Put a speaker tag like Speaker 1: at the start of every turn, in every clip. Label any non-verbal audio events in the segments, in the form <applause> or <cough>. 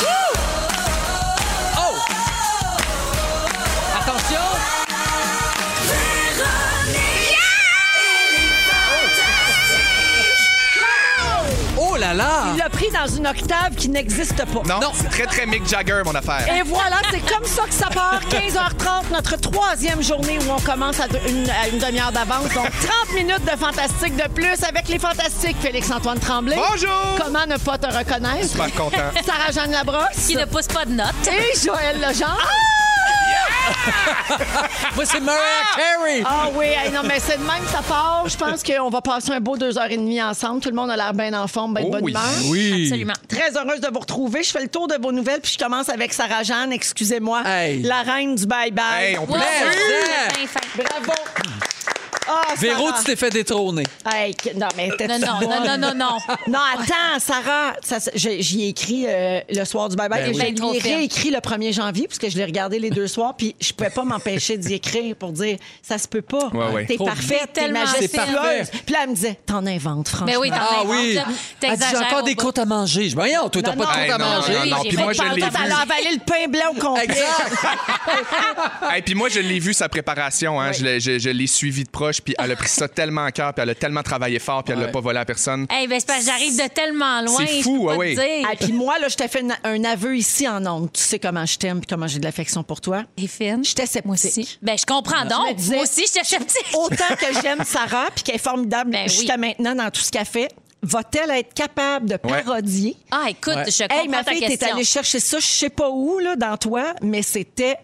Speaker 1: Oh! Oh
Speaker 2: pris dans une octave qui n'existe pas.
Speaker 3: Non, c'est très, très Mick Jagger, mon affaire.
Speaker 2: Et voilà, c'est comme ça que ça part. 15h30, notre troisième journée où on commence à de- une, à une demi-heure d'avance. Donc, 30 minutes de fantastique de plus avec les fantastiques Félix-Antoine Tremblay.
Speaker 3: Bonjour!
Speaker 2: Comment ne pas te reconnaître?
Speaker 3: Super content.
Speaker 2: <laughs> Sarah-Jeanne Labrosse.
Speaker 4: qui ne pousse pas de notes.
Speaker 2: Et Joël Legendre.
Speaker 3: Ah!
Speaker 1: Moi, c'est Mariah Carey.
Speaker 2: Ah oui, hey, non, mais c'est de même que ça part. Je pense qu'on va passer un beau deux heures et demie ensemble. Tout le monde a l'air bien en forme, bien de
Speaker 3: Oh
Speaker 2: bonne
Speaker 3: oui.
Speaker 2: humeur.
Speaker 1: Oui.
Speaker 4: Absolument.
Speaker 2: Très heureuse de vous retrouver. Je fais le tour de vos nouvelles, puis je commence avec Sarah Jeanne, excusez-moi,
Speaker 1: Hey.
Speaker 2: la reine du bye-bye.
Speaker 3: Hey, on peut-
Speaker 4: Wow,
Speaker 1: Merci.
Speaker 4: c'est fin, fin.
Speaker 2: Bravo. Ah,
Speaker 1: Véro,
Speaker 2: Sarah.
Speaker 1: tu t'es fait détrôner.
Speaker 2: Hey, que- non, mais t'es-
Speaker 4: Non, non, non, non,
Speaker 1: <laughs>
Speaker 4: non, non.
Speaker 2: Non, attends, Sarah, ça, ça, je- j'y ai écrit euh, le soir du bye-bye
Speaker 1: Ben
Speaker 2: et
Speaker 1: oui.
Speaker 2: je
Speaker 4: Ben, trop
Speaker 2: l'ai
Speaker 4: fine.
Speaker 2: réécrit le 1er janvier puisque je l'ai regardé les deux soirs puis je pouvais pas m'empêcher d'y écrire pour dire ça se peut pas.
Speaker 3: Ouais, ouais.
Speaker 2: T'es
Speaker 1: Trop
Speaker 2: parfaite, t'es
Speaker 4: tellement
Speaker 2: majestueuse.
Speaker 1: fine. C'est parfait.
Speaker 2: Puis là, elle me disait t'en inventes, franchement.
Speaker 4: Mais Ben oui, t'en
Speaker 1: Ah
Speaker 4: inventes,
Speaker 1: oui.
Speaker 4: là.
Speaker 1: Elle dit,
Speaker 4: T'exagères
Speaker 1: J'ai encore
Speaker 4: au
Speaker 1: des
Speaker 4: bout.
Speaker 1: croûtes à manger. Je dis, voyons, toi, t'as pas de
Speaker 2: Non, non,
Speaker 1: croûtes à
Speaker 3: Ben non,
Speaker 1: manger.
Speaker 3: non, non.
Speaker 4: J'ai
Speaker 3: Puis moi,
Speaker 4: fait
Speaker 3: je l'ai
Speaker 4: pantoute
Speaker 2: Pantoute,
Speaker 3: vu.
Speaker 2: elle a avalé le pain blanc au complet.
Speaker 1: Exact.
Speaker 4: Ah,
Speaker 3: Et puis moi, je l'ai vu sa préparation. Hein. Je l'ai- Je je l'ai suivi de proche. Puis elle a
Speaker 4: <laughs>
Speaker 3: pris ça tellement à cœur. Puis elle a tellement travaillé fort. Puis elle l'a
Speaker 1: Ouais.
Speaker 3: pas volé à personne.
Speaker 4: Eh ben, c'est parce que j'arrive de tellement loin.
Speaker 3: C'est
Speaker 4: je
Speaker 3: fou,
Speaker 4: peux pas
Speaker 3: ah oui.
Speaker 4: te dire.
Speaker 2: Ah, puis moi, là, je t'ai fait une- un aveu ici en ondes. Tu sais comment je t'aime puis comment j'ai de l'affection pour toi.
Speaker 4: Et fine.
Speaker 2: J'étais sceptique.
Speaker 4: Moi aussi. Ben, je comprends
Speaker 2: me
Speaker 4: donc.
Speaker 2: disais- Oh.
Speaker 4: Moi aussi, j'étais sceptique.
Speaker 2: Autant que j'aime Sarah puis qu'elle est formidable
Speaker 4: Ben oui.
Speaker 2: jusqu'à maintenant dans tout ce qu'elle fait, va-t-elle être capable de
Speaker 3: Ouais.
Speaker 2: parodier?
Speaker 4: Ah, écoute,
Speaker 1: Ouais.
Speaker 4: je comprends
Speaker 2: Hey, ma
Speaker 4: ta
Speaker 2: fille, t'es
Speaker 4: question.
Speaker 2: allée chercher ça, je sais pas où, là, dans toi, mais c'était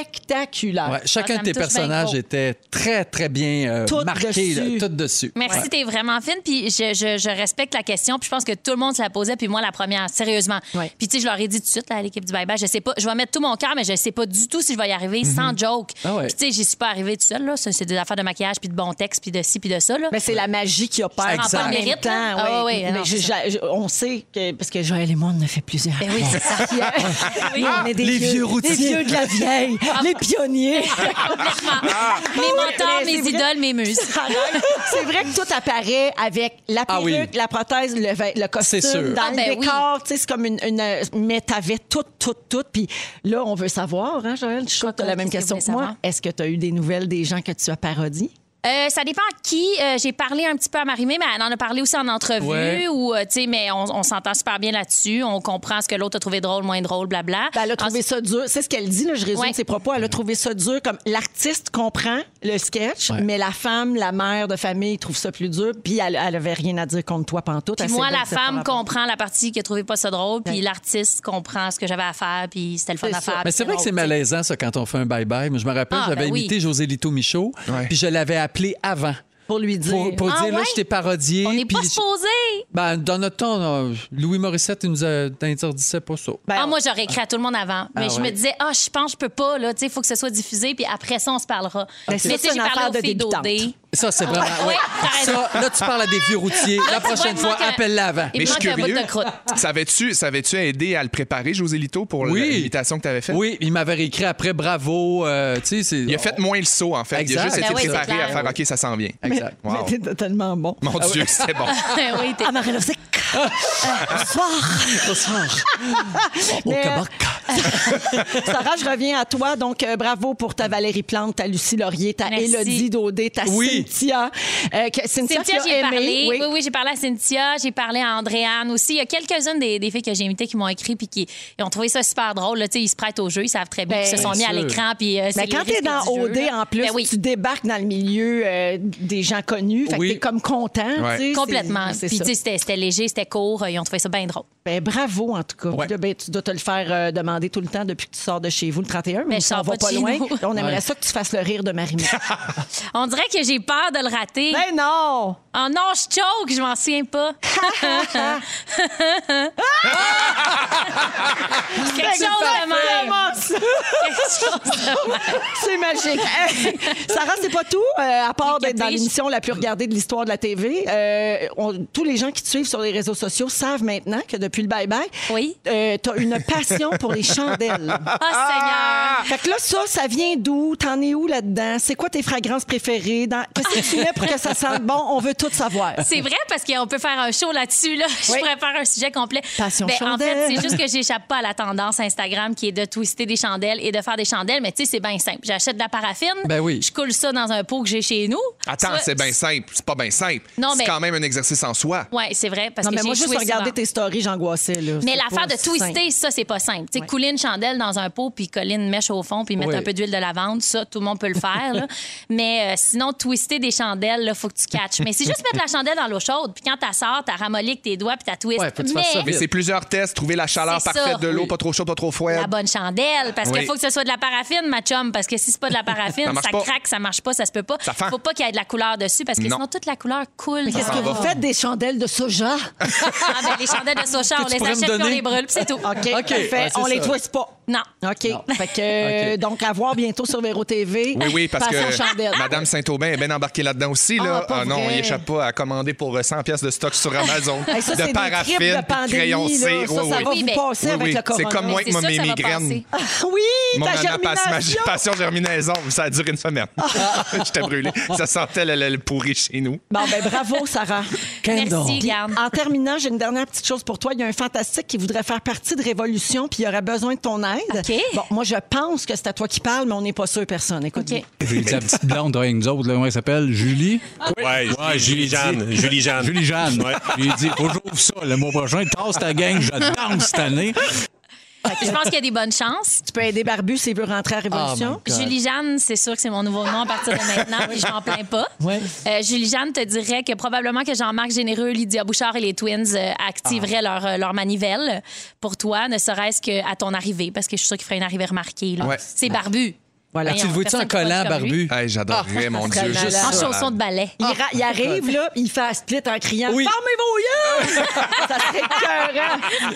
Speaker 2: spectaculaire.
Speaker 1: Ouais, chacun
Speaker 4: ça
Speaker 1: de tes
Speaker 4: me touche bien
Speaker 1: personnages
Speaker 4: gros.
Speaker 1: était très, très bien
Speaker 2: Tout
Speaker 1: euh, marqué,
Speaker 2: dessus.
Speaker 1: là, tout dessus.
Speaker 4: Merci,
Speaker 1: Ouais.
Speaker 4: t'es vraiment fine. Puis je, je- je respecte la question. Puis je pense que tout le monde se la posait. Puis moi, la première, sérieusement.
Speaker 2: Ouais.
Speaker 4: Puis tu sais, je leur ai dit tout de suite là, à l'équipe du Bye Bye, je sais pas, je vais mettre tout mon cœur, mais je sais pas du tout si je vais y arriver
Speaker 2: Mhm.
Speaker 4: sans joke.
Speaker 1: Ah ouais.
Speaker 4: Puis tu sais, j'y suis pas arrivée toute seule. Là. Ça, C'est des affaires de maquillage, puis de bon texte, puis de ci, puis de ça. Là.
Speaker 2: Mais Ben, c'est la magie qui opère.
Speaker 1: Exact.
Speaker 2: en
Speaker 1: Pas le
Speaker 2: même
Speaker 4: mérite,
Speaker 2: temps,
Speaker 4: là?
Speaker 2: ouais.
Speaker 4: Ah ouais, ouais,
Speaker 2: Mais
Speaker 4: non,
Speaker 2: je-
Speaker 4: c'est ça.
Speaker 2: je- je- on sait que parce que Joël et moi on en a fait plusieurs.
Speaker 4: Ben oui, c'est ça. Ah,
Speaker 2: Nous, on est des
Speaker 1: Ah, les vieux routiers.
Speaker 2: les vieux de la vieille, les
Speaker 4: <laughs>
Speaker 2: pionniers.
Speaker 4: Complètement. mes mentors,
Speaker 2: Mais
Speaker 4: mes
Speaker 2: c'est vrai.
Speaker 4: idoles, mes muses.
Speaker 2: <laughs> C'est vrai que tout apparaît avec la
Speaker 1: Ah
Speaker 2: perruque,
Speaker 1: oui.
Speaker 2: la prothèse, le, vê- le costume,
Speaker 1: C'est sûr.
Speaker 2: dans
Speaker 4: Ah, ben
Speaker 2: le décor. Tu sais, c'est comme une, une- euh, Mais t'avais tout, tout, tout. Puis là, on veut savoir, hein, Joël, je suis sûre que t'as la même
Speaker 4: Qu'est-ce que
Speaker 2: question
Speaker 4: vous
Speaker 2: que
Speaker 4: voulez
Speaker 2: moi.
Speaker 4: savoir?
Speaker 2: Est-ce que tu as eu des nouvelles des gens que tu as parodiés?
Speaker 4: Euh, ça dépend à qui. Euh, J'ai parlé un petit peu à Marimé, mais elle en a parlé aussi en entrevue.
Speaker 1: Ouais.
Speaker 4: Ou, euh, tu sais, mais on, on s'entend super bien là-dessus. On comprend ce que l'autre a trouvé drôle, moins drôle, blabla.
Speaker 2: Ben, elle a trouvé ça dur. C'est ce qu'elle dit, là, je résume
Speaker 4: Ouais.
Speaker 2: ses propos. Elle a trouvé ça dur. Comme l'artiste comprend le sketch, mais la femme, la mère de famille trouve ça plus dur. Puis elle, elle avait rien à dire contre toi, pantoute.
Speaker 4: Puis
Speaker 2: Elle
Speaker 4: moi,
Speaker 2: s'est bien
Speaker 4: la
Speaker 2: séparée.
Speaker 4: femme comprend la partie qui a trouvé pas ça drôle, puis
Speaker 2: Ouais.
Speaker 4: l'artiste comprend ce que j'avais à faire, puis c'était le fun
Speaker 2: C'est
Speaker 4: à
Speaker 2: ça.
Speaker 4: faire.
Speaker 1: Mais
Speaker 4: puis
Speaker 1: c'est vrai que c'est
Speaker 4: drôle,
Speaker 1: malaisant, ça, quand on fait un bye-bye. Moi, je me rappelle,
Speaker 4: Ah,
Speaker 1: j'avais
Speaker 4: ben oui.
Speaker 1: imité José Lito Michaud,
Speaker 3: Ouais.
Speaker 1: puis je l'avais appelé avant.
Speaker 2: Pour lui dire.
Speaker 1: Pour, pour
Speaker 4: Ah
Speaker 1: dire, là,
Speaker 4: ouais?
Speaker 1: je t'ai parodié.
Speaker 4: On n'est pas
Speaker 1: puis-
Speaker 4: supposé.
Speaker 1: Ben, dans notre temps, on a- Louis Morissette, il nous a- interdisait pas ça.
Speaker 2: Ben,
Speaker 4: Ah, moi, j'aurais écrit à tout le monde avant. Mais
Speaker 1: Ah
Speaker 4: je
Speaker 1: ouais.
Speaker 4: me disais, ah, je pense, que je peux pas, là. Tu sais, il faut que ce soit diffusé, puis après ça, on se parlera.
Speaker 2: Mais
Speaker 4: Mais
Speaker 2: ça,
Speaker 4: tu sais,
Speaker 2: Ben, c'est
Speaker 4: j'ai
Speaker 2: une affaire
Speaker 4: parlé
Speaker 2: de
Speaker 4: aux filles
Speaker 2: débutante.
Speaker 4: d'OD.
Speaker 1: Ça, c'est vraiment.
Speaker 4: Ah,
Speaker 1: ouais.
Speaker 4: Ouais, t'as raison. Ah,
Speaker 1: Ça, là, tu parles à des vieux routiers. La
Speaker 4: tu vois,
Speaker 1: prochaine
Speaker 4: il
Speaker 1: fois,
Speaker 4: manque un-
Speaker 1: appelle-la avant.
Speaker 4: Il
Speaker 3: Mais je
Speaker 4: manque
Speaker 3: suis
Speaker 4: un bout
Speaker 3: curieux.
Speaker 4: de croûte. <laughs>
Speaker 3: Savais-tu savais-tu aider à le préparer, José Lito, pour la- l'imitation que tu avais faite?
Speaker 1: Oui, il m'avait réécrit après bravo. euh, tu sais, c'est-
Speaker 3: Il a fait moins le saut, en fait. Il a
Speaker 1: Exact.
Speaker 3: juste été
Speaker 4: Ben oui, c'est
Speaker 3: préparé à
Speaker 4: clair. Ah
Speaker 3: faire OK, ça s'en vient.
Speaker 1: Exact.
Speaker 3: <laughs> Wow.
Speaker 2: Mais t'es tellement bon.
Speaker 3: Mon Dieu,
Speaker 4: <laughs>
Speaker 3: c'est bon.
Speaker 4: Eh Ben oui, t'es- <laughs>
Speaker 2: Ah, Marie-Losic. Bonsoir.
Speaker 1: Bonsoir. Au
Speaker 2: Mais-
Speaker 1: Québec.
Speaker 4: euh,
Speaker 2: Sarah, je reviens à toi. Donc, euh, bravo pour ta Valérie Plante, ta Lucie Laurier, ta
Speaker 4: Merci.
Speaker 2: Élodie Daudé, ta
Speaker 1: Oui.
Speaker 2: Cynthia. Euh, que- Cynthia,
Speaker 4: Cynthia,
Speaker 2: qui a
Speaker 4: j'ai
Speaker 2: aimé.
Speaker 4: parlé. Oui, oui, j'ai parlé à Cynthia, j'ai parlé à Andréane aussi. Il y a quelques-unes des, des filles que j'ai imitées qui m'ont écrit puis qui ils ont trouvé ça super drôle. Là, Tu sais, ils se prêtent au jeu, ils savent très bien
Speaker 2: Ben,
Speaker 4: qu'ils se sont mis à
Speaker 1: sûr.
Speaker 4: l'écran. Puis, euh, c'est
Speaker 2: Mais
Speaker 4: les
Speaker 2: quand t'es
Speaker 4: risques
Speaker 2: dans
Speaker 4: du jeu,
Speaker 2: OD,
Speaker 4: là.
Speaker 2: en plus,
Speaker 4: Ben oui.
Speaker 2: tu débarques dans le milieu euh, des gens connus. Fait
Speaker 1: Oui.
Speaker 2: que t'es comme content.
Speaker 3: Ouais.
Speaker 2: tu sais, c'est-
Speaker 4: Complètement.
Speaker 2: C'est
Speaker 4: Puis,
Speaker 2: ça.
Speaker 4: tu sais, c'était c'était léger, c'était court. euh, Ils ont trouvé ça bien drôle.
Speaker 2: Ben, bravo, en tout cas.
Speaker 1: Ouais.
Speaker 2: Puis là, ben, tu dois te le faire euh, demander tout le temps depuis que tu sors de chez vous le 31, mais,
Speaker 4: Ben, je
Speaker 2: ça
Speaker 4: sors
Speaker 2: va
Speaker 4: pas de
Speaker 2: pas
Speaker 4: chez
Speaker 2: loin.
Speaker 4: nous.
Speaker 2: On aimerait
Speaker 1: Ouais.
Speaker 2: ça que tu fasses le rire de
Speaker 4: <laughs>
Speaker 2: Marie-Mé.
Speaker 4: On dirait que j'ai peur de le rater.
Speaker 2: ben non!
Speaker 4: Oh non, je choke, je m'en souviens
Speaker 2: <laughs>
Speaker 4: pas. <laughs> Quelque chose de même.
Speaker 2: Vraiment ça.
Speaker 4: Quelque chose de même.
Speaker 2: C'est magique. Hey,
Speaker 4: <laughs>
Speaker 2: Sarah, c'est pas tout. euh, à part
Speaker 4: Oui,
Speaker 2: d'être dans
Speaker 4: Cathy, je-
Speaker 2: l'émission la plus regardée de l'histoire de la TV, euh, on- tous les gens qui te suivent sur les réseaux sociaux savent maintenant que depuis le bye-bye,
Speaker 4: Oui.
Speaker 2: tu as une passion pour les chandelles.
Speaker 4: <laughs> Ah,
Speaker 2: Fait que là, ça, ça vient d'où? T'en es où là-dedans? C'est quoi tes fragrances préférées? Dans...
Speaker 4: <laughs>
Speaker 2: Qu'est-ce que tu mets pour que ça sente bon? On veut tout savoir.
Speaker 4: C'est vrai parce qu'on peut faire un show là-dessus. Là. Je
Speaker 2: Oui.
Speaker 4: pourrais faire un sujet complet.
Speaker 2: Passion
Speaker 4: Ben, En
Speaker 2: chandelle.
Speaker 4: fait, c'est juste que j'échappe pas à la tendance Instagram qui est de twister des chandelles et de de faire des chandelles, mais tu sais, c'est bien simple. J'achète de la paraffine,
Speaker 1: Ben oui.
Speaker 4: je coule ça dans un pot que j'ai chez nous.
Speaker 3: Attends,
Speaker 4: Ça-
Speaker 3: c'est bien simple. C'est pas bien simple.
Speaker 4: Non,
Speaker 3: c'est
Speaker 4: mais-
Speaker 3: quand même un exercice en soi.
Speaker 4: Ouais, c'est vrai. Parce
Speaker 2: Non,
Speaker 4: que
Speaker 2: mais
Speaker 4: j'ai
Speaker 2: moi, juste
Speaker 4: échoué
Speaker 2: regarder
Speaker 4: souvent.
Speaker 2: tes stories, j'angoissais. là.
Speaker 4: Mais
Speaker 2: C'est
Speaker 4: l'affaire
Speaker 2: pas
Speaker 4: de twister, ça, c'est pas simple. Tu sais, couler une chandelle dans un pot, puis coller une mèche au fond, puis mettre
Speaker 1: Oui.
Speaker 4: un peu d'huile de lavande, ça, tout le monde peut le faire.
Speaker 2: <laughs>
Speaker 4: là. Mais euh, sinon, twister des chandelles, là, faut que tu catches. Mais c'est juste mettre la chandelle dans l'eau chaude, puis quand t'as sors, t'as ramolli avec tes doigts, puis t'as twist.
Speaker 1: Ouais, faut que tu
Speaker 4: Mais
Speaker 1: fasses ça
Speaker 3: Mais
Speaker 1: vite.
Speaker 3: c'est plusieurs tests, trouver la chaleur
Speaker 4: C'est ça.
Speaker 3: parfaite de l'eau,
Speaker 1: Oui.
Speaker 3: pas trop chaud, pas trop froide.
Speaker 4: la bonne chandelle, parce
Speaker 3: Oui.
Speaker 4: qu'il faut que ce soit de la paraffine, ma chum, parce que si c'est pas de la
Speaker 3: Ça
Speaker 4: paraffine, ça,
Speaker 3: marche pas.
Speaker 4: craque, ça marche pas, ça se peut pas.
Speaker 3: Ça fend.
Speaker 4: faut pas qu'il y ait de la couleur dessus, parce que
Speaker 3: Non.
Speaker 4: sinon, toute la couleur coule. dans-
Speaker 1: Ah
Speaker 2: Qu'est-ce que vous faites des chandelles de soja?
Speaker 4: Ah, ben,
Speaker 1: <laughs>
Speaker 4: les chandelles de Socha, on
Speaker 1: tu
Speaker 4: les
Speaker 1: pourrais me
Speaker 4: achète, puis on
Speaker 1: donner?
Speaker 4: les brûle, puis c'est tout.
Speaker 2: <laughs> <laughs> OK, parfait.
Speaker 1: ouais, c'est
Speaker 2: on les
Speaker 1: ça.
Speaker 2: twiste pas.
Speaker 4: Non.
Speaker 2: OK. <laughs> Fait que, euh,
Speaker 1: OK.
Speaker 2: Donc, à voir bientôt sur Véro TV.
Speaker 3: Oui, oui, parce
Speaker 2: Passons aux chandelles.
Speaker 3: que Madame Saint-Aubin est bien embarquée là-dedans aussi. Là.
Speaker 2: Ah, pas
Speaker 3: non,
Speaker 2: vrai.
Speaker 3: il échappe pas à commander pour euh, 100 pièces de stock sur Amazon
Speaker 2: <laughs> Hey, ça, c'est
Speaker 3: de
Speaker 2: des
Speaker 3: paraffine,
Speaker 2: tripes de
Speaker 3: puis de crayon
Speaker 2: pandémie,
Speaker 3: C.
Speaker 2: là. Ça, ça va
Speaker 4: Oui,
Speaker 2: vous
Speaker 4: ben-
Speaker 2: passer
Speaker 3: Oui,
Speaker 2: avec
Speaker 3: oui.
Speaker 2: le
Speaker 3: C'est
Speaker 2: corona.
Speaker 3: comme moi
Speaker 4: Mais Ben, c'est
Speaker 3: avec mon-
Speaker 4: sûr que
Speaker 3: mes
Speaker 4: ça va
Speaker 3: migraines.
Speaker 4: passer.
Speaker 2: <laughs> Oui,
Speaker 3: Mon
Speaker 2: ta
Speaker 3: nana passe ma
Speaker 2: germination.
Speaker 3: passion germinaison, ça a duré
Speaker 2: <laughs>
Speaker 3: une semaine. <laughs> J'étais brûlé. Ça sentait le, le- le pourri chez nous.
Speaker 2: Bon, ben bravo, Sarah.
Speaker 4: <laughs> Merci,
Speaker 2: Puis,
Speaker 4: Garde.
Speaker 2: En terminant, j'ai une dernière petite chose pour toi. Il y a un fantastique qui voudrait faire partie de Révolution, puis il aurait besoin de ton aide.
Speaker 4: OK.
Speaker 2: Bon, moi, je pense que c'est à toi qui parle, mais on n'est pas sûr, personne. Écoute.
Speaker 4: OK.
Speaker 5: Puis la petite blonde, ouais, nous autres, là, comment elle s'appelle? Julie?
Speaker 6: Ouais, Julie-Jeanne. Julie-Jeanne.
Speaker 5: Julie-Jeanne.
Speaker 6: Ouais.
Speaker 5: J'ai dit, faut que j'ouvre ça le mois prochain, tasse ta gang, je danse cette année.
Speaker 4: Je pense qu'il y a des bonnes chances.
Speaker 2: Tu peux aider Barbu s'il veut rentrer à
Speaker 3: Ah, ben,
Speaker 2: Révolution.
Speaker 1: God.
Speaker 4: Julie-Jeanne, c'est sûr que c'est mon nouveau nom à partir de maintenant, puis je m'en plains pas.
Speaker 1: Ouais.
Speaker 4: Euh, Julie-Jeanne te dirait que probablement que Jean-Marc Généreux, Lydia Bouchard et les Twins euh, activeraient leur, euh, leur manivelle pour toi, ne serait-ce qu'à ton arrivée, parce que je suis sûre qu'il ferait une arrivée remarquée. là.
Speaker 3: Ouais.
Speaker 4: C'est barbu.
Speaker 2: Voilà.
Speaker 4: Voyons,
Speaker 1: Tu le vois-tu en
Speaker 4: personne peut
Speaker 1: collant,
Speaker 4: pas être comme lui.
Speaker 1: barbu?
Speaker 3: Hey, J'adorerais, mon
Speaker 2: Ah, ça
Speaker 3: Dieu.
Speaker 2: serait
Speaker 3: Juste
Speaker 2: malade.
Speaker 4: En
Speaker 3: ça.
Speaker 4: chaussons de ballet.
Speaker 3: Ah.
Speaker 2: Il, ra- il arrive, là, il fait un split en criant
Speaker 1: Oui.
Speaker 2: Formez vos yeux!
Speaker 3: Ah
Speaker 2: Ça serait écœurant.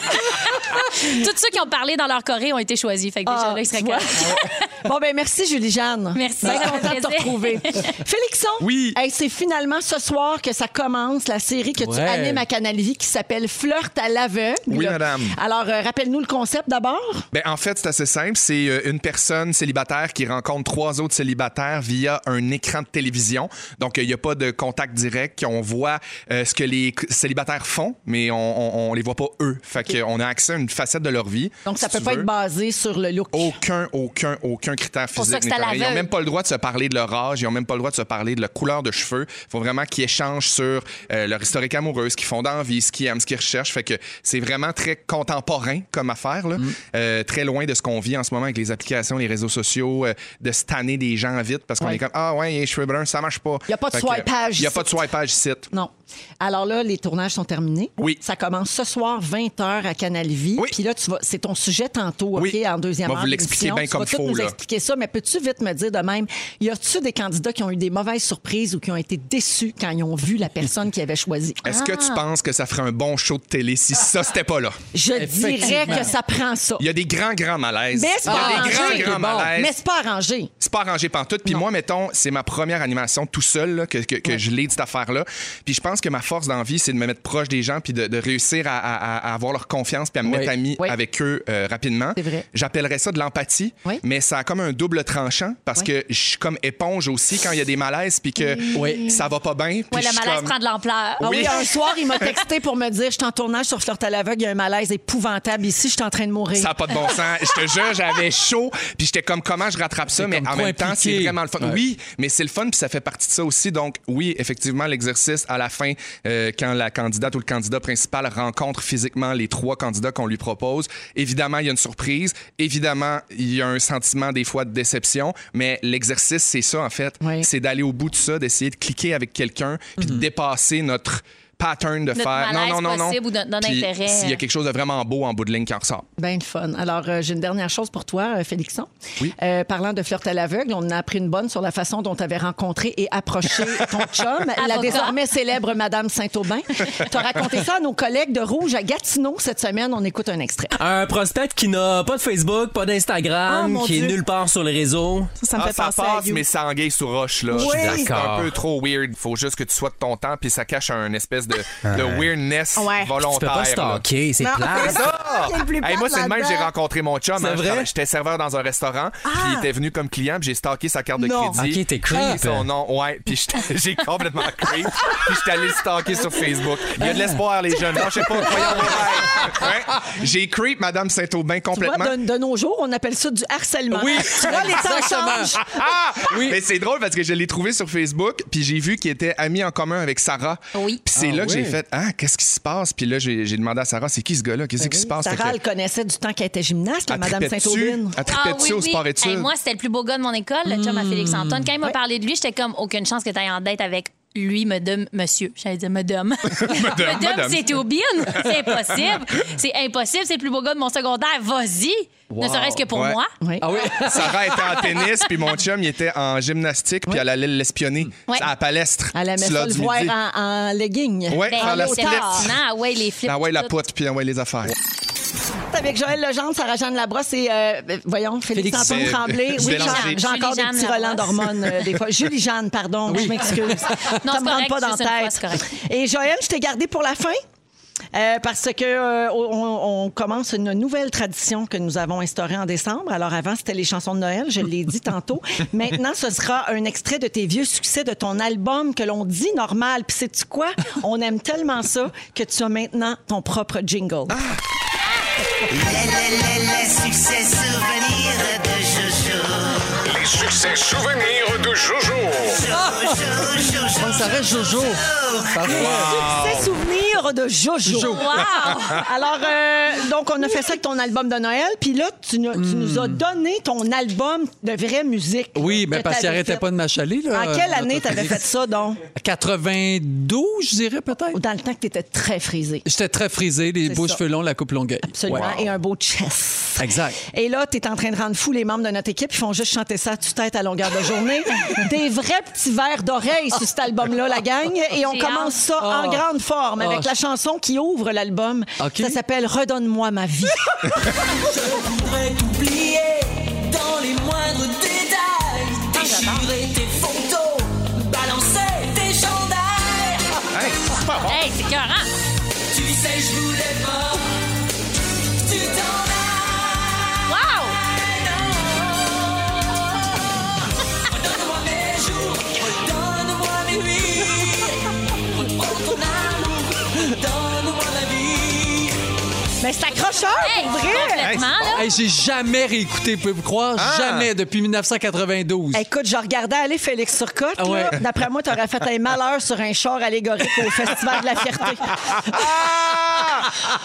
Speaker 4: Tous ceux qui ont parlé dans leur Corée ont été choisis. Fait que déjà,
Speaker 2: Ah,
Speaker 4: là, ils seraient
Speaker 2: tu vois.
Speaker 4: corrects.
Speaker 2: Bon, ben merci, Julie-Jeanne.
Speaker 4: Merci,
Speaker 2: Bien
Speaker 4: ça me
Speaker 2: contente Ben, de
Speaker 4: fait
Speaker 2: te
Speaker 4: plaisir. <laughs>
Speaker 2: retrouver. Félixon,
Speaker 3: Oui.
Speaker 2: hey, c'est finalement ce soir que ça commence la série que tu
Speaker 1: Ouais.
Speaker 2: animes à Canal Vie qui s'appelle Flirt à l'aveugle.
Speaker 3: Oui, madame.
Speaker 2: Alors, euh, rappelle-nous le concept d'abord.
Speaker 3: Ben, en fait, c'est assez simple. C'est euh, une personne célibataire qui rencontre trois autres célibataires via un écran de télévision. Donc, il n'y a pas de contact direct. On voit euh, ce que les c- célibataires font, mais on ne les voit pas eux. Fait qu'on a accès à une facette de leur vie.
Speaker 2: Donc, ça
Speaker 3: si
Speaker 2: peut
Speaker 3: tu
Speaker 2: pas
Speaker 3: veux.
Speaker 2: être basé sur le look.
Speaker 3: Aucun, aucun, aucun critère
Speaker 4: Pour ça
Speaker 3: physique.
Speaker 4: que c'est
Speaker 3: n'est
Speaker 4: à
Speaker 3: pareil. Ils n'ont
Speaker 4: l'aveugle.
Speaker 3: même pas le droit de se parler de leur âge, ils n'ont même pas le droit de se parler de leur couleur de cheveux. Il faut vraiment qu'ils échangent sur euh, leur historique amoureux, ce qu'ils font dans la vie, ce qu'ils aiment, ce qu'ils recherchent. Fait que c'est vraiment très contemporain comme affaire, là.
Speaker 2: Mm.
Speaker 3: Euh, très loin de ce qu'on vit en ce moment avec les applications, les réseaux sociaux, euh, de tanner des gens vite parce qu'on
Speaker 2: Ouais.
Speaker 3: est comme Ah ouais, il y a les cheveux bruns, ça marche pas.
Speaker 2: Il y a pas de
Speaker 3: Fait que,
Speaker 2: swipage
Speaker 3: Il n'y a pas
Speaker 2: ici.
Speaker 3: de swipage site.
Speaker 2: Non. Alors là, les tournages sont terminés.
Speaker 3: Oui.
Speaker 2: Ça commence ce soir, 20h à Canal Vie.
Speaker 3: Oui.
Speaker 2: Puis là, tu vas, c'est ton sujet tantôt, OK,
Speaker 3: Oui.
Speaker 2: en deuxième
Speaker 3: On va
Speaker 2: heure
Speaker 3: vous l'expliquer
Speaker 2: d'émission.
Speaker 3: bien
Speaker 2: Tu
Speaker 3: comme
Speaker 2: vas tout
Speaker 3: faut,
Speaker 2: nous
Speaker 3: là.
Speaker 2: expliquer ça, mais peux-tu vite me dire de même, y a-tu des candidats qui ont eu des mauvaises surprises ou qui ont été déçus quand ils ont vu la personne qu'ils avaient choisie?
Speaker 3: Est-ce que
Speaker 2: Ah.
Speaker 3: tu penses que ça ferait un bon show de télé si ça, c'était pas là?
Speaker 2: Je dirais
Speaker 1: Effectivement.
Speaker 2: que ça prend ça.
Speaker 3: Il y a des grands, grands malaises.
Speaker 2: Mais
Speaker 3: Il
Speaker 2: c'est
Speaker 3: y
Speaker 2: pas
Speaker 3: a
Speaker 2: arrangé.
Speaker 3: des grands, grands
Speaker 2: Bon.
Speaker 3: malaises.
Speaker 2: Mais c'est pas arrangé.
Speaker 3: C'est pas arrangé pantoute. Puis moi, mettons, c'est ma première animation tout seul là, que, que, que je l'ai de cette affaire-là. Puis je pense que ma force d'envie, c'est de me mettre proche des gens puis de, de réussir à, à- à- à avoir leur confiance puis à me
Speaker 1: Oui.
Speaker 3: mettre ami
Speaker 2: Oui.
Speaker 3: avec eux euh, rapidement.
Speaker 2: C'est vrai.
Speaker 3: J'appellerais ça de l'empathie,
Speaker 2: Oui.
Speaker 3: mais ça a comme un double tranchant parce que je suis comme éponge aussi quand il y a des malaises puis que
Speaker 1: Oui.
Speaker 3: ça va pas bien. puis
Speaker 4: Ouais,
Speaker 3: je
Speaker 4: le
Speaker 3: suis
Speaker 4: malaise
Speaker 3: comme-
Speaker 4: prend de l'ampleur.
Speaker 2: Ah oui.
Speaker 3: Oui. <laughs>
Speaker 2: un soir, il m'a texté pour me dire Je suis en tournage sur Flirt à l'aveugle, il y a un malaise épouvantable ici, je suis en train de mourir.
Speaker 3: Ça n'a pas de bon sens. Je te jure, j'avais chaud. Puis j'étais comme, comment je rattrape ça? Mais
Speaker 1: comme
Speaker 3: en
Speaker 1: trop
Speaker 3: même temps, c'est
Speaker 1: impliqué.
Speaker 3: vraiment le fun.
Speaker 1: Ouais.
Speaker 3: Oui, mais c'est le fun, puis ça fait partie de ça aussi. Donc, oui, effectivement, l'exercice à la fin, euh, quand la candidate ou le candidat principal rencontre physiquement les trois candidats qu'on lui propose, évidemment, il y a une surprise. Évidemment, il y a un sentiment des fois de déception. Mais l'exercice, c'est ça, en fait.
Speaker 2: Ouais.
Speaker 3: C'est d'aller au bout de ça, d'essayer de cliquer avec quelqu'un, puis
Speaker 1: Mhm.
Speaker 3: de dépasser notre pattern de faire non
Speaker 4: malaise
Speaker 3: non non non
Speaker 4: possible ou notre
Speaker 3: Puis
Speaker 4: non-intérêt.
Speaker 3: s'il y a quelque chose de vraiment beau en bout de ligne qui en ressort
Speaker 2: Bien le fun. Alors, euh, j'ai une dernière chose pour toi, euh, Félixon. Euh, parlant de flirt à l'aveugle, on en a appris une bonne sur la façon dont tu avais rencontré et approché ton chum, la
Speaker 4: Avocat.
Speaker 2: désormais célèbre Madame Saint-Aubin. tu as raconté ça à nos collègues de Rouge à Gatineau cette semaine. On écoute un extrait.
Speaker 7: Un prostate qui n'a pas de Facebook, pas
Speaker 2: Ah,
Speaker 7: d'Instagram,
Speaker 2: mon
Speaker 7: qui
Speaker 2: Dieu.
Speaker 7: est nulle part sur les réseaux.
Speaker 8: Ça, ça me
Speaker 3: Ah,
Speaker 8: fait
Speaker 3: ça
Speaker 8: penser à
Speaker 3: passe,
Speaker 8: You.
Speaker 3: mais ça engueille sous roche, là.
Speaker 2: Oui.
Speaker 3: C'est un
Speaker 7: D'accord.
Speaker 3: peu trop weird. Faut juste que tu sois de ton temps, puis ça cache un espèce de, de weirdness
Speaker 2: Ouais.
Speaker 3: volontaire.
Speaker 7: Ah Tu peux pas
Speaker 3: là.
Speaker 7: stalker, c'est
Speaker 8: Non.
Speaker 7: plate.
Speaker 8: <laughs>
Speaker 3: Ah!
Speaker 8: C'est le plus
Speaker 3: Hey, moi,
Speaker 8: plate
Speaker 3: c'est le même,
Speaker 8: là-dedans. Ah!
Speaker 3: j'ai rencontré mon chum.
Speaker 7: C'est
Speaker 3: hein. Je
Speaker 7: vrai?
Speaker 3: travaillais- J'étais serveur dans un restaurant, puis il était venu comme client, puis j'ai stocké sa carte de
Speaker 8: Non.
Speaker 3: crédit.
Speaker 7: Ok, t'es
Speaker 3: J'ai
Speaker 7: creep.
Speaker 3: mis Son nom, ouais, puis j'étais- <laughs> j'ai complètement creep, puis j'étais allé le stocker sur Facebook. Il y
Speaker 7: Ah.
Speaker 3: a de l'espoir, les jeunes. Non, je sais pas, croyons
Speaker 8: <laughs>
Speaker 3: en vos rêves. Hein? J'ai creep Madame Saint-Aubin
Speaker 2: Tu vois,
Speaker 3: complètement.
Speaker 2: de, de nos jours, on appelle ça du harcèlement.
Speaker 3: Oui.
Speaker 2: tu vois, les temps changent.
Speaker 3: Ah! Mais c'est drôle parce que je l'ai trouvé sur Facebook, puis j'ai vu qu'il était ami en commun avec Sarah.
Speaker 4: Oui.
Speaker 3: Puis c'est
Speaker 1: Ah
Speaker 3: là que j'ai
Speaker 1: oui.
Speaker 3: fait Ah, qu'est-ce qui se passe? Puis là, j'ai j'ai demandé à Sarah, c'est qui ce gars-là? Qu'est-ce qui se passe? Fait que-
Speaker 2: Ben Sarah, elle connaissait du temps qu'elle était gymnaste, la
Speaker 3: Elle
Speaker 2: Madame
Speaker 3: tripait
Speaker 2: Saint-Aubin.
Speaker 3: dessus, elle tripait
Speaker 4: Ah oui,
Speaker 3: dessus au
Speaker 4: oui.
Speaker 3: sport études.
Speaker 4: Hey, moi, c'était le plus beau gars de mon école, le chum à Félix
Speaker 2: Hmm.
Speaker 4: Antoine. Quand il m'a parlé de lui, j'étais comme aucune chance que tu ailles en dette avec lui, madame, monsieur. J'allais dire madame. madame,
Speaker 3: <laughs> madame.
Speaker 4: c'est Toubine. C'est impossible. C'est impossible. C'est le plus beau gars de mon secondaire. Vas-y. Ne serait-ce que pour
Speaker 3: Ouais.
Speaker 4: moi.
Speaker 2: Oui.
Speaker 1: Ah oui?
Speaker 3: <laughs> Sarah était en tennis, puis mon chum, il était en gymnastique, puis elle allait l'espionner
Speaker 4: Ouais.
Speaker 3: à la palestre.
Speaker 2: Elle aimait
Speaker 3: Slot
Speaker 2: ça le
Speaker 3: du
Speaker 2: voir
Speaker 3: midi.
Speaker 2: en, en legging.
Speaker 3: Ouais,
Speaker 4: Ben,
Speaker 3: faire la
Speaker 4: au
Speaker 3: split.
Speaker 4: tard. Non, ah ouais, les flips.
Speaker 3: Ah ouais, la
Speaker 4: tout.
Speaker 3: poutre, puis ah ouais, les affaires.
Speaker 2: Avec Joël Legendre, Sarah-Jeanne Labrosse et, euh, voyons, Félix-Antoine
Speaker 3: Félix-
Speaker 2: Tremblay.
Speaker 3: Julie
Speaker 2: Oui, j'ai-
Speaker 4: Jeanne.
Speaker 2: j'ai encore des
Speaker 4: Julie
Speaker 2: petits
Speaker 4: Jeanne
Speaker 2: relents
Speaker 4: Labrosse.
Speaker 2: d'hormones euh,
Speaker 4: <laughs>
Speaker 2: des fois. Julie-Jeanne, pardon, je m'excuse.
Speaker 4: Non,
Speaker 2: Ça
Speaker 4: c'est
Speaker 2: me rentre
Speaker 4: correct,
Speaker 2: pas dans la
Speaker 4: juste une fois,
Speaker 2: tête.
Speaker 4: c'est correct.
Speaker 2: Et Joël, je t'ai gardé pour la fin. euh, parce que euh, on, on commence une nouvelle tradition que nous avons instaurée en décembre. Alors avant c'était les chansons de Noël, je l'ai
Speaker 4: <laughs>
Speaker 2: dit tantôt. Maintenant ce sera un extrait de tes vieux succès de ton album que l'on dit normal. Puis sais-tu quoi On aime tellement ça que tu as maintenant ton propre jingle.
Speaker 9: Les succès souvenirs de Jojo.
Speaker 10: Les succès souvenirs de Jojo.
Speaker 9: Jojo, Jojo.
Speaker 1: Ça reste Jojo. Ça reste-
Speaker 2: Succès souvenir de Jojo.
Speaker 4: Wow!
Speaker 2: Alors, euh, donc, on a fait ça avec ton album de Noël. Puis là, tu, nous- tu nous as donné ton album de vraie musique.
Speaker 1: Hmm. Oui, mais
Speaker 2: que
Speaker 1: parce qu'il
Speaker 2: t'avais
Speaker 1: arrêtait
Speaker 2: fait.
Speaker 1: pas de m'achaler. là,
Speaker 2: En quelle
Speaker 1: notre
Speaker 2: année t'avais
Speaker 1: Félix.
Speaker 2: fait ça, donc?
Speaker 1: 92, je dirais peut-être.
Speaker 2: Dans le temps que t'étais très frisé.
Speaker 1: J'étais très frisé, les
Speaker 2: C'est
Speaker 1: beaux
Speaker 2: ça.
Speaker 1: cheveux longs, la coupe longueuil.
Speaker 2: Absolument.
Speaker 1: Ouais.
Speaker 2: Et un beau chess.
Speaker 1: Exact.
Speaker 2: Et là, tu es en train de rendre fou les membres de notre équipe. Ils font juste chanter ça à tue-tête à longueur de journée.
Speaker 1: <laughs>
Speaker 2: Des vrais petits verres d'oreille sur cet album-là, la gang. Et on
Speaker 4: J'ai
Speaker 2: commence ça en grande forme avec
Speaker 1: Oh.
Speaker 2: la chanson qui ouvre l'album.
Speaker 1: OK.
Speaker 2: Ça s'appelle Redonne-moi ma vie.
Speaker 9: pourrais t'oublier dans les moindres détails.
Speaker 8: Ah,
Speaker 9: Déchirer tes photos, balancer tes gendarmes.
Speaker 3: Hey, c'est pas
Speaker 2: <laughs>
Speaker 3: bon.
Speaker 4: Hey, c'est écœurant.
Speaker 9: Tu sais, je voulais pas. que Tu t'en ailles.
Speaker 4: Wow!
Speaker 2: Ah,
Speaker 9: Redonne-moi mes jours, redonne-moi mes nuits. Reprends ton amour, redonne-moi la vie.
Speaker 2: Mais c'est accrocheur,
Speaker 4: Hey,
Speaker 2: pour vrai!
Speaker 4: complètement, là.
Speaker 1: Hey, j'ai jamais réécouté, pouvez-vous croire?
Speaker 3: Ah!
Speaker 1: Jamais, depuis 1992.
Speaker 2: Écoute, je regardais aller Félix Turcotte.
Speaker 1: Ah ouais.
Speaker 2: là. D'après moi, t'aurais fait un malheur sur un char allégorique au Festival de
Speaker 1: <laughs>
Speaker 2: la Fierté.
Speaker 3: Ah!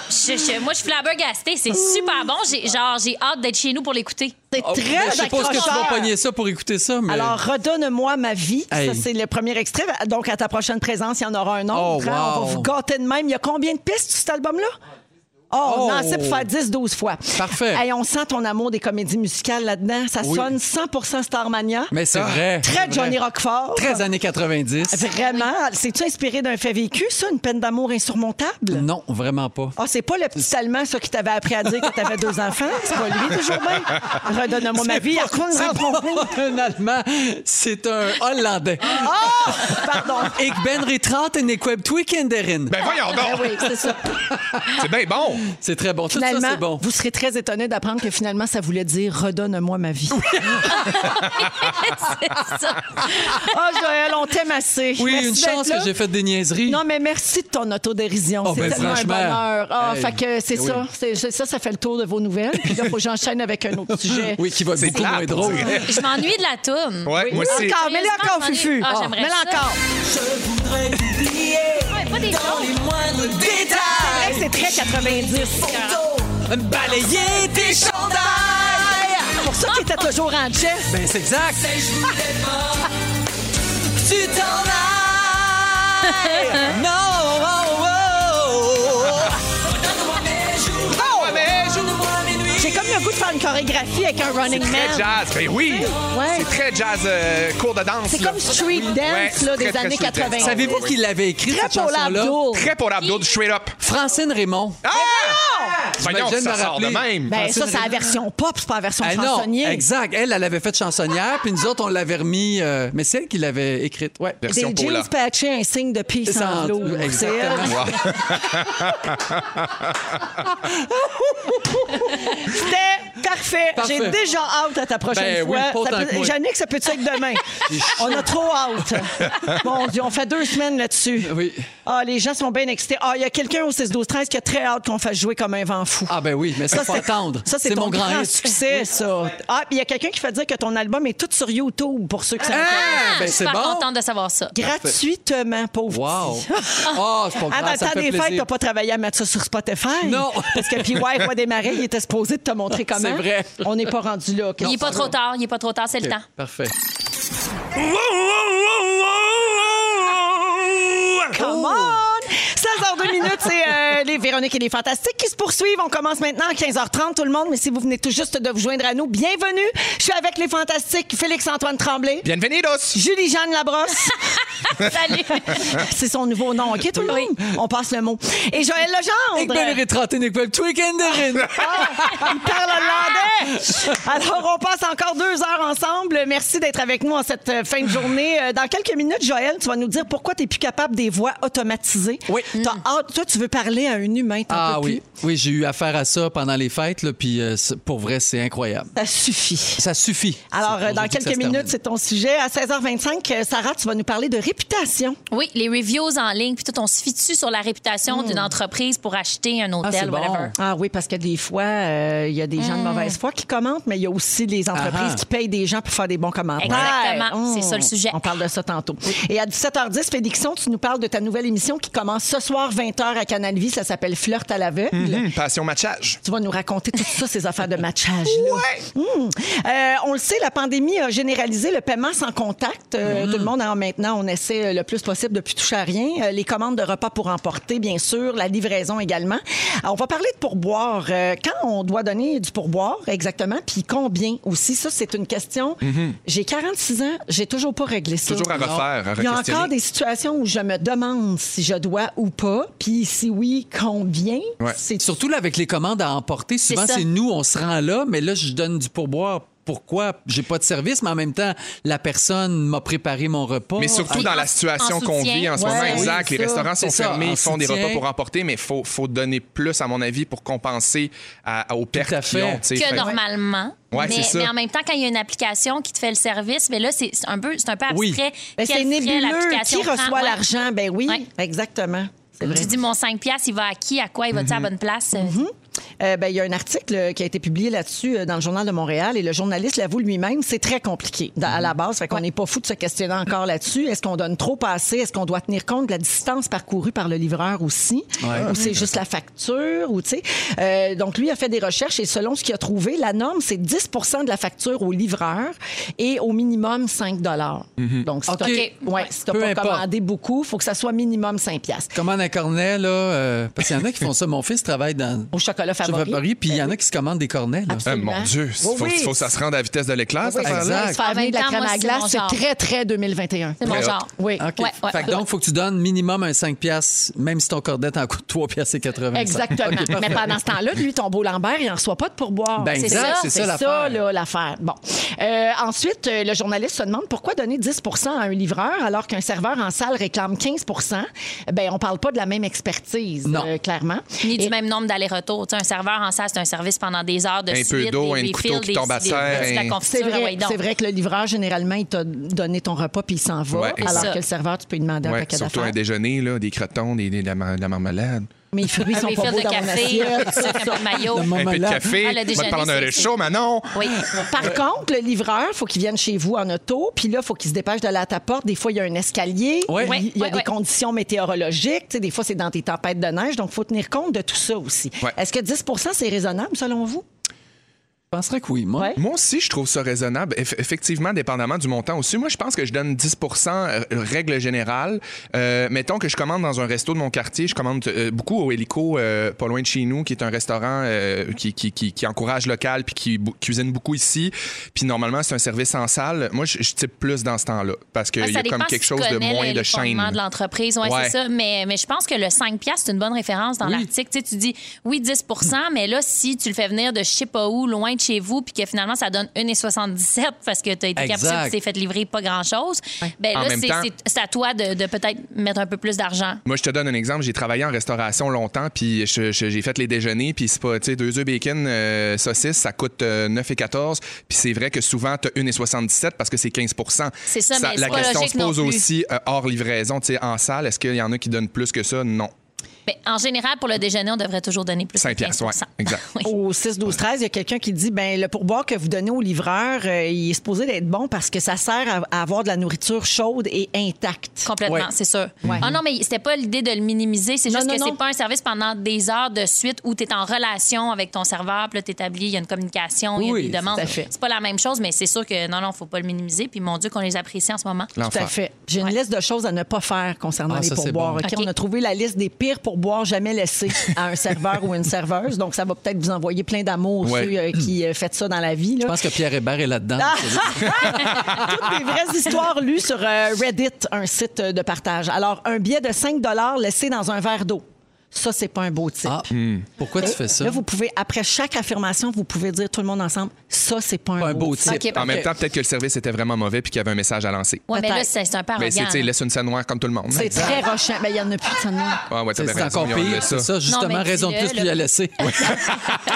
Speaker 4: Je- je- moi, je suis flabbergastée. C'est super bon. J'ai, genre, j'ai hâte d'être chez nous pour l'écouter.
Speaker 2: C'est
Speaker 1: Oh,
Speaker 2: très
Speaker 1: mais je sais pas ce que tu vas
Speaker 2: accrocheur.
Speaker 1: pogner ça pour écouter ça, mais...
Speaker 2: Alors, redonne-moi ma vie.
Speaker 1: Hey.
Speaker 2: Ça, c'est le premier extrait. Donc, à ta prochaine présence, il y en aura un autre.
Speaker 1: Oh,
Speaker 2: hein. On
Speaker 1: wow.
Speaker 2: va vous gâter de même. Il y a combien de pistes sur cet album-là? Oh, on
Speaker 1: Oh.
Speaker 2: en sait pour faire 10-12 fois.
Speaker 1: Parfait.
Speaker 2: Hey, on sent ton amour des comédies musicales là-dedans. Ça
Speaker 1: Oui.
Speaker 2: sonne 100 Starmania.
Speaker 1: Mais c'est vrai. c'est
Speaker 2: Très
Speaker 1: vrai.
Speaker 2: Johnny Rockford.
Speaker 1: Très années 90.
Speaker 2: Vraiment. C'est-tu inspiré d'un fait vécu, ça, une peine d'amour insurmontable?
Speaker 1: Non, vraiment pas.
Speaker 2: Ah, c'est pas le petit allemand, ça, qui t'avait appris à dire que t'avais deux enfants? C'est pas lui, toujours bien? Redonne-moi ma vie. Arcon-
Speaker 1: un Allemand, c'est un Hollandais.
Speaker 2: Ah! Pardon.
Speaker 1: Ik ben retraat en ik heb twee kinderen.
Speaker 3: Ben voyons donc.
Speaker 2: Oui, c'est ça.
Speaker 3: C'est bien bon.
Speaker 1: C'est très bon. Tout ça,
Speaker 2: Finalement,
Speaker 1: c'est bon.
Speaker 2: vous serez très étonné d'apprendre que finalement, ça voulait dire redonne-moi ma <laughs> vie.
Speaker 4: c'est ça.
Speaker 2: Ah, Joël, on t'aime assez.
Speaker 1: Oui,
Speaker 2: Merci
Speaker 1: une
Speaker 2: d'être
Speaker 1: chance
Speaker 2: là.
Speaker 1: que j'ai fait des niaiseries.
Speaker 2: Non, mais merci de ton autodérision.
Speaker 1: Oh,
Speaker 2: c'est
Speaker 1: ben,
Speaker 2: tellement un
Speaker 1: franchement.
Speaker 2: bonheur. Ah,
Speaker 1: Hey.
Speaker 2: fait que c'est
Speaker 1: Eh oui.
Speaker 2: ça. C'est- c'est- ça, ça fait le tour de vos nouvelles. Puis là, faut que j'enchaîne avec un autre sujet.
Speaker 1: Oui, qui va être
Speaker 3: C'est
Speaker 1: beaucoup
Speaker 3: plate,
Speaker 1: moins
Speaker 3: on
Speaker 1: drôle.
Speaker 3: dirait.
Speaker 4: Je m'ennuie de la toune.
Speaker 3: Ouais, moi aussi.
Speaker 2: Encore, mets-le encore,
Speaker 4: Sérieusement,
Speaker 2: Fufu.
Speaker 4: Ah,
Speaker 2: Ah,
Speaker 4: j'aimerais
Speaker 2: mets-le
Speaker 4: ça.
Speaker 2: encore.
Speaker 9: Je voudrais t'oublier
Speaker 4: Ouais, pas des
Speaker 9: dans les
Speaker 4: choses.
Speaker 9: moindres détails.
Speaker 2: Hey, c'est très 90.
Speaker 9: Balayer tes chandails
Speaker 2: C'est pour ça qu'il était toujours en chef.
Speaker 1: Ben, c'est exact.
Speaker 9: Et je voulais pas que tu t'en ailles
Speaker 2: hein?
Speaker 1: Non!
Speaker 9: Redonne-moi mes jours,
Speaker 2: Oh!
Speaker 9: redonne-moi mes nuits
Speaker 2: J'ai comme le goût de faire une chorégraphie avec un running
Speaker 3: Très
Speaker 2: man.
Speaker 3: jazz, ben oui!
Speaker 2: Ouais.
Speaker 3: C'est très jazz, euh, cours de danse.
Speaker 2: C'est
Speaker 3: là.
Speaker 2: comme street dance
Speaker 3: Ouais,
Speaker 2: là,
Speaker 3: très,
Speaker 2: des
Speaker 3: très
Speaker 2: années
Speaker 3: street dance.
Speaker 2: 80.
Speaker 1: Savez-vous qui l'avait écrit,
Speaker 2: Très
Speaker 1: cette
Speaker 2: Paul
Speaker 1: chanson-là?
Speaker 2: Abdul.
Speaker 3: Très pour Abdul, straight up.
Speaker 1: Francine Raymond.
Speaker 3: Ah! Voyons,
Speaker 1: J'imagine
Speaker 3: ça
Speaker 1: me
Speaker 3: sort de
Speaker 1: rappeler.
Speaker 3: même.
Speaker 2: Ben, ça,
Speaker 1: Francine
Speaker 2: c'est la
Speaker 1: Raymond.
Speaker 2: version pop, c'est pas la version
Speaker 1: Ah non,
Speaker 2: chansonnier.
Speaker 1: exact. Elle, elle avait fait chansonnière, puis nous autres, on l'avait remis... euh, mais c'est elle qui l'avait écrite, ouais.
Speaker 2: Des
Speaker 3: Version
Speaker 2: jeans
Speaker 3: Paula.
Speaker 2: patchés, un signe de peace
Speaker 1: Sans-
Speaker 2: sans l'eau. C'est euh, elle.
Speaker 1: Euh, Exactement.
Speaker 2: C'était parfait.
Speaker 1: Parfait.
Speaker 2: J'ai déjà hâte à ta
Speaker 1: Ben
Speaker 2: prochaine
Speaker 1: oui, pas
Speaker 2: fois. Ça
Speaker 1: autant
Speaker 2: peut-
Speaker 1: que moi.
Speaker 2: Yannick, ça peut-tu
Speaker 1: <laughs>
Speaker 2: être demain? on a trop hâte. Mon Dieu, on fait deux semaines là-dessus.
Speaker 1: Oui.
Speaker 2: Ah, les gens sont bien excités. Ah, il y a quelqu'un au 6 12 13 qui a très hâte qu'on fasse jouer comme un vent fou.
Speaker 1: Ah ben oui, mais ça, faut
Speaker 2: c'est-
Speaker 1: attendre.
Speaker 2: Ça, c'est
Speaker 1: C'est
Speaker 2: ton
Speaker 1: mon grand hit.
Speaker 2: succès, ça. Ah, puis il y a quelqu'un qui fait dire que ton album est tout sur YouTube pour ceux qui savent.
Speaker 1: Ah, ben
Speaker 4: je suis
Speaker 1: c'est
Speaker 4: pas
Speaker 1: bon.
Speaker 4: contente de savoir ça.
Speaker 2: Gratuitement, pauvre <laughs>
Speaker 1: Wow.
Speaker 2: petit.
Speaker 1: Ah,
Speaker 2: <laughs>
Speaker 1: c'est pas grave,
Speaker 2: Ah, dans le
Speaker 1: ça
Speaker 2: temps
Speaker 1: fait
Speaker 2: des fêtes,
Speaker 1: plaisir.
Speaker 2: t'as pas travaillé à mettre ça sur Spotify.
Speaker 1: Non.
Speaker 2: Parce que PY, Roi des Marais, il était supposé de te montrer comment.
Speaker 1: <laughs> C'est vrai.
Speaker 2: On n'est pas rendu là.
Speaker 4: Il n'est pas trop tard, il n'est pas trop tard, c'est
Speaker 1: <laughs>
Speaker 4: le temps.
Speaker 1: Parfait.
Speaker 2: Come
Speaker 1: Oh.
Speaker 2: on! 16h02 minutes, c'est euh, les Véroniques et les Fantastiques qui se poursuivent. On commence maintenant à 15h30, tout le monde. Mais si vous venez tout juste de vous joindre à nous, bienvenue. Je suis avec les Fantastiques, Félix-Antoine Tremblay.
Speaker 3: Bienvenidos!
Speaker 1: <laughs>
Speaker 2: Julie-Jeanne Labrosse,
Speaker 4: Salut!
Speaker 2: c'est son nouveau nom, OK, tout le monde? On passe le mot. Et Joël
Speaker 1: Ik
Speaker 2: Legendre.
Speaker 1: ben er in het gat en ik ben
Speaker 2: <laughs>
Speaker 1: tweekenderin.
Speaker 2: Il parle hollandais. Alors, on passe encore deux heures ensemble. Merci d'être avec nous en cette euh, fin de journée. Euh, Dans quelques minutes, Joël, tu vas nous dire pourquoi tu n'es plus capable des voix automatisées.
Speaker 1: Oui.
Speaker 2: T'as hâte. Toi, tu veux parler à un humain. t'en
Speaker 1: Ah
Speaker 2: peux
Speaker 1: oui,
Speaker 2: plus.
Speaker 1: oui j'ai eu affaire à ça pendant les fêtes, là, puis euh, c'est- pour vrai, c'est incroyable.
Speaker 2: Ça suffit.
Speaker 1: Ça suffit. C'est
Speaker 2: Alors, euh, dans
Speaker 1: aujourd'hui que ça
Speaker 2: quelques
Speaker 1: se termine.
Speaker 2: minutes, c'est ton sujet. À 16h25, euh, Sarah, tu vas nous parler de réputation.
Speaker 4: <laughs> Oui, les reviews en ligne, puis tout, on se fie dessus sur la réputation d'une entreprise pour acheter un
Speaker 1: Ah,
Speaker 4: hôtel,
Speaker 1: c'est bon.
Speaker 4: whatever.
Speaker 2: Ah oui, parce que des fois, euh, il y a des gens
Speaker 4: Mm.
Speaker 2: de mauvaise foi qui commentent, mais il y a aussi les entreprises
Speaker 1: Ah-ha.
Speaker 2: qui payent des gens pour faire des bons commentaires. Oh,
Speaker 4: Exactement. C'est ça, le sujet.
Speaker 2: On parle de ça tantôt. Et à 17h10, Félixion, tu nous parles de ta nouvelle émission qui commence ce soir 20h à Canal Vie. Ça s'appelle Flirt à l'aveugle.
Speaker 1: Mm.
Speaker 3: Hum, Passion matchage.
Speaker 2: Tu vas nous raconter tout ça, ces affaires de matchage. Hum. Euh, on le sait, la pandémie a généralisé le paiement sans contact. Euh,
Speaker 3: Hum.
Speaker 2: Tout le monde en maintenant, on essaie euh, le plus possible de plus toucher à rien. Euh, les commandes de repas pour emporter, bien sûr, la livraison également. Alors, on va parler de pourboire. Euh, quand on doit donner du pourboire, exactement, puis combien aussi? Ça, c'est une question. J'ai 46 ans, j'ai toujours pas réglé ça.
Speaker 3: Mm-hmm. Toujours à refaire, à
Speaker 2: Il y a
Speaker 3: re-questionner.
Speaker 2: encore des situations où je me demande si je dois ou pas, puis si oui, combien?
Speaker 3: Ouais.
Speaker 2: C'est
Speaker 1: Surtout là, avec les commandes à emporter, souvent
Speaker 4: ça.
Speaker 1: c'est nous, on se rend là, mais là, je donne du pourboire. Pourquoi? J'ai pas de service, mais en même temps, la personne m'a préparé mon repas.
Speaker 2: Oh,
Speaker 3: Mais surtout dans la
Speaker 4: en
Speaker 3: situation
Speaker 4: soutien.
Speaker 3: qu'on vit en ce
Speaker 2: Ouais,
Speaker 3: moment,
Speaker 2: oui,
Speaker 3: exact. Les
Speaker 2: ça.
Speaker 3: restaurants sont
Speaker 1: C'est ça,
Speaker 3: fermés,
Speaker 1: en
Speaker 3: ils font des
Speaker 1: soutien.
Speaker 3: repas pour emporter, mais il faut, faut donner plus, à mon avis, pour compenser à- aux
Speaker 1: à
Speaker 3: pertes qu'ils
Speaker 1: fait.
Speaker 3: ont. tu sais.
Speaker 4: que
Speaker 3: Fait-
Speaker 4: normalement.
Speaker 3: Ouais,
Speaker 4: mais,
Speaker 3: c'est ça.
Speaker 4: mais en même temps, quand il y a une application qui te fait le service, mais là, c'est c'est un peu, c'est un peu abstrait.
Speaker 1: Oui.
Speaker 2: Ben,
Speaker 4: Quel
Speaker 2: c'est
Speaker 4: frais
Speaker 2: nébuleux. Qui
Speaker 4: l'application prend,
Speaker 2: reçoit
Speaker 4: ouais.
Speaker 2: l'argent? Ben oui,
Speaker 4: Ouais.
Speaker 2: exactement. C'est vrai.
Speaker 4: Tu dis mon 5 piastres, il va à qui, à quoi, il va-tu à la bonne place?
Speaker 2: Euh, ben, il y a un article euh, qui a été publié là-dessus euh, dans le Journal de Montréal et le journaliste l'avoue lui-même, c'est très compliqué dans-
Speaker 1: Mhm.
Speaker 2: à la base. Fait qu'on n'est pas fou de se questionner encore là-dessus. Est-ce qu'on donne trop assez? Est-ce qu'on doit tenir compte de la distance parcourue par le livreur aussi? Ou c'est juste la facture? Ou, tu sais. Euh, donc, lui a fait des recherches et selon ce qu'il a trouvé, la norme, c'est 10 de la facture au livreur et au minimum 5 Donc, si t'as-
Speaker 1: OK.
Speaker 2: ouais, si t'as
Speaker 1: Mhm. Peu
Speaker 2: pas
Speaker 1: importe.
Speaker 2: commandé beaucoup, faut que ça soit minimum 5 piastres.
Speaker 1: Commande à cornet, là, euh, parce qu'il y en a qui font ça. Mon fils travaille dans...
Speaker 2: Au chocolat favori.
Speaker 1: Favori, puis il y en a qui se commandent des cornets. Là.
Speaker 3: Ah,
Speaker 2: Absolument.
Speaker 3: mon Dieu, il
Speaker 2: Oui,
Speaker 3: faut,
Speaker 2: oui.
Speaker 3: faut que ça se rende à la vitesse de l'éclair, cette
Speaker 2: Oui,
Speaker 3: affaire-là.
Speaker 2: se faire
Speaker 4: En
Speaker 2: venir de la
Speaker 4: même temps,
Speaker 2: crème
Speaker 4: moi,
Speaker 2: à
Speaker 4: c'est
Speaker 2: glace,
Speaker 4: mon
Speaker 2: c'est
Speaker 4: genre.
Speaker 2: très, très 2021.
Speaker 4: C'est mon
Speaker 3: Très
Speaker 4: genre.
Speaker 2: Oui.
Speaker 1: OK.
Speaker 4: Ouais, ouais.
Speaker 1: fait que donc, faut que tu donnes minimum un 5 piastres, même si ton cordette en coûte 3 piastres et 85.
Speaker 2: Exactement. Mais pendant ce temps-là, lui, ton beau Lambert, il n'en reçoit pas de pourboire.
Speaker 1: Ben,
Speaker 4: exact,
Speaker 1: c'est ça
Speaker 2: C'est
Speaker 1: l'affaire.
Speaker 2: ça, là, l'affaire. Bon. Euh, ensuite, euh, le journaliste se demande pourquoi donner 10 à un livreur alors qu'un serveur en salle réclame 15 Ben, on parle pas de la même expertise,
Speaker 1: Non.
Speaker 2: euh, clairement.
Speaker 4: Ni
Speaker 2: Et-
Speaker 4: du même nombre d'allers-retours. Tu sais, un serveur en salle, c'est un service pendant des heures de
Speaker 3: Un peu
Speaker 4: suite,
Speaker 3: d'eau,
Speaker 4: des-
Speaker 3: un
Speaker 4: des
Speaker 3: couteau
Speaker 4: fils,
Speaker 3: qui
Speaker 4: des-
Speaker 3: tombe à
Speaker 4: des-
Speaker 3: terre,
Speaker 4: de la
Speaker 3: un-
Speaker 2: C'est
Speaker 4: confiture, ouais,
Speaker 2: vrai,
Speaker 4: donc.
Speaker 2: c'est vrai que le livreur, généralement, il t'a donné ton repas puis il s'en va.
Speaker 3: Ouais, exact.
Speaker 2: alors que le serveur, tu peux lui demander un
Speaker 3: Ouais,
Speaker 2: paquet
Speaker 3: surtout un
Speaker 2: d'affaires.
Speaker 3: déjeuner, là, des crotons, des, des- de, la, mar- de la marmelade.
Speaker 2: Mais les fruits
Speaker 4: Un
Speaker 2: sont
Speaker 4: des
Speaker 2: pas
Speaker 4: fils
Speaker 2: beaux
Speaker 4: de
Speaker 2: dans mon
Speaker 4: café,
Speaker 2: <laughs> assiette.
Speaker 4: un peu de maillot.
Speaker 1: Le
Speaker 3: Un peu de
Speaker 1: Marmelade.
Speaker 3: café.
Speaker 4: Ah, le
Speaker 3: va te
Speaker 4: déjeuner,
Speaker 3: prendre un
Speaker 4: c'est-
Speaker 3: réchaud, Manon.
Speaker 4: Oui.
Speaker 2: Par contre, le livreur, faut qu'il vienne chez vous en auto, puis là, faut qu'il se dépêche d'aller à ta porte. Des fois, il y a un escalier,
Speaker 1: Ouais.
Speaker 2: il- il y a
Speaker 4: Ouais,
Speaker 2: des
Speaker 4: ouais.
Speaker 2: conditions météorologiques, tu sais, des fois, c'est dans tes tempêtes de neige, donc faut tenir compte de tout ça aussi.
Speaker 3: Ouais.
Speaker 2: Est-ce que 10 c'est raisonnable selon vous?
Speaker 1: penserais que oui, moi.
Speaker 2: Ouais.
Speaker 3: Moi aussi, je trouve ça raisonnable, Eff- effectivement, dépendamment du montant aussi. Moi, je pense que je donne 10 euh, règle générale. Euh, mettons que je commande dans un resto de mon quartier, je commande euh, beaucoup au Hélico, euh, pas loin de chez nous, qui est un restaurant euh, qui, qui, qui, qui encourage local puis qui bou- cuisine beaucoup ici. Puis normalement, c'est un service en salle. Moi, je, je type plus dans ce temps-là parce qu'il
Speaker 4: Ouais,
Speaker 3: y
Speaker 4: Ah, ça
Speaker 3: a
Speaker 4: dépend
Speaker 3: comme quelque
Speaker 4: si tu
Speaker 3: chose de
Speaker 4: connais
Speaker 3: moins
Speaker 4: le-
Speaker 3: de
Speaker 4: les
Speaker 3: chaîne.
Speaker 4: fondements de l'entreprise, ouais,
Speaker 3: Ouais.
Speaker 4: c'est ça. Mais, mais je pense que le 5 c'est une bonne référence dans
Speaker 1: Oui.
Speaker 4: l'article. Tu sais, tu dis, oui, 10 mais là, si tu le fais venir de je sais pas où, loin de chez vous, puis que finalement, ça donne 1,77 parce que tu as été
Speaker 1: Exact.
Speaker 4: capturé tu t'es fait livrer pas grand-chose, ben
Speaker 3: En
Speaker 4: là,
Speaker 3: même
Speaker 4: c'est-
Speaker 3: temps-
Speaker 4: c'est c'est à toi de, de peut-être mettre un peu plus d'argent.
Speaker 3: Moi, je te donne un exemple. J'ai travaillé en restauration longtemps, puis je- je- j'ai fait les déjeuners, puis c'est pas, tu sais, deux œufs bacon, euh, saucisse, ça coûte euh, 9,14. Puis c'est vrai que souvent, t'as 1,77 parce que c'est 15
Speaker 4: C'est ça, mais c'est
Speaker 3: La
Speaker 4: pas
Speaker 3: question
Speaker 4: logique
Speaker 3: se pose
Speaker 4: non plus.
Speaker 3: aussi euh, hors livraison, tu sais, en salle. Est-ce qu'il y en a qui donnent plus que ça? Non.
Speaker 4: Mais Ben, en général, pour le déjeuner, on devrait toujours donner plus
Speaker 3: 5
Speaker 4: de 15
Speaker 3: piastres, ouais. Exact.
Speaker 4: <laughs> Oui.
Speaker 2: Au 6, 12, 13, il y a quelqu'un qui dit ben le pourboire que vous donnez au livreur, euh, il est supposé d'être bon parce que ça sert à, à avoir de la nourriture chaude et intacte.
Speaker 4: Complètement,
Speaker 1: Ouais.
Speaker 4: c'est sûr.
Speaker 2: Ouais.
Speaker 4: Ah non, mais c'était pas l'idée de le minimiser. C'est
Speaker 2: Non,
Speaker 4: juste
Speaker 2: non,
Speaker 4: que
Speaker 2: non.
Speaker 4: c'est pas un service pendant des heures de suite où tu es en relation avec ton serveur, puis là, t'établis, il y a une communication, il
Speaker 1: Oui,
Speaker 4: y a des demandes.
Speaker 2: tout à fait.
Speaker 4: C'est pas la même chose, mais c'est sûr que non, non, faut pas le minimiser. Puis mon Dieu, qu'on les apprécie en ce moment.
Speaker 2: Tout à
Speaker 3: L'enfer.
Speaker 2: fait. J'ai une liste de choses à ne pas faire concernant
Speaker 1: Ah,
Speaker 2: les
Speaker 1: ça, c'est
Speaker 2: pourboires.
Speaker 1: bon.
Speaker 2: OK?
Speaker 4: OK.
Speaker 2: On a trouvé la liste des pires pourboires jamais laissés à un serveur ou une serveuse. Donc, ça va peut-être vous envoyer plein d'amour,
Speaker 3: Ouais.
Speaker 2: ceux euh, qui euh, faites ça dans la vie. là.
Speaker 1: Je pense que Pierre Hébert est là-dedans.
Speaker 2: Ah! <laughs> Toutes des vraies histoires lues sur euh, Reddit, un site euh, de partage. Alors, un billet de 5 laissé dans un verre d'eau. Ça, c'est pas un beau type.
Speaker 1: Ah,
Speaker 3: Hmm.
Speaker 1: pourquoi tu fais ça?
Speaker 2: Là, vous pouvez, après chaque affirmation, vous pouvez dire tout le monde ensemble, ça, c'est pas un,
Speaker 1: Pas un beau
Speaker 2: type.
Speaker 1: type.
Speaker 4: OK,
Speaker 3: En même
Speaker 4: parfait.
Speaker 3: temps, peut-être que le service était vraiment mauvais puis qu'il y avait un message à lancer.
Speaker 4: Ouais, mais là,
Speaker 2: peut-être.
Speaker 4: c'est c'est un peu
Speaker 3: Mais c'est,
Speaker 4: arrogant.
Speaker 3: tu sais,
Speaker 4: là.
Speaker 3: laisse une scène noire comme tout le monde.
Speaker 2: C'est très rochant. Mais il y en a plus de ça de même.
Speaker 3: Ah ouais, t'as
Speaker 1: C'est
Speaker 3: bien raison,
Speaker 1: encore
Speaker 3: ils ont enlevé
Speaker 1: pire. C'est ça, justement,
Speaker 4: mais
Speaker 1: raison de
Speaker 4: dis-le,
Speaker 1: plus de
Speaker 4: là.
Speaker 1: lui a laissé.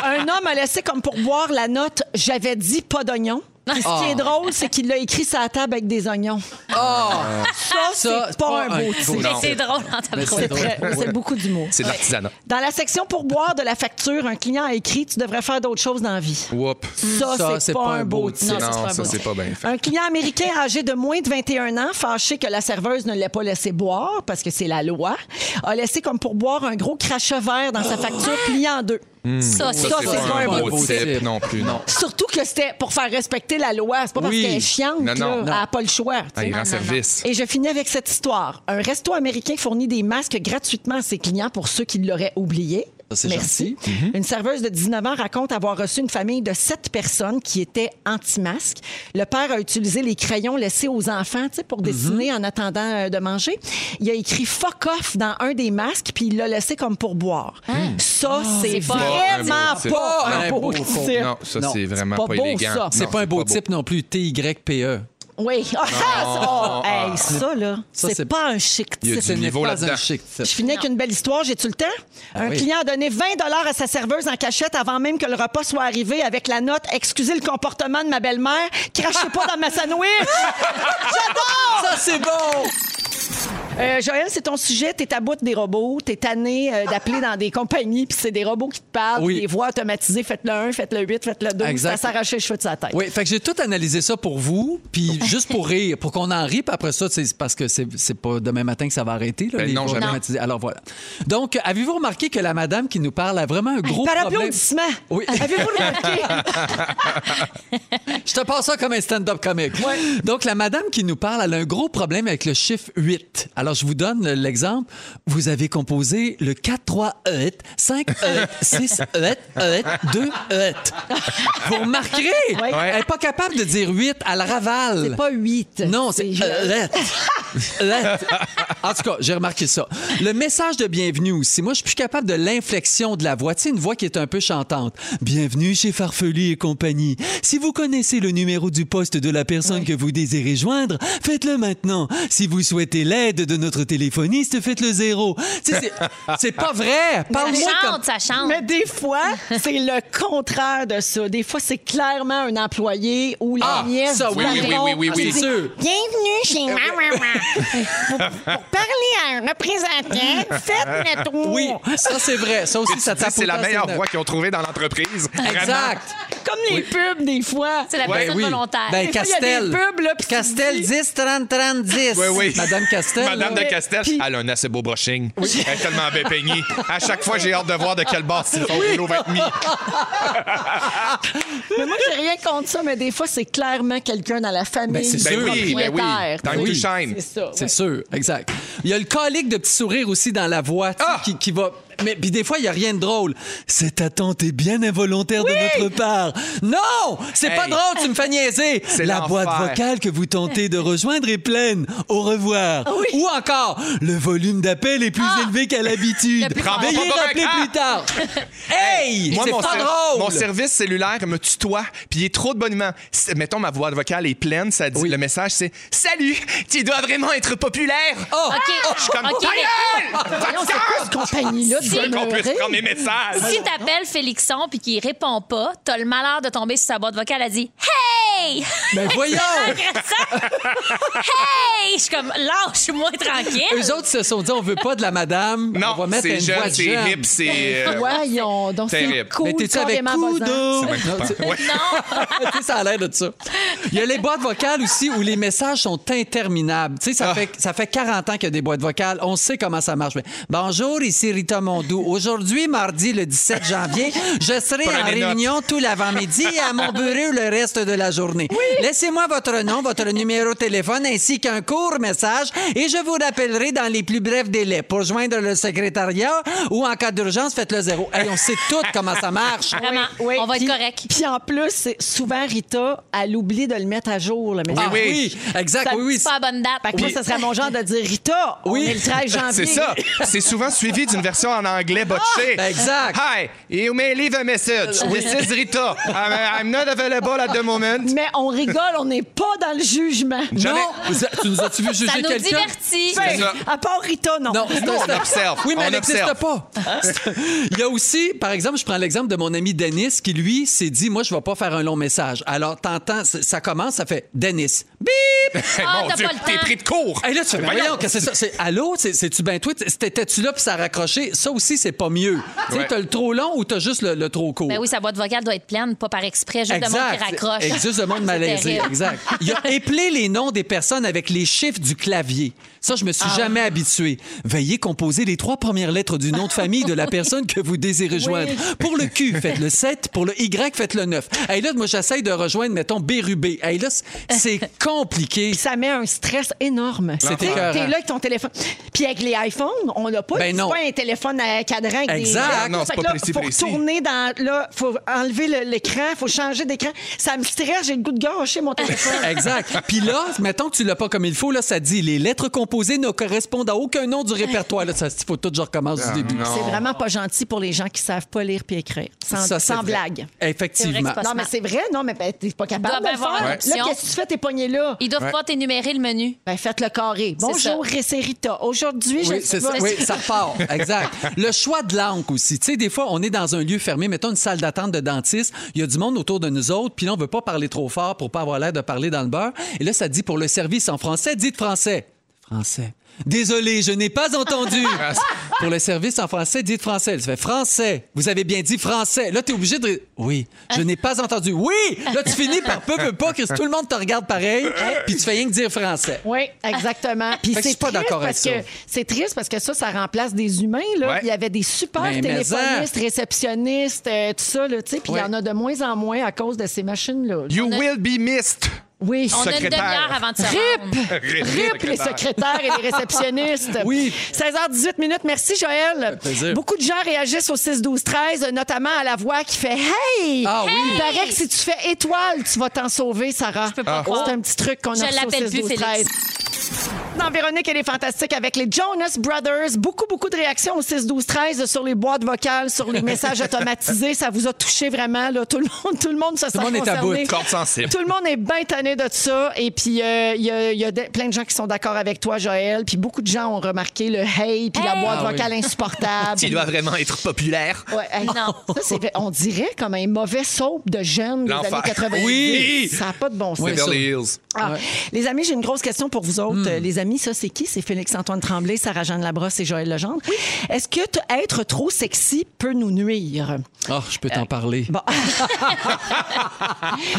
Speaker 2: Un homme a laissé comme pour boire la note « J'avais dit pas d'oignons ». Puis Ce qui est drôle, c'est qu'il l'a écrit sur la table avec des oignons.
Speaker 1: Ah!
Speaker 2: Ça,
Speaker 1: Ça,
Speaker 2: c'est pas un beau type.
Speaker 1: beau-
Speaker 4: Mais
Speaker 3: Non.
Speaker 4: c'est drôle hein, en
Speaker 1: Mais
Speaker 2: C'est
Speaker 1: c'est drôle.
Speaker 2: très- C'est beaucoup d'humour.
Speaker 3: C'est de l'artisanat.
Speaker 2: Dans la section pour boire de la facture, un client a écrit Tu devrais faire d'autres choses dans la vie.
Speaker 3: Whoop.
Speaker 2: Ça,
Speaker 1: Ça,
Speaker 2: c'est pas, un beau titre.
Speaker 4: Non, ça, c'est
Speaker 3: Non,
Speaker 4: pas
Speaker 3: ça,
Speaker 4: beau.
Speaker 3: c'est pas bien fait.
Speaker 2: Un client américain âgé de moins de 21 ans, fâché que la serveuse ne l'ait pas laissé boire, parce que c'est la loi, a laissé comme pour boire un gros crachat vert dans sa facture plié en deux.
Speaker 4: Ça, c'est
Speaker 3: Ça,
Speaker 2: c'est
Speaker 3: pas un beau type non plus. Non.
Speaker 2: Surtout que c'était pour faire respecter la loi. C'est pas parce
Speaker 1: Oui.
Speaker 2: qu'elle est chiante,
Speaker 3: Non, non.
Speaker 2: là, elle n'a pas le choix. tu
Speaker 3: Ah,
Speaker 2: sais.
Speaker 3: il rend service.
Speaker 2: Et je finis avec cette histoire. Un resto américain fournit des masques gratuitement à ses clients pour ceux qui l'auraient oublié.
Speaker 1: Ça, c'est
Speaker 2: Merci. Une serveuse de 19 ans raconte avoir reçu une famille de 7 personnes qui étaient anti-masques. Le père a utilisé les crayons laissés aux enfants tu sais, pour dessiner en attendant euh, de manger. Il a écrit fuck off dans un des masques puis il l'a laissé comme pourboire. Ça, c'est
Speaker 4: c'est pas un
Speaker 2: vraiment
Speaker 3: beau type.
Speaker 2: pas un
Speaker 1: Un
Speaker 2: beau,
Speaker 1: beau fond.
Speaker 2: type.
Speaker 3: Non, ça,
Speaker 1: Non,
Speaker 3: c'est vraiment
Speaker 2: pas
Speaker 3: pas,
Speaker 2: beau,
Speaker 3: élégant.
Speaker 2: ça.
Speaker 3: Non,
Speaker 1: C'est pas un beau
Speaker 3: beau.
Speaker 1: type non plus, T-Y-P-E.
Speaker 2: Oui. Ah, ça, oh, hey, ça, là,
Speaker 1: Ah. Ça,
Speaker 2: c'est
Speaker 1: c'est-
Speaker 2: pas un chic
Speaker 3: Il y a
Speaker 2: type.
Speaker 3: du
Speaker 1: Ce n'est
Speaker 3: niveau
Speaker 1: pas
Speaker 3: là-dedans.
Speaker 1: un chic type.
Speaker 2: Je finis avec une belle histoire. J'ai-tu le temps? un
Speaker 1: Ah oui.
Speaker 2: client a donné 20 à sa serveuse en cachette avant même que le repas soit arrivé avec la note Excusez le comportement de ma belle-mère, crachez pas dans ma sandwich! J'adore!
Speaker 1: Ça, Ah, c'est bon!
Speaker 2: Euh, Joël, c'est ton sujet. T'es à bout des robots. T'es tanné euh, d'appeler dans des compagnies, puis c'est des robots qui te parlent,
Speaker 1: Oui.
Speaker 2: puis des voix automatisées. Faites le 1, faites le 8, faites le 12. Ça
Speaker 1: Exact.
Speaker 2: s'arrachait les cheveux de sa tête.
Speaker 1: Oui, fait que j'ai tout analysé ça pour vous, puis juste
Speaker 3: <laughs>
Speaker 1: pour rire, pour qu'on en rie, puis après ça, c'est parce que c'est c'est pas demain matin que ça va arrêter, là,
Speaker 3: Ben
Speaker 1: les
Speaker 3: non,
Speaker 1: voix
Speaker 3: jamais.
Speaker 1: automatisées. Alors voilà. Donc, avez-vous remarqué que la madame qui nous parle a vraiment un gros
Speaker 2: Par
Speaker 1: problème?
Speaker 2: applaudissement. <laughs>
Speaker 1: Oui.
Speaker 2: Avez-vous remarqué?
Speaker 1: <laughs> Je te passe ça comme un stand-up comique. Donc, la madame qui nous parle, elle a un gros problème avec le chiffre 8. Alors, je vous donne l'exemple. Vous avez composé le 4, 3, 8, 5, 8, 6, 8, 8, 2, 8.
Speaker 2: <laughs>
Speaker 1: Vous remarquerez, elle n'est pas capable de dire 8, elle ravale.
Speaker 2: C'est pas 8.
Speaker 1: Non, c'est euh, Lette. <laughs> Lette. En tout cas, j'ai remarqué ça. Le message de bienvenue aussi. Moi, je suis plus capable de l'inflexion de la voix. Tu sais, une voix qui est un peu chantante. Bienvenue chez Farfelu et compagnie. Si vous connaissez le numéro du poste de la personne que vous désirez joindre, faites-le maintenant. Si vous souhaitez l'aide de notre téléphoniste, faites-le zéro. Tu sais, c'est- c'est pas <laughs> vrai.
Speaker 4: Ça
Speaker 1: Parle-moi comme...
Speaker 4: chante, ça chante.
Speaker 2: Mais des fois, <laughs> c'est le contraire de ça. Des fois, c'est clairement un employé ou la
Speaker 1: Ah,
Speaker 2: nièce
Speaker 1: ça,
Speaker 2: du
Speaker 1: oui, Eh
Speaker 3: oui,
Speaker 2: patron Ah,
Speaker 3: oui, oui, oui,
Speaker 2: qui dit,
Speaker 3: oui.
Speaker 1: C'est sûr.
Speaker 2: Bienvenue chez ma maman.
Speaker 8: Pour parler à un représentant, faites le tour.
Speaker 1: Oui, ça c'est vrai. Ça aussi,
Speaker 3: Tu
Speaker 1: ça
Speaker 3: dis,
Speaker 1: tape
Speaker 3: c'est la
Speaker 1: autant,
Speaker 3: meilleure
Speaker 1: c'est
Speaker 3: voie qu'ils ont trouvée dans l'entreprise.
Speaker 1: neuf.
Speaker 3: Vraiment.
Speaker 1: Exact.
Speaker 2: Comme les pubs, des fois.
Speaker 4: <laughs> C'est la
Speaker 3: Ouais,
Speaker 4: personne
Speaker 1: oui.
Speaker 4: volontaire.
Speaker 1: Ben,
Speaker 2: Des fois, il y a des
Speaker 1: Castel.
Speaker 2: pubs, là, puis tu
Speaker 1: Castel
Speaker 2: dis-
Speaker 1: 10 30 30 10.
Speaker 3: Oui, oui.
Speaker 1: <laughs> Madame Castel.
Speaker 3: Madame
Speaker 1: là.
Speaker 3: de Castel, elle a un assez beau brushing. Elle est tellement bien peignée. À chaque fois, j'ai hâte de voir de quel bord c'est son Bruno va être mis.
Speaker 2: Mais moi, j'ai rien contre ça, mais des fois, c'est clairement quelqu'un dans la famille.
Speaker 1: Ben, c'est
Speaker 2: du
Speaker 1: sûr.
Speaker 3: Ben oui, ben oui.
Speaker 2: propriétaire,
Speaker 3: Time
Speaker 2: tu
Speaker 3: to
Speaker 2: sais.
Speaker 3: shine.
Speaker 2: C'est ça.
Speaker 1: C'est
Speaker 2: ouais. Ah,
Speaker 1: sûr, exact. Il y a le colique de petit sourire aussi dans la voix tu sais,
Speaker 3: Ah!
Speaker 1: qui, qui va. Mais puis des fois, il n'y a rien de drôle. Cette attente est bien involontaire de notre part. Non! C'est pas
Speaker 3: Hey.
Speaker 1: drôle, tu me fais niaiser!
Speaker 3: C'est
Speaker 1: La
Speaker 3: l'enfer.
Speaker 1: boîte vocale que vous tentez de rejoindre est pleine. Au revoir.
Speaker 3: Ah
Speaker 1: Ou encore, le volume d'appel est plus élevé qu'à l'habitude.
Speaker 4: Le plus fort.
Speaker 1: Veuillez
Speaker 3: Prends pas
Speaker 1: rappeler
Speaker 3: comme un
Speaker 1: plus
Speaker 3: <laughs>
Speaker 1: tard. hey!
Speaker 3: Moi,
Speaker 1: C'est
Speaker 3: mon,
Speaker 1: pas
Speaker 3: ser-
Speaker 1: drôle!
Speaker 3: mon service cellulaire me tutoie, puis il est trop de bon humeur. C'est- Mettons, ma voix vocale est pleine, ça dit, le message c'est « Salut, tu dois vraiment être populaire!
Speaker 1: Oh!
Speaker 4: OK.
Speaker 3: Je suis comme
Speaker 4: OK,
Speaker 3: Ta
Speaker 4: mais-
Speaker 3: gueule!
Speaker 2: Voyons, c'est quoi cette compagnie-là de
Speaker 4: Si-
Speaker 3: Je veux qu'on puisse
Speaker 2: demeurés?
Speaker 3: prendre mes messages!
Speaker 4: Si t'appelles Félixon puis qu'il répond pas, t'as le malheur de tomber sur sa boîte vocale. Elle dit Hey!
Speaker 1: Ben voyons!
Speaker 3: <laughs>
Speaker 4: Agressant! hey! Je suis comme lâche-moi tranquille.
Speaker 1: Eux autres se sont dit, on veut pas de la madame. on va
Speaker 3: Non,
Speaker 1: mettre
Speaker 3: c'est
Speaker 1: une voix
Speaker 3: jeune,
Speaker 1: de
Speaker 3: c'est
Speaker 1: jeune.
Speaker 3: hip,
Speaker 1: <laughs>
Speaker 3: c'est... euh,
Speaker 2: Ah, Voyons, donc c'est
Speaker 3: Terrible.
Speaker 2: cool,
Speaker 1: Mais t'es-tu avec
Speaker 2: carrément
Speaker 1: coup
Speaker 2: buzzant.
Speaker 1: d'eau?
Speaker 3: euh, ouais.
Speaker 1: <laughs> Tu sais, ça a l'air de ça. Il y a les boîtes vocales aussi où les messages sont interminables. Tu sais, ça, fait, ça fait 40 ans qu'il y a des boîtes vocales. On sait comment ça marche. Mais bonjour, ici Rita Mondou. Aujourd'hui, mardi, le 17 janvier, je serai en
Speaker 3: Prenez note.
Speaker 1: réunion tout l'avant-midi et à mon bureau le reste de la journée. Laissez-moi votre nom, votre numéro de téléphone ainsi qu'un court message et je vous rappellerai dans les plus brefs délais. Pour joindre le secrétariat ou en cas d'urgence, faites-le zéro. Hey, on sait tout comment ça marche.
Speaker 4: Vraiment,
Speaker 2: Oui,
Speaker 4: on va être
Speaker 2: puis-
Speaker 4: correct.
Speaker 2: Puis en plus, c'est souvent Rita, elle oublie de le mettre à jour. le message.
Speaker 1: Ah oui, exact.
Speaker 2: Ça-
Speaker 1: oui, oui.
Speaker 4: C'est pas la bonne date.
Speaker 2: Fait que moi, ça serait mon genre de dire Rita,
Speaker 1: Oui.
Speaker 2: on est le
Speaker 1: <laughs>
Speaker 2: 13 janvier.
Speaker 3: C'est ça. C'est souvent suivi d'une version en anglais botchée.
Speaker 1: Ah, exact.
Speaker 3: Hi, you may leave a message. This is Rita. I'm, I'm not available at the moment.
Speaker 2: Mais on rigole, on n'est pas dans le jugement.
Speaker 3: Jamais.
Speaker 1: Non, tu nous as-tu vu
Speaker 4: Ça
Speaker 1: juger
Speaker 4: nous
Speaker 1: quelqu'un?
Speaker 4: divertit.
Speaker 3: C'est ça.
Speaker 2: À part Rita, non.
Speaker 1: Non,
Speaker 3: Nous, on
Speaker 1: c'est-
Speaker 3: observe.
Speaker 1: Oui, mais
Speaker 3: On
Speaker 1: elle n'existe
Speaker 3: observe.
Speaker 1: pas. Il y a aussi, par exemple, je prends l'exemple de mon ami Denis qui, lui, s'est dit Moi, je ne vais pas faire un long message. Alors, t'entends, c- ça commence, ça fait Denis. Bip
Speaker 3: Hey,
Speaker 4: Ah,
Speaker 3: mon
Speaker 4: t'as
Speaker 3: Dieu,
Speaker 4: pas le
Speaker 3: t'es
Speaker 4: temps.
Speaker 3: pris de court.
Speaker 1: Et là, tu fais, Mais voyons, qu'est-ce que c'est ça? C'est, allô? C'est- C'est-tu ben toi? T'étais-tu là puis ça a raccroché? Ça aussi, c'est pas mieux. Tu sais,
Speaker 3: Ouais.
Speaker 1: t'as le trop long ou t'as juste le, le trop court?
Speaker 4: Ben oui, sa boîte vocale doit être pleine, pas par exprès, juste de monde qui raccroche.
Speaker 1: C'est Juste de monde
Speaker 4: <laughs> C'est
Speaker 1: malaisé.
Speaker 4: terrible.
Speaker 1: Exact. Il
Speaker 4: <laughs>
Speaker 1: a éplé les noms des personnes avec les chiffres du clavier. Ça, je me
Speaker 4: Ah.
Speaker 1: suis jamais habitué. Veuillez composer les trois premières lettres du nom de famille
Speaker 4: <laughs>
Speaker 1: de la personne que vous désirez joindre. Pour le Q, faites le 7. Pour le Y, faites le 9. Et là, moi, j'essaye de rejoindre, mettons, Bérubé. Et là, c- c'est
Speaker 4: <laughs>
Speaker 1: compliqué.
Speaker 2: Puis ça met un stress énorme.
Speaker 1: C'est
Speaker 2: Tu sais,
Speaker 1: écœurant.
Speaker 2: T'es là avec ton téléphone. Puis avec les iPhones, on n'a pas,
Speaker 1: Ben
Speaker 2: c'est
Speaker 1: non.
Speaker 2: pas un téléphone à cadran. Avec
Speaker 1: Exact.
Speaker 3: Ah
Speaker 2: Des...
Speaker 3: non, c'est
Speaker 2: Fait que
Speaker 3: pas
Speaker 2: là,
Speaker 3: précis,
Speaker 2: faut
Speaker 3: précis.
Speaker 2: retourner dans... Là, faut enlever le- l'écran, faut changer d'écran. Ça me stresse, j'ai le goût de gâcher mon téléphone.
Speaker 1: Exact. Puis là, mettons que tu l'as pas comme il faut, là, ça dit les lettres composées ne correspondent à aucun nom du répertoire. Là, ça, il faut tout que je recommence du début.
Speaker 2: C'est vraiment pas gentil pour les gens qui savent pas lire puis écrire. Sans,
Speaker 1: Ça, c'est
Speaker 2: sans
Speaker 1: vrai.
Speaker 2: blague.
Speaker 4: C'est vrai que
Speaker 1: Effectivement.
Speaker 4: c'est pas
Speaker 2: Non, mais
Speaker 4: smart.
Speaker 2: c'est vrai. Non, mais ben, t'es pas capable
Speaker 4: Doit
Speaker 2: de le
Speaker 4: avoir
Speaker 2: faire.
Speaker 4: une
Speaker 2: Là,
Speaker 4: option.
Speaker 2: qu'est-ce que tu fais? T'es pogné là.
Speaker 4: Ils doivent pas t'énumérer le menu.
Speaker 2: Ben, faites le carré. Bonjour, c'est Rita. Aujourd'hui,
Speaker 1: Oui,
Speaker 2: je
Speaker 1: c'est
Speaker 2: suis
Speaker 1: ça.
Speaker 2: pas-
Speaker 1: Oui, ça repart. Exact. Le choix de l'encre aussi. Tu sais, des fois, on est dans un lieu fermé, mettons une salle d'attente de dentiste. Il y a du monde autour de nous autres, puis là, on veut pas parler trop fort pour pas avoir l'air de parler dans le beurre. Et là, ça dit pour le service en français, dites français. Français. Désolé, je n'ai pas
Speaker 2: <laughs>
Speaker 1: entendu. Pour le service en français, dites français. Tu fais français. Vous avez bien dit français. Là, tu es obligé de. Oui, je n'ai pas entendu. Oui! Là, tu finis par peu, peu, pas, que tout le monde te regarde pareil, puis tu fais rien que dire français.
Speaker 2: Oui, exactement. <laughs> Puis
Speaker 1: Fait que je
Speaker 2: c'est
Speaker 1: suis pas
Speaker 2: triste
Speaker 1: d'accord avec
Speaker 2: parce
Speaker 1: ça.
Speaker 2: que c'est triste parce que ça, ça remplace des humains. Là.
Speaker 3: Ouais.
Speaker 2: Il y avait des super
Speaker 1: Ben, Mais, mais
Speaker 2: téléphonistes, réceptionnistes, euh, tout ça, là, tu sais. Puis il
Speaker 1: Ouais.
Speaker 2: y en a de moins en moins à cause de ces machines-là.
Speaker 3: You will be missed.
Speaker 2: Oui.
Speaker 4: On a une
Speaker 3: Secrétaire.
Speaker 4: demi-heure avant de se rendre.
Speaker 2: Rip! Rip les secrétaires et les réceptionnistes.
Speaker 1: <laughs> Oui.
Speaker 2: 16h18 minutes. Merci, Joël.
Speaker 1: plaisir.
Speaker 2: Beaucoup de gens réagissent au 6-12-13, notamment à la voix qui fait Hey!
Speaker 1: Ah oui.
Speaker 2: Il paraît que si tu fais étoile, tu vas t'en sauver, Sarah.
Speaker 4: peux
Speaker 1: Ah.
Speaker 4: pas croire.
Speaker 2: C'est un petit truc qu'on a
Speaker 4: Je
Speaker 2: reçu au
Speaker 4: l'appelle plus
Speaker 2: 6-12-13. Dans Véronique, elle est fantastique avec les Jonas Brothers. Beaucoup, beaucoup de réactions au 6-12-13 sur les boîtes vocales, sur les messages automatisés. Ça vous a touché vraiment, là. Tout le monde, tout le monde se sent
Speaker 1: le monde est à bout.
Speaker 2: concerné.
Speaker 3: Corde sensible.
Speaker 2: Tout le monde est bien tanné de ça. Et puis, euh, il y a, il y a de- plein de gens qui sont d'accord avec toi, Joël. Puis beaucoup de gens ont remarqué le hey, puis la
Speaker 4: Hey!
Speaker 2: boîte
Speaker 1: Ah oui.
Speaker 2: vocale insupportable.
Speaker 3: <laughs> Tu dois vraiment être populaire.
Speaker 2: Ouais, hey,
Speaker 4: Non.
Speaker 2: Ça, c'est- on dirait comme un mauvais soap de jeunes des
Speaker 3: L'enfer.
Speaker 2: années 90.
Speaker 3: Oui.
Speaker 2: Ça n'a pas de bon sens.
Speaker 3: Beverly Hills.
Speaker 2: Ah, Les amis, j'ai une grosse question pour vous autres, euh, les amis, ça, c'est qui? C'est Félix-Antoine Tremblay, Sarah-Jeanne Labrosse et Joël Legendre. Est-ce que t- être trop sexy peut nous nuire?
Speaker 1: Ah, je peux t'en parler.
Speaker 2: Bon.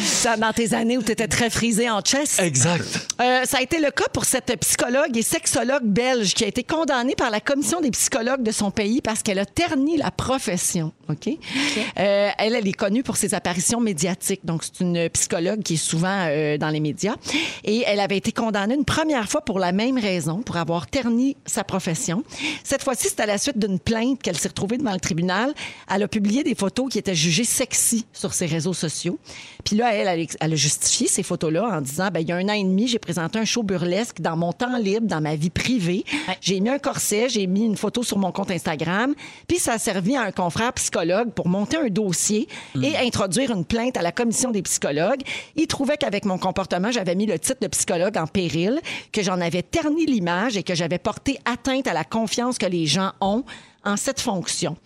Speaker 2: ça, dans tes années où tu étais très frisé en chess.
Speaker 1: Exact.
Speaker 2: Euh, ça a été le cas pour cette psychologue et sexologue belge qui a été condamnée par la commission des psychologues de son pays parce qu'elle a terni la profession. Ok. Euh, elle, elle est connue pour ses apparitions médiatiques. Donc, c'est une psychologue qui est souvent euh, dans les médias. Et elle avait été condamnée une première fois pour la même raison, pour avoir terni sa profession. Cette fois-ci, c'est à la suite d'une plainte qu'elle s'est retrouvée devant le tribunal. Elle a publié des photos qui étaient jugées sexy sur ses réseaux sociaux. Puis là, elle, elle, ex- elle a justifié ces photos-là en disant, ben, il y a un an et demi, j'ai présenté un show burlesque dans mon temps libre, dans ma vie privée. J'ai mis un corset, j'ai mis une photo sur mon compte Instagram. Puis ça a servi à un confrère psychologue pour monter un dossier et introduire une plainte à la commission des psychologues. Il trouvait qu'avec mon comportement, j'avais mis le titre de psychologue en péril, que j'en avais terni l'image et que j'avais porté atteinte à la confiance que les gens ont en cette fonction.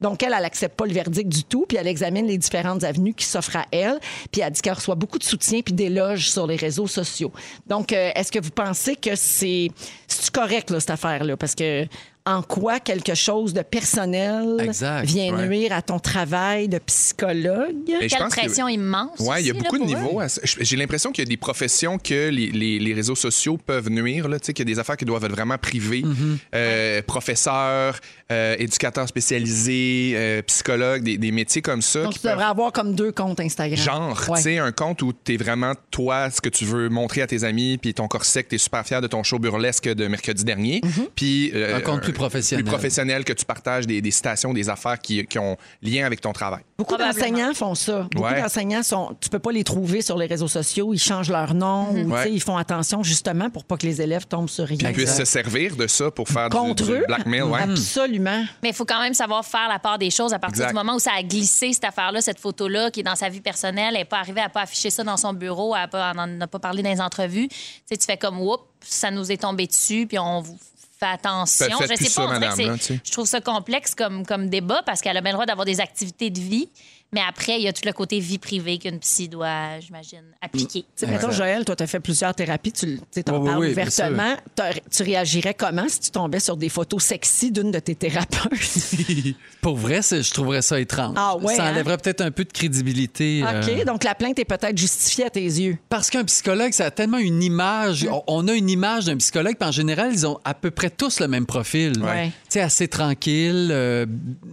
Speaker 2: Donc, elle, elle n'accepte pas le verdict du tout, puis elle examine les différentes avenues qui s'offrent à elle, puis elle dit qu'elle reçoit beaucoup de soutien puis d'éloges sur les réseaux sociaux. Donc, euh, est-ce que vous pensez que c'est c'est correct, là, cette affaire-là? Parce que en quoi quelque chose de personnel
Speaker 1: Exact,
Speaker 2: vient
Speaker 3: ouais.
Speaker 2: nuire à ton travail de psychologue?
Speaker 3: Et je
Speaker 4: Quelle
Speaker 3: pense que-
Speaker 4: pression immense.
Speaker 3: Ouais, il y a
Speaker 4: aussi, là,
Speaker 3: beaucoup de
Speaker 4: pour eux.
Speaker 3: niveaux. à ça. Je- J'ai l'impression qu'il y a des professions que les, les- les réseaux sociaux peuvent nuire, là, tu sais, qu'il y a des affaires qui doivent être vraiment privées.
Speaker 2: Mm-hmm.
Speaker 3: Euh, Professeurs, euh, éducateurs spécialisés, euh, psychologues, des, des métiers comme ça.
Speaker 2: Donc,
Speaker 3: qui
Speaker 2: tu
Speaker 3: peuvent-
Speaker 2: devrais avoir comme deux comptes Instagram.
Speaker 3: Genre,
Speaker 2: Ouais.
Speaker 3: tu sais, un compte où t'es vraiment toi, ce que tu veux montrer à tes amis, puis ton corset, que t'es super fier de ton show burlesque de mercredi dernier,
Speaker 2: Mhm.
Speaker 3: puis euh,
Speaker 1: Un compte plus professionnel.
Speaker 3: plus professionnel que tu partages des, des citations, des affaires qui, qui ont lien avec ton travail.
Speaker 2: Beaucoup
Speaker 4: Probablement.
Speaker 2: d'enseignants font ça. Beaucoup
Speaker 3: Ouais.
Speaker 2: d'enseignants sont. Tu peux pas les trouver sur les réseaux sociaux. Ils changent leur nom. ou, tu sais,
Speaker 3: Mm-hmm. Ouais.
Speaker 2: Ils font attention justement pour pas que les élèves tombent sur rien.
Speaker 3: Ils puissent se servir de ça pour faire du-
Speaker 2: Contre
Speaker 3: du,
Speaker 2: eux.
Speaker 3: blackmail. ouais.
Speaker 2: Absolument.
Speaker 4: Mais il faut quand même savoir faire la part des choses à partir
Speaker 3: Exact.
Speaker 4: du moment où ça a glissé, cette affaire-là, cette photo-là, qui est dans sa vie personnelle, elle n'est pas arrivée à pas afficher ça dans son bureau, à pas, on n'en a pas parlé dans les entrevues. Tu sais, tu fais comme, oups, ça nous est tombé dessus, puis on vous fait attention.
Speaker 3: Faites- faites
Speaker 4: je
Speaker 3: plus
Speaker 4: sais
Speaker 3: ça,
Speaker 4: pas, on dirait que
Speaker 3: madame,
Speaker 4: c'est-
Speaker 3: là, tu sais.
Speaker 4: je trouve ça complexe comme, comme débat parce qu'elle a bien le droit d'avoir des activités de vie, mais après, il y a tout le côté vie privée qu'une psy doit, j'imagine, appliquer.
Speaker 2: Tu sais, mettons, Joël, toi, tu as fait plusieurs thérapies, tu en
Speaker 1: Oui, oui,
Speaker 2: parles
Speaker 1: oui, bien
Speaker 2: ouvertement. T'aurais- Tu réagirais comment si tu tombais sur des photos sexy d'une de
Speaker 1: <laughs>
Speaker 2: tes thérapeutes?
Speaker 1: Pour vrai, c'est- je trouverais ça étrange.
Speaker 2: Ah ouais,
Speaker 1: ça
Speaker 2: hein?
Speaker 1: enlèverait peut-être un peu de crédibilité. euh,
Speaker 2: OK, donc la plainte est peut-être justifiée à tes yeux.
Speaker 1: Parce qu'un psychologue, ça a tellement une image.
Speaker 2: Mm.
Speaker 1: On- On a une image d'un psychologue, puis en général, ils ont à peu près tous le même profil.
Speaker 2: Ouais.
Speaker 1: Tu sais, assez tranquille, euh,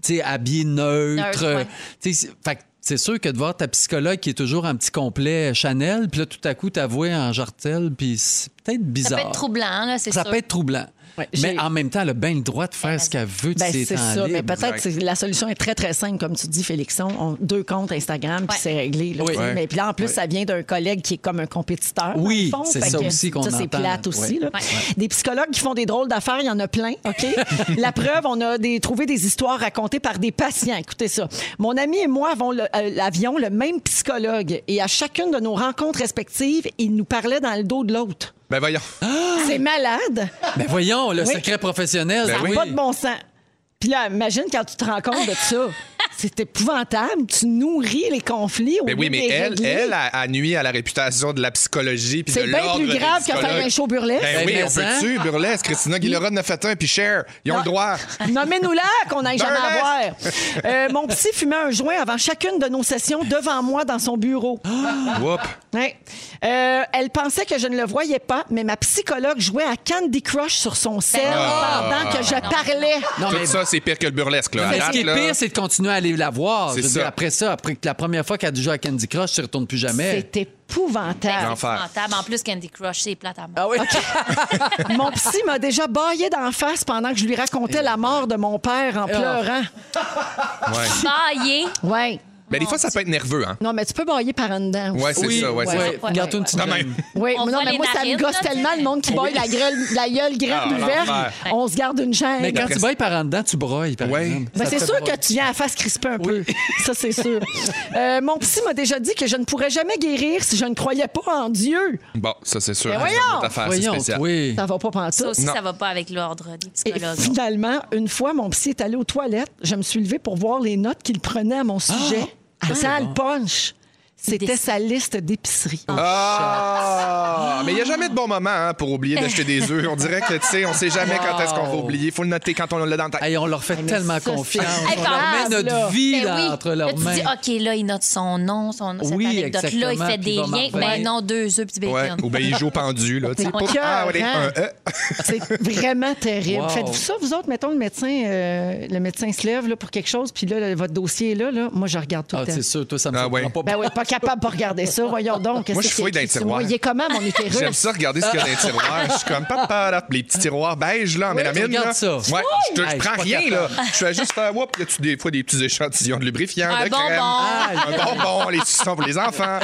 Speaker 1: tu sais, habillé neutre.
Speaker 4: Neutre, ouais.
Speaker 1: euh, tu sais, c'est- fait que c'est sûr que de voir ta psychologue qui est toujours en petit complet Chanel, puis là, tout à coup, t'avouer en jartel, puis c'est peut-être bizarre.
Speaker 4: Ça peut être troublant, là, c'est
Speaker 1: Ça
Speaker 4: sûr.
Speaker 1: peut être troublant.
Speaker 2: Ouais,
Speaker 1: mais
Speaker 2: j'ai-
Speaker 1: en même temps, elle a bien le droit de faire ce qu'elle veut de
Speaker 2: Ben,
Speaker 1: ses
Speaker 2: c'est
Speaker 1: temps
Speaker 2: ça, mais
Speaker 1: libres.
Speaker 2: peut-être c'est- la solution est très, très simple, comme tu dis, Félixon. On- deux comptes Instagram, puis
Speaker 4: Ouais.
Speaker 2: c'est réglé. là,
Speaker 1: Oui.
Speaker 2: tu sais. Mais puis là, en plus, ça vient d'un collègue qui est comme un compétiteur. dans
Speaker 1: Oui,
Speaker 2: le fond.
Speaker 1: c'est
Speaker 2: Fait
Speaker 1: ça
Speaker 2: que
Speaker 1: aussi qu'on
Speaker 2: Ça, c'est
Speaker 1: entend.
Speaker 2: plate aussi.
Speaker 1: Ouais.
Speaker 2: là.
Speaker 4: Ouais.
Speaker 2: Des psychologues qui font des drôles d'affaires, il y en a plein,
Speaker 1: <laughs>
Speaker 2: OK? la preuve, on a des- trouvé des histoires racontées par des patients. Écoutez ça. Mon ami et moi avons le- euh, avions le même psychologue et à chacune de nos rencontres respectives, il nous parlait dans le dos de l'autre.
Speaker 3: Ben voyons.
Speaker 2: C'est malade!
Speaker 1: Mais Ben, voyons, le
Speaker 2: Oui.
Speaker 1: secret professionnel.
Speaker 3: Ben
Speaker 1: ça-
Speaker 3: oui.
Speaker 2: Pas de bon sens. Puis là, imagine quand tu te rends compte de
Speaker 3: <laughs>
Speaker 2: ça. C'est épouvantable. Tu nourris les conflits. Au
Speaker 3: Ben oui,
Speaker 2: lieu de
Speaker 3: mais
Speaker 2: les
Speaker 3: elle,
Speaker 2: régler.
Speaker 3: elle a, a nuit à la réputation de la psychologie puis
Speaker 2: C'est
Speaker 3: de
Speaker 2: bien
Speaker 3: l'ordre
Speaker 2: plus
Speaker 3: des
Speaker 2: grave que faire
Speaker 3: psychologues.
Speaker 2: un show burlesque.
Speaker 3: Ben oui,
Speaker 1: Ben,
Speaker 3: on
Speaker 1: mais ça.
Speaker 3: peut-tu, burlesque? Christina Aguilera en a fait un, puis Cher, ils ont
Speaker 2: <laughs>
Speaker 3: le droit.
Speaker 2: Nommez-nous-la qu'on n'aille jamais
Speaker 3: Burlesque. <laughs>
Speaker 2: avoir. Euh, mon psy fumait un joint avant chacune de nos sessions devant moi dans son
Speaker 3: <gasps>
Speaker 2: bureau.
Speaker 3: Whoop.
Speaker 2: Ouais. Euh, elle pensait que je ne le voyais pas, mais ma psychologue jouait à Candy Crush sur son sel
Speaker 3: Ben
Speaker 2: pendant que je parlais.
Speaker 1: Non,
Speaker 3: Tout
Speaker 1: mais
Speaker 3: ça, c'est pire que le burlesque. Là. À
Speaker 1: Mais ce
Speaker 3: date,
Speaker 1: qui est
Speaker 3: là,
Speaker 1: pire, c'est de continuer à aller la voir. Je
Speaker 3: C'est
Speaker 1: veux
Speaker 3: ça.
Speaker 1: dire, après ça, après que la première fois qu'elle a déjà à Candy Crush, tu ne retournes plus jamais.
Speaker 2: C'est épouvantable.
Speaker 3: J'en fais.
Speaker 4: Ben, épouvantable. En plus, Candy Crush, c'est plate à mort.
Speaker 1: Ah oui.
Speaker 3: Ben
Speaker 2: Mon psy m'a déjà baillé d'en face pendant que je lui racontais
Speaker 3: Eh.
Speaker 2: la mort de mon père
Speaker 3: Oh.
Speaker 2: en pleurant.
Speaker 3: ouais.
Speaker 1: Ah
Speaker 4: Baillé.
Speaker 2: Ouais.
Speaker 3: Ben, des fois, ça peut être nerveux. Hein?
Speaker 2: Non, mais tu peux bailler par en dedans. aussi.
Speaker 3: Ouais, c'est
Speaker 1: oui,
Speaker 3: ça. Ouais, c'est
Speaker 1: ouais.
Speaker 3: ça.
Speaker 4: ça.
Speaker 1: Garde-toi une petite
Speaker 3: Quand même.
Speaker 1: gêne.
Speaker 2: Oui,
Speaker 4: On
Speaker 2: mais non,
Speaker 4: voit
Speaker 2: mais
Speaker 4: les
Speaker 2: moi, ça me
Speaker 4: narines,
Speaker 2: gosse
Speaker 4: là, tu sais.
Speaker 2: tellement le monde qui baille la gueule, la gueule
Speaker 3: Ah,
Speaker 2: grande ouverte.
Speaker 3: l'enfer.
Speaker 2: On se garde une chaîne.
Speaker 1: Mais quand
Speaker 3: Après-
Speaker 1: tu bailles par en dedans, tu broyes, par
Speaker 3: Ouais. Ah,
Speaker 1: exemple.
Speaker 2: Ben,
Speaker 1: Ça
Speaker 2: c'est
Speaker 1: fait
Speaker 2: sûr
Speaker 1: broyer.
Speaker 2: que tu viens à la face crispée un peu. <laughs> Ça, c'est sûr. Euh, mon psy m'a déjà dit que je ne pourrais jamais guérir si je ne croyais pas en Dieu.
Speaker 3: Bon, ça, c'est sûr.
Speaker 4: Ben
Speaker 2: Mais voyons!
Speaker 3: C'est une autre affaire, c'est
Speaker 1: Voyons,
Speaker 3: spécial.
Speaker 1: oui.
Speaker 2: Ça va pas pantoute.
Speaker 4: Ça aussi,
Speaker 3: Non.
Speaker 4: ça va pas avec l'ordre des
Speaker 2: Et
Speaker 4: psychologues.
Speaker 2: finalement, une fois, mon psy est allé aux toilettes. Je me suis levée pour voir les notes qu'il prenait à mon sujet. Attends le punch. C'était
Speaker 4: Des-
Speaker 2: sa liste d'épicerie.
Speaker 3: Ah! Mais il n'y a jamais de bon moment hein, pour oublier d'acheter des œufs. On dirait que, tu sais, on sait jamais quand est-ce qu'on va
Speaker 1: Wow.
Speaker 3: oublier. Il faut le noter quand on l'a dans le tête.
Speaker 1: Hey, on leur fait tellement
Speaker 2: ça,
Speaker 1: confiance.
Speaker 2: c'est-
Speaker 4: Hey,
Speaker 1: on
Speaker 4: par-
Speaker 1: leur met notre
Speaker 2: là.
Speaker 1: vie
Speaker 4: Ben
Speaker 1: là,
Speaker 4: oui.
Speaker 1: entre
Speaker 4: Là,
Speaker 1: leurs mains.
Speaker 4: Tu dis, ah, OK, là, il note son nom, son, cette
Speaker 1: Oui,
Speaker 4: anecdote-là, il
Speaker 1: exactement,
Speaker 4: fait
Speaker 1: puis il
Speaker 4: des
Speaker 1: va m'en
Speaker 4: liens. Ben
Speaker 1: revenir.
Speaker 4: non, deux œufs, puis du
Speaker 3: Ouais.
Speaker 4: bacon.
Speaker 3: Ou bien il joue au pendu, là. tu sais.
Speaker 4: Ouais.
Speaker 3: Pouf, Ah, ouais,
Speaker 4: hein.
Speaker 3: un <laughs> E.
Speaker 2: hein? C'est vraiment terrible.
Speaker 1: Wow.
Speaker 2: Faites-vous ça, vous autres, mettons, le médecin, euh, le médecin se lève là, pour quelque chose, puis là, le- votre dossier est là, là. Moi, je regarde tout
Speaker 1: Ah,
Speaker 2: le temps.
Speaker 1: c'est sûr, toi, ça me
Speaker 3: Ah,
Speaker 1: surprend
Speaker 3: ouais.
Speaker 1: pas.
Speaker 2: Ben oui, pas capable de regarder ça. Voyons donc. qu'est-ce
Speaker 3: Moi, je
Speaker 2: que
Speaker 3: fouille
Speaker 2: c'est
Speaker 3: dans les
Speaker 2: écrit sur
Speaker 3: tiroirs.
Speaker 2: moi? Il est comment,
Speaker 3: <laughs>
Speaker 2: mon utérus?
Speaker 3: J'aime ça regarder ce qu'il y a dans les tiroirs. Je suis comme papa, là, les petits tiroirs beiges là, en mélamine.
Speaker 1: regarde
Speaker 3: là.
Speaker 1: ça.
Speaker 3: Ouais, je, te- je
Speaker 1: Hey, je
Speaker 3: prends
Speaker 1: suis pas
Speaker 3: rien là. Je fais juste faire whoop, y a-tu des fois des petits échantillons de lubrifiant,
Speaker 4: Un
Speaker 3: de
Speaker 4: bonbon.
Speaker 3: crème,
Speaker 1: Ah,
Speaker 4: Aïe.
Speaker 3: un bonbon, les sucres pour les enfants.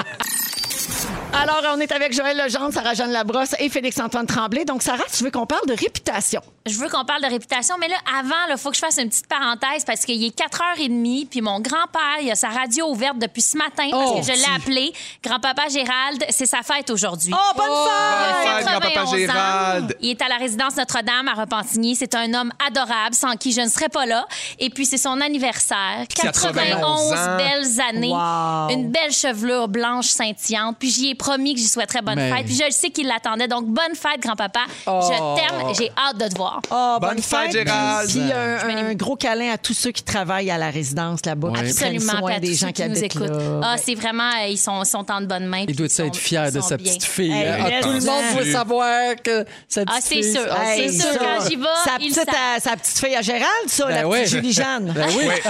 Speaker 2: Alors, on est avec Joël Legendre, Sarah-Jeanne Labrosse et Félix-Antoine Tremblay. Donc, Sarah, tu veux qu'on parle de réputation.
Speaker 4: Je veux qu'on parle de réputation, mais là, avant, il faut que je fasse une petite parenthèse parce qu'il est 4h30, puis mon grand-père, il a sa radio ouverte depuis ce matin parce
Speaker 1: Oh,
Speaker 4: que je
Speaker 1: si.
Speaker 4: l'ai appelé. Grand-papa Gérald, c'est sa fête aujourd'hui.
Speaker 2: Oh, bonne fête!
Speaker 4: Il a
Speaker 3: Fête, grand-papa
Speaker 4: 91 ans.
Speaker 3: Gérald.
Speaker 4: Il est à la résidence Notre-Dame à Repentigny. C'est un homme adorable sans qui je ne serais pas là. Et puis, c'est son anniversaire.
Speaker 3: 91
Speaker 4: 91
Speaker 3: ans.
Speaker 4: belles années.
Speaker 2: Wow.
Speaker 4: Une belle chevelure blanche scintillante. Puis, j'y ai promis que j'y souhaiterais bonne
Speaker 1: Mais-
Speaker 4: fête. Puis, je le sais qu'il l'attendait. Donc, bonne fête, grand-papa.
Speaker 1: Oh.
Speaker 4: Je t'aime. J'ai hâte de te voir.
Speaker 2: Ah,
Speaker 3: Bonne fête, Gérald.
Speaker 2: Puis un, un gros câlin à tous ceux qui travaillent à la résidence là-bas. qui prennent
Speaker 4: Absolument,
Speaker 2: soin
Speaker 4: pas
Speaker 2: des gens qui,
Speaker 4: nous
Speaker 2: habitent
Speaker 4: écoutent.
Speaker 2: là.
Speaker 4: Ah, c'est vraiment, euh, ils sont, sont en de bonnes mains.
Speaker 1: Il doit être fier de sa petite fille.
Speaker 2: Hey,
Speaker 1: Ah,
Speaker 2: yes,
Speaker 1: tout le monde
Speaker 2: yes.
Speaker 1: veut savoir que sa petite
Speaker 4: Ah, c'est
Speaker 1: fille-
Speaker 4: sûr.
Speaker 1: Ah,
Speaker 4: C'est
Speaker 2: Hey,
Speaker 4: sûr,
Speaker 2: ça.
Speaker 4: quand j'y vais, il
Speaker 2: sa
Speaker 4: Ah,
Speaker 2: petite,
Speaker 4: le savent.
Speaker 2: à- sa petite fille à Gérald, ça,
Speaker 1: Ben
Speaker 2: la
Speaker 1: oui.
Speaker 2: petite Julie-Jeanne.
Speaker 1: Ben oui.
Speaker 3: Ouais.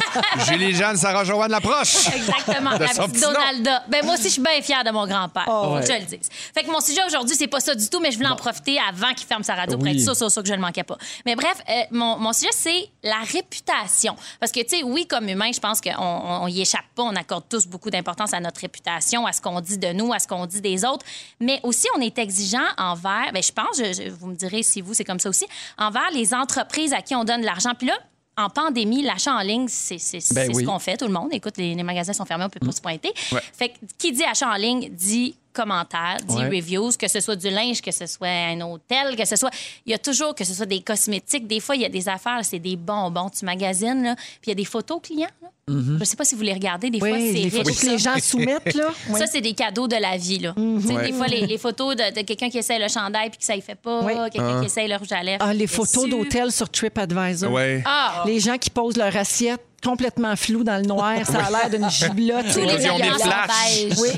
Speaker 3: Julie Jeanne, Sarah Joanne l'approche.
Speaker 4: Exactement,
Speaker 3: De
Speaker 4: la
Speaker 3: son
Speaker 4: petite
Speaker 3: petit nom.
Speaker 4: Donalda. Ben moi aussi, je suis bien fière de mon grand-père. Faut que
Speaker 1: Ouais.
Speaker 4: Je le dis. Fait que mon sujet aujourd'hui, c'est pas ça du tout, mais je voulais en profiter avant qu'il ferme sa radio pour
Speaker 1: Oui.
Speaker 4: être sûr, sûr, sûr que je ne manquais pas. Mais bref, euh, mon, mon sujet, c'est la réputation. Parce que, tu sais, oui, comme humain, je pense qu'on on, on y échappe pas. On accorde tous beaucoup d'importance à notre réputation, à ce qu'on dit de nous, à ce qu'on dit des autres. Mais aussi, on est exigeant envers, ben, je pense, je- je- vous me direz si vous, c'est comme ça aussi, envers les entreprises à qui on donne de l'argent. Puis là, en pandémie, l'achat en ligne, c'est c'est-
Speaker 1: Ben
Speaker 4: c'est
Speaker 1: oui.
Speaker 4: ce qu'on fait, tout le monde. Écoute, les, les magasins sont fermés, on
Speaker 2: Mm.
Speaker 4: peut pas se pointer.
Speaker 3: Ouais.
Speaker 4: Fait que qui dit achat en ligne dit commentaires, dit
Speaker 1: Ouais.
Speaker 4: reviews, que ce soit du linge, que ce soit un hôtel, que ce soit. Il y a toujours, que ce soit des cosmétiques. Des fois, il y a des affaires, c'est des bonbons, tu magasines, là. Puis il y a des photos clients, là. Je sais pas si vous les regardez, des fois,
Speaker 2: Mm-hmm. Oui, les
Speaker 4: c'est
Speaker 2: photos
Speaker 4: riche.
Speaker 2: que les
Speaker 4: ça.
Speaker 2: gens
Speaker 3: <laughs>
Speaker 2: soumettent, là. Oui. Mm-hmm.
Speaker 4: Ça, c'est des cadeaux de la vie. Là. Tu sais,
Speaker 3: Ouais.
Speaker 4: Des fois, les, les photos de, de quelqu'un qui essaie le chandail puis que ça y fait pas,
Speaker 2: Oui.
Speaker 4: quelqu'un qui essaie le rouge à lèvres.
Speaker 2: Ah, les
Speaker 4: qui fait
Speaker 2: photos
Speaker 4: su.
Speaker 2: d'hôtel sur TripAdvisor.
Speaker 3: Ouais.
Speaker 4: Ah,
Speaker 2: Les gens qui posent leur assiette complètement floue dans le noir, ça a l'air
Speaker 3: <laughs>
Speaker 2: d'une giblotte.
Speaker 4: tous les
Speaker 3: Ils ont des
Speaker 4: aliments sont
Speaker 3: flashs.
Speaker 4: beige.
Speaker 2: Oui.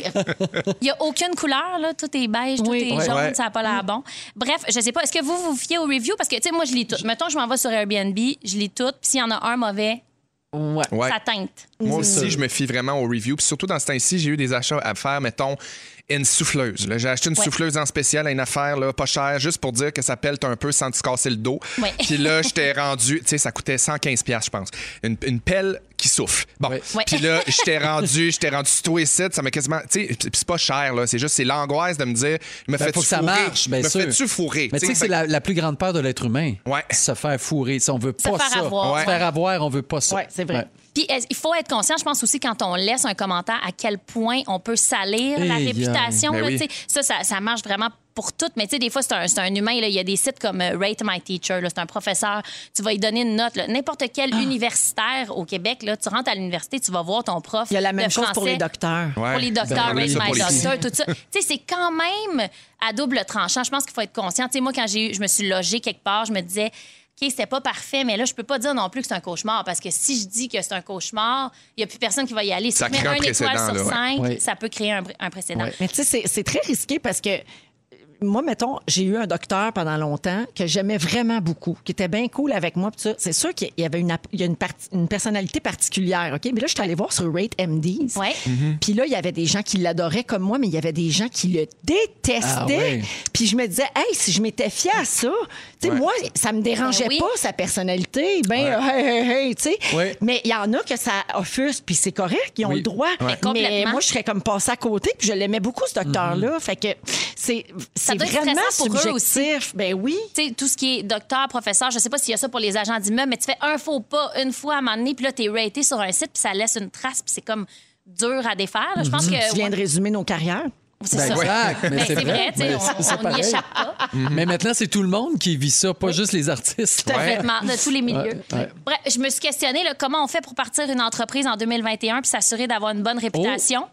Speaker 4: Il n'y a aucune couleur, là. Tout est beige,
Speaker 2: Oui.
Speaker 4: tout est
Speaker 2: Ouais.
Speaker 4: jaune,
Speaker 3: Ouais. Mm.
Speaker 4: ça n'a pas l'air bon. Bref, je sais pas. Est-ce que vous vous fiez aux reviews? Parce que, tu sais, moi, je lis tout. Mettons, je m'en vais sur Airbnb, je lis tout. Puis s'il y en a un mauvais,
Speaker 1: Ouais.
Speaker 3: Ouais.
Speaker 4: ça teinte.
Speaker 3: Moi aussi, je me fie vraiment aux reviews. Puis surtout dans ce temps-ci, j'ai eu des achats à faire, mettons, une souffleuse. là. J'ai acheté une
Speaker 4: Ouais.
Speaker 3: souffleuse en spécial à une affaire là, pas chère, juste pour dire que ça pèle un peu sans te casser le dos.
Speaker 4: Ouais.
Speaker 3: Puis là, j'étais rendu, tu sais, ça coûtait 115$, piastres, je pense. Une, une pelle qui souffle. Bon.
Speaker 1: Ouais.
Speaker 4: Ouais.
Speaker 3: Puis là, j'étais rendu, j'étais rendu tout et ça m'a quasiment. Tu sais, puis c'est pas cher, là. C'est juste, c'est l'angoisse de me dire,
Speaker 1: Ben,
Speaker 3: me fais-tu
Speaker 1: faut que ça
Speaker 3: fourrer?
Speaker 1: marche, bien
Speaker 3: me
Speaker 1: sûr.
Speaker 3: fais-tu fourrer?
Speaker 1: Mais tu sais que c'est la, la plus grande peur de l'être humain.
Speaker 3: Ouais.
Speaker 1: Se faire fourrer. Ça, on veut
Speaker 4: Se
Speaker 1: pas
Speaker 4: faire
Speaker 1: ça.
Speaker 4: avoir.
Speaker 3: Ouais.
Speaker 1: Se faire avoir, on veut pas ça.
Speaker 2: Ouais, c'est vrai.
Speaker 4: Puis est- il faut être conscient, je pense aussi, quand on laisse un commentaire, à quel point on peut salir la
Speaker 1: Eh,
Speaker 4: réputation.
Speaker 3: yeah.
Speaker 4: là,
Speaker 3: Ben oui.
Speaker 4: tu sais. ça, ça, ça marche vraiment pour tout. Mais tu sais, des fois, c'est un, c'est un humain. là. Il y a des sites comme euh, Rate My Teacher. là. C'est un professeur. Tu vas lui donner une note. là. N'importe quel
Speaker 2: Ah.
Speaker 4: universitaire au Québec, là, tu rentres à l'université, tu vas voir ton prof.
Speaker 2: Il y a la
Speaker 4: de
Speaker 2: même chose pour
Speaker 4: français.
Speaker 2: les docteurs.
Speaker 3: Ouais.
Speaker 4: Pour les docteurs,
Speaker 3: Ben oui,
Speaker 4: Rate
Speaker 3: ça,
Speaker 4: My
Speaker 3: pour les filles.
Speaker 4: Doctor, tout
Speaker 3: <laughs>
Speaker 4: ça. tu sais, c'est quand même à double tranchant. Je pense qu'il faut être conscient. Tu sais, moi, quand j'ai eu, je me suis logée quelque part, je me disais, OK, c'était pas parfait, mais là, je peux pas dire non plus que c'est un cauchemar, parce que si je dis que c'est un cauchemar, il y a plus personne qui va y aller. Si
Speaker 3: Ça
Speaker 4: je mets
Speaker 3: crée un
Speaker 4: une étoile
Speaker 3: précédent,
Speaker 4: sur
Speaker 3: là, ouais.
Speaker 4: cinq,
Speaker 1: Ouais.
Speaker 4: ça peut créer un, un précédent.
Speaker 1: Ouais.
Speaker 2: Mais tu sais, c'est- c'est très risqué parce que. euh, Moi, mettons, j'ai eu un docteur pendant longtemps que j'aimais vraiment beaucoup, qui était bien cool avec moi. pis ça. C'est sûr qu'il y avait une, app- il y a une, parti- une personnalité particulière, OK? Mais là, je suis allée voir sur Rate MDs.
Speaker 4: Ouais.
Speaker 2: Puis là, il y avait des gens qui l'adoraient comme moi, mais il y avait des gens qui le
Speaker 1: Mm-hmm. Ah
Speaker 2: détestaient.
Speaker 1: ouais.
Speaker 2: Puis je me disais, hey, si je m'étais fiée à ça, tu sais, moi, ça me dérangeait
Speaker 4: Ben oui.
Speaker 2: pas, sa personnalité. Ben, euh, hey, hey, hey, tu sais.
Speaker 1: Ouais.
Speaker 2: Mais il y en a que ça offusque, puis c'est correct, ils ont
Speaker 1: Oui.
Speaker 2: le droit.
Speaker 4: Mais
Speaker 2: Mais
Speaker 4: complètement.
Speaker 2: moi, je serais comme passée à côté, puis je l'aimais beaucoup, ce docteur-là. Fait que c'est c'est
Speaker 4: doit être
Speaker 2: vraiment
Speaker 4: stressant pour eux
Speaker 2: subjectif. Ben oui.
Speaker 4: Tu sais, tout ce qui est docteur, professeur, je sais pas s'il y a ça pour les agents d'immeubles, mais tu fais un faux pas une fois à un moment donné, puis là, t'es raté sur un site, puis ça laisse une trace, puis c'est comme dur à défaire. là. Je
Speaker 1: Mhm.
Speaker 4: pense que.
Speaker 2: Tu viens de résumer nos carrières.
Speaker 4: C'est
Speaker 1: Ben,
Speaker 4: ça.
Speaker 1: exact, mais
Speaker 4: Ben,
Speaker 1: c'est
Speaker 4: c'est
Speaker 1: vrai,
Speaker 4: vrai, tu sais,
Speaker 1: mais c'est- c'est
Speaker 4: on- on n'y
Speaker 1: pareil. Mhm.
Speaker 4: échappe pas.
Speaker 1: Mais maintenant, c'est tout le monde qui vit ça, pas juste les artistes.
Speaker 4: Complètement, de tous les milieux.
Speaker 1: Ouais, ouais.
Speaker 4: Bref, je
Speaker 1: Oh.
Speaker 4: me suis questionnée là, comment on fait pour partir une entreprise en 2021 puis s'assurer d'avoir une bonne réputation.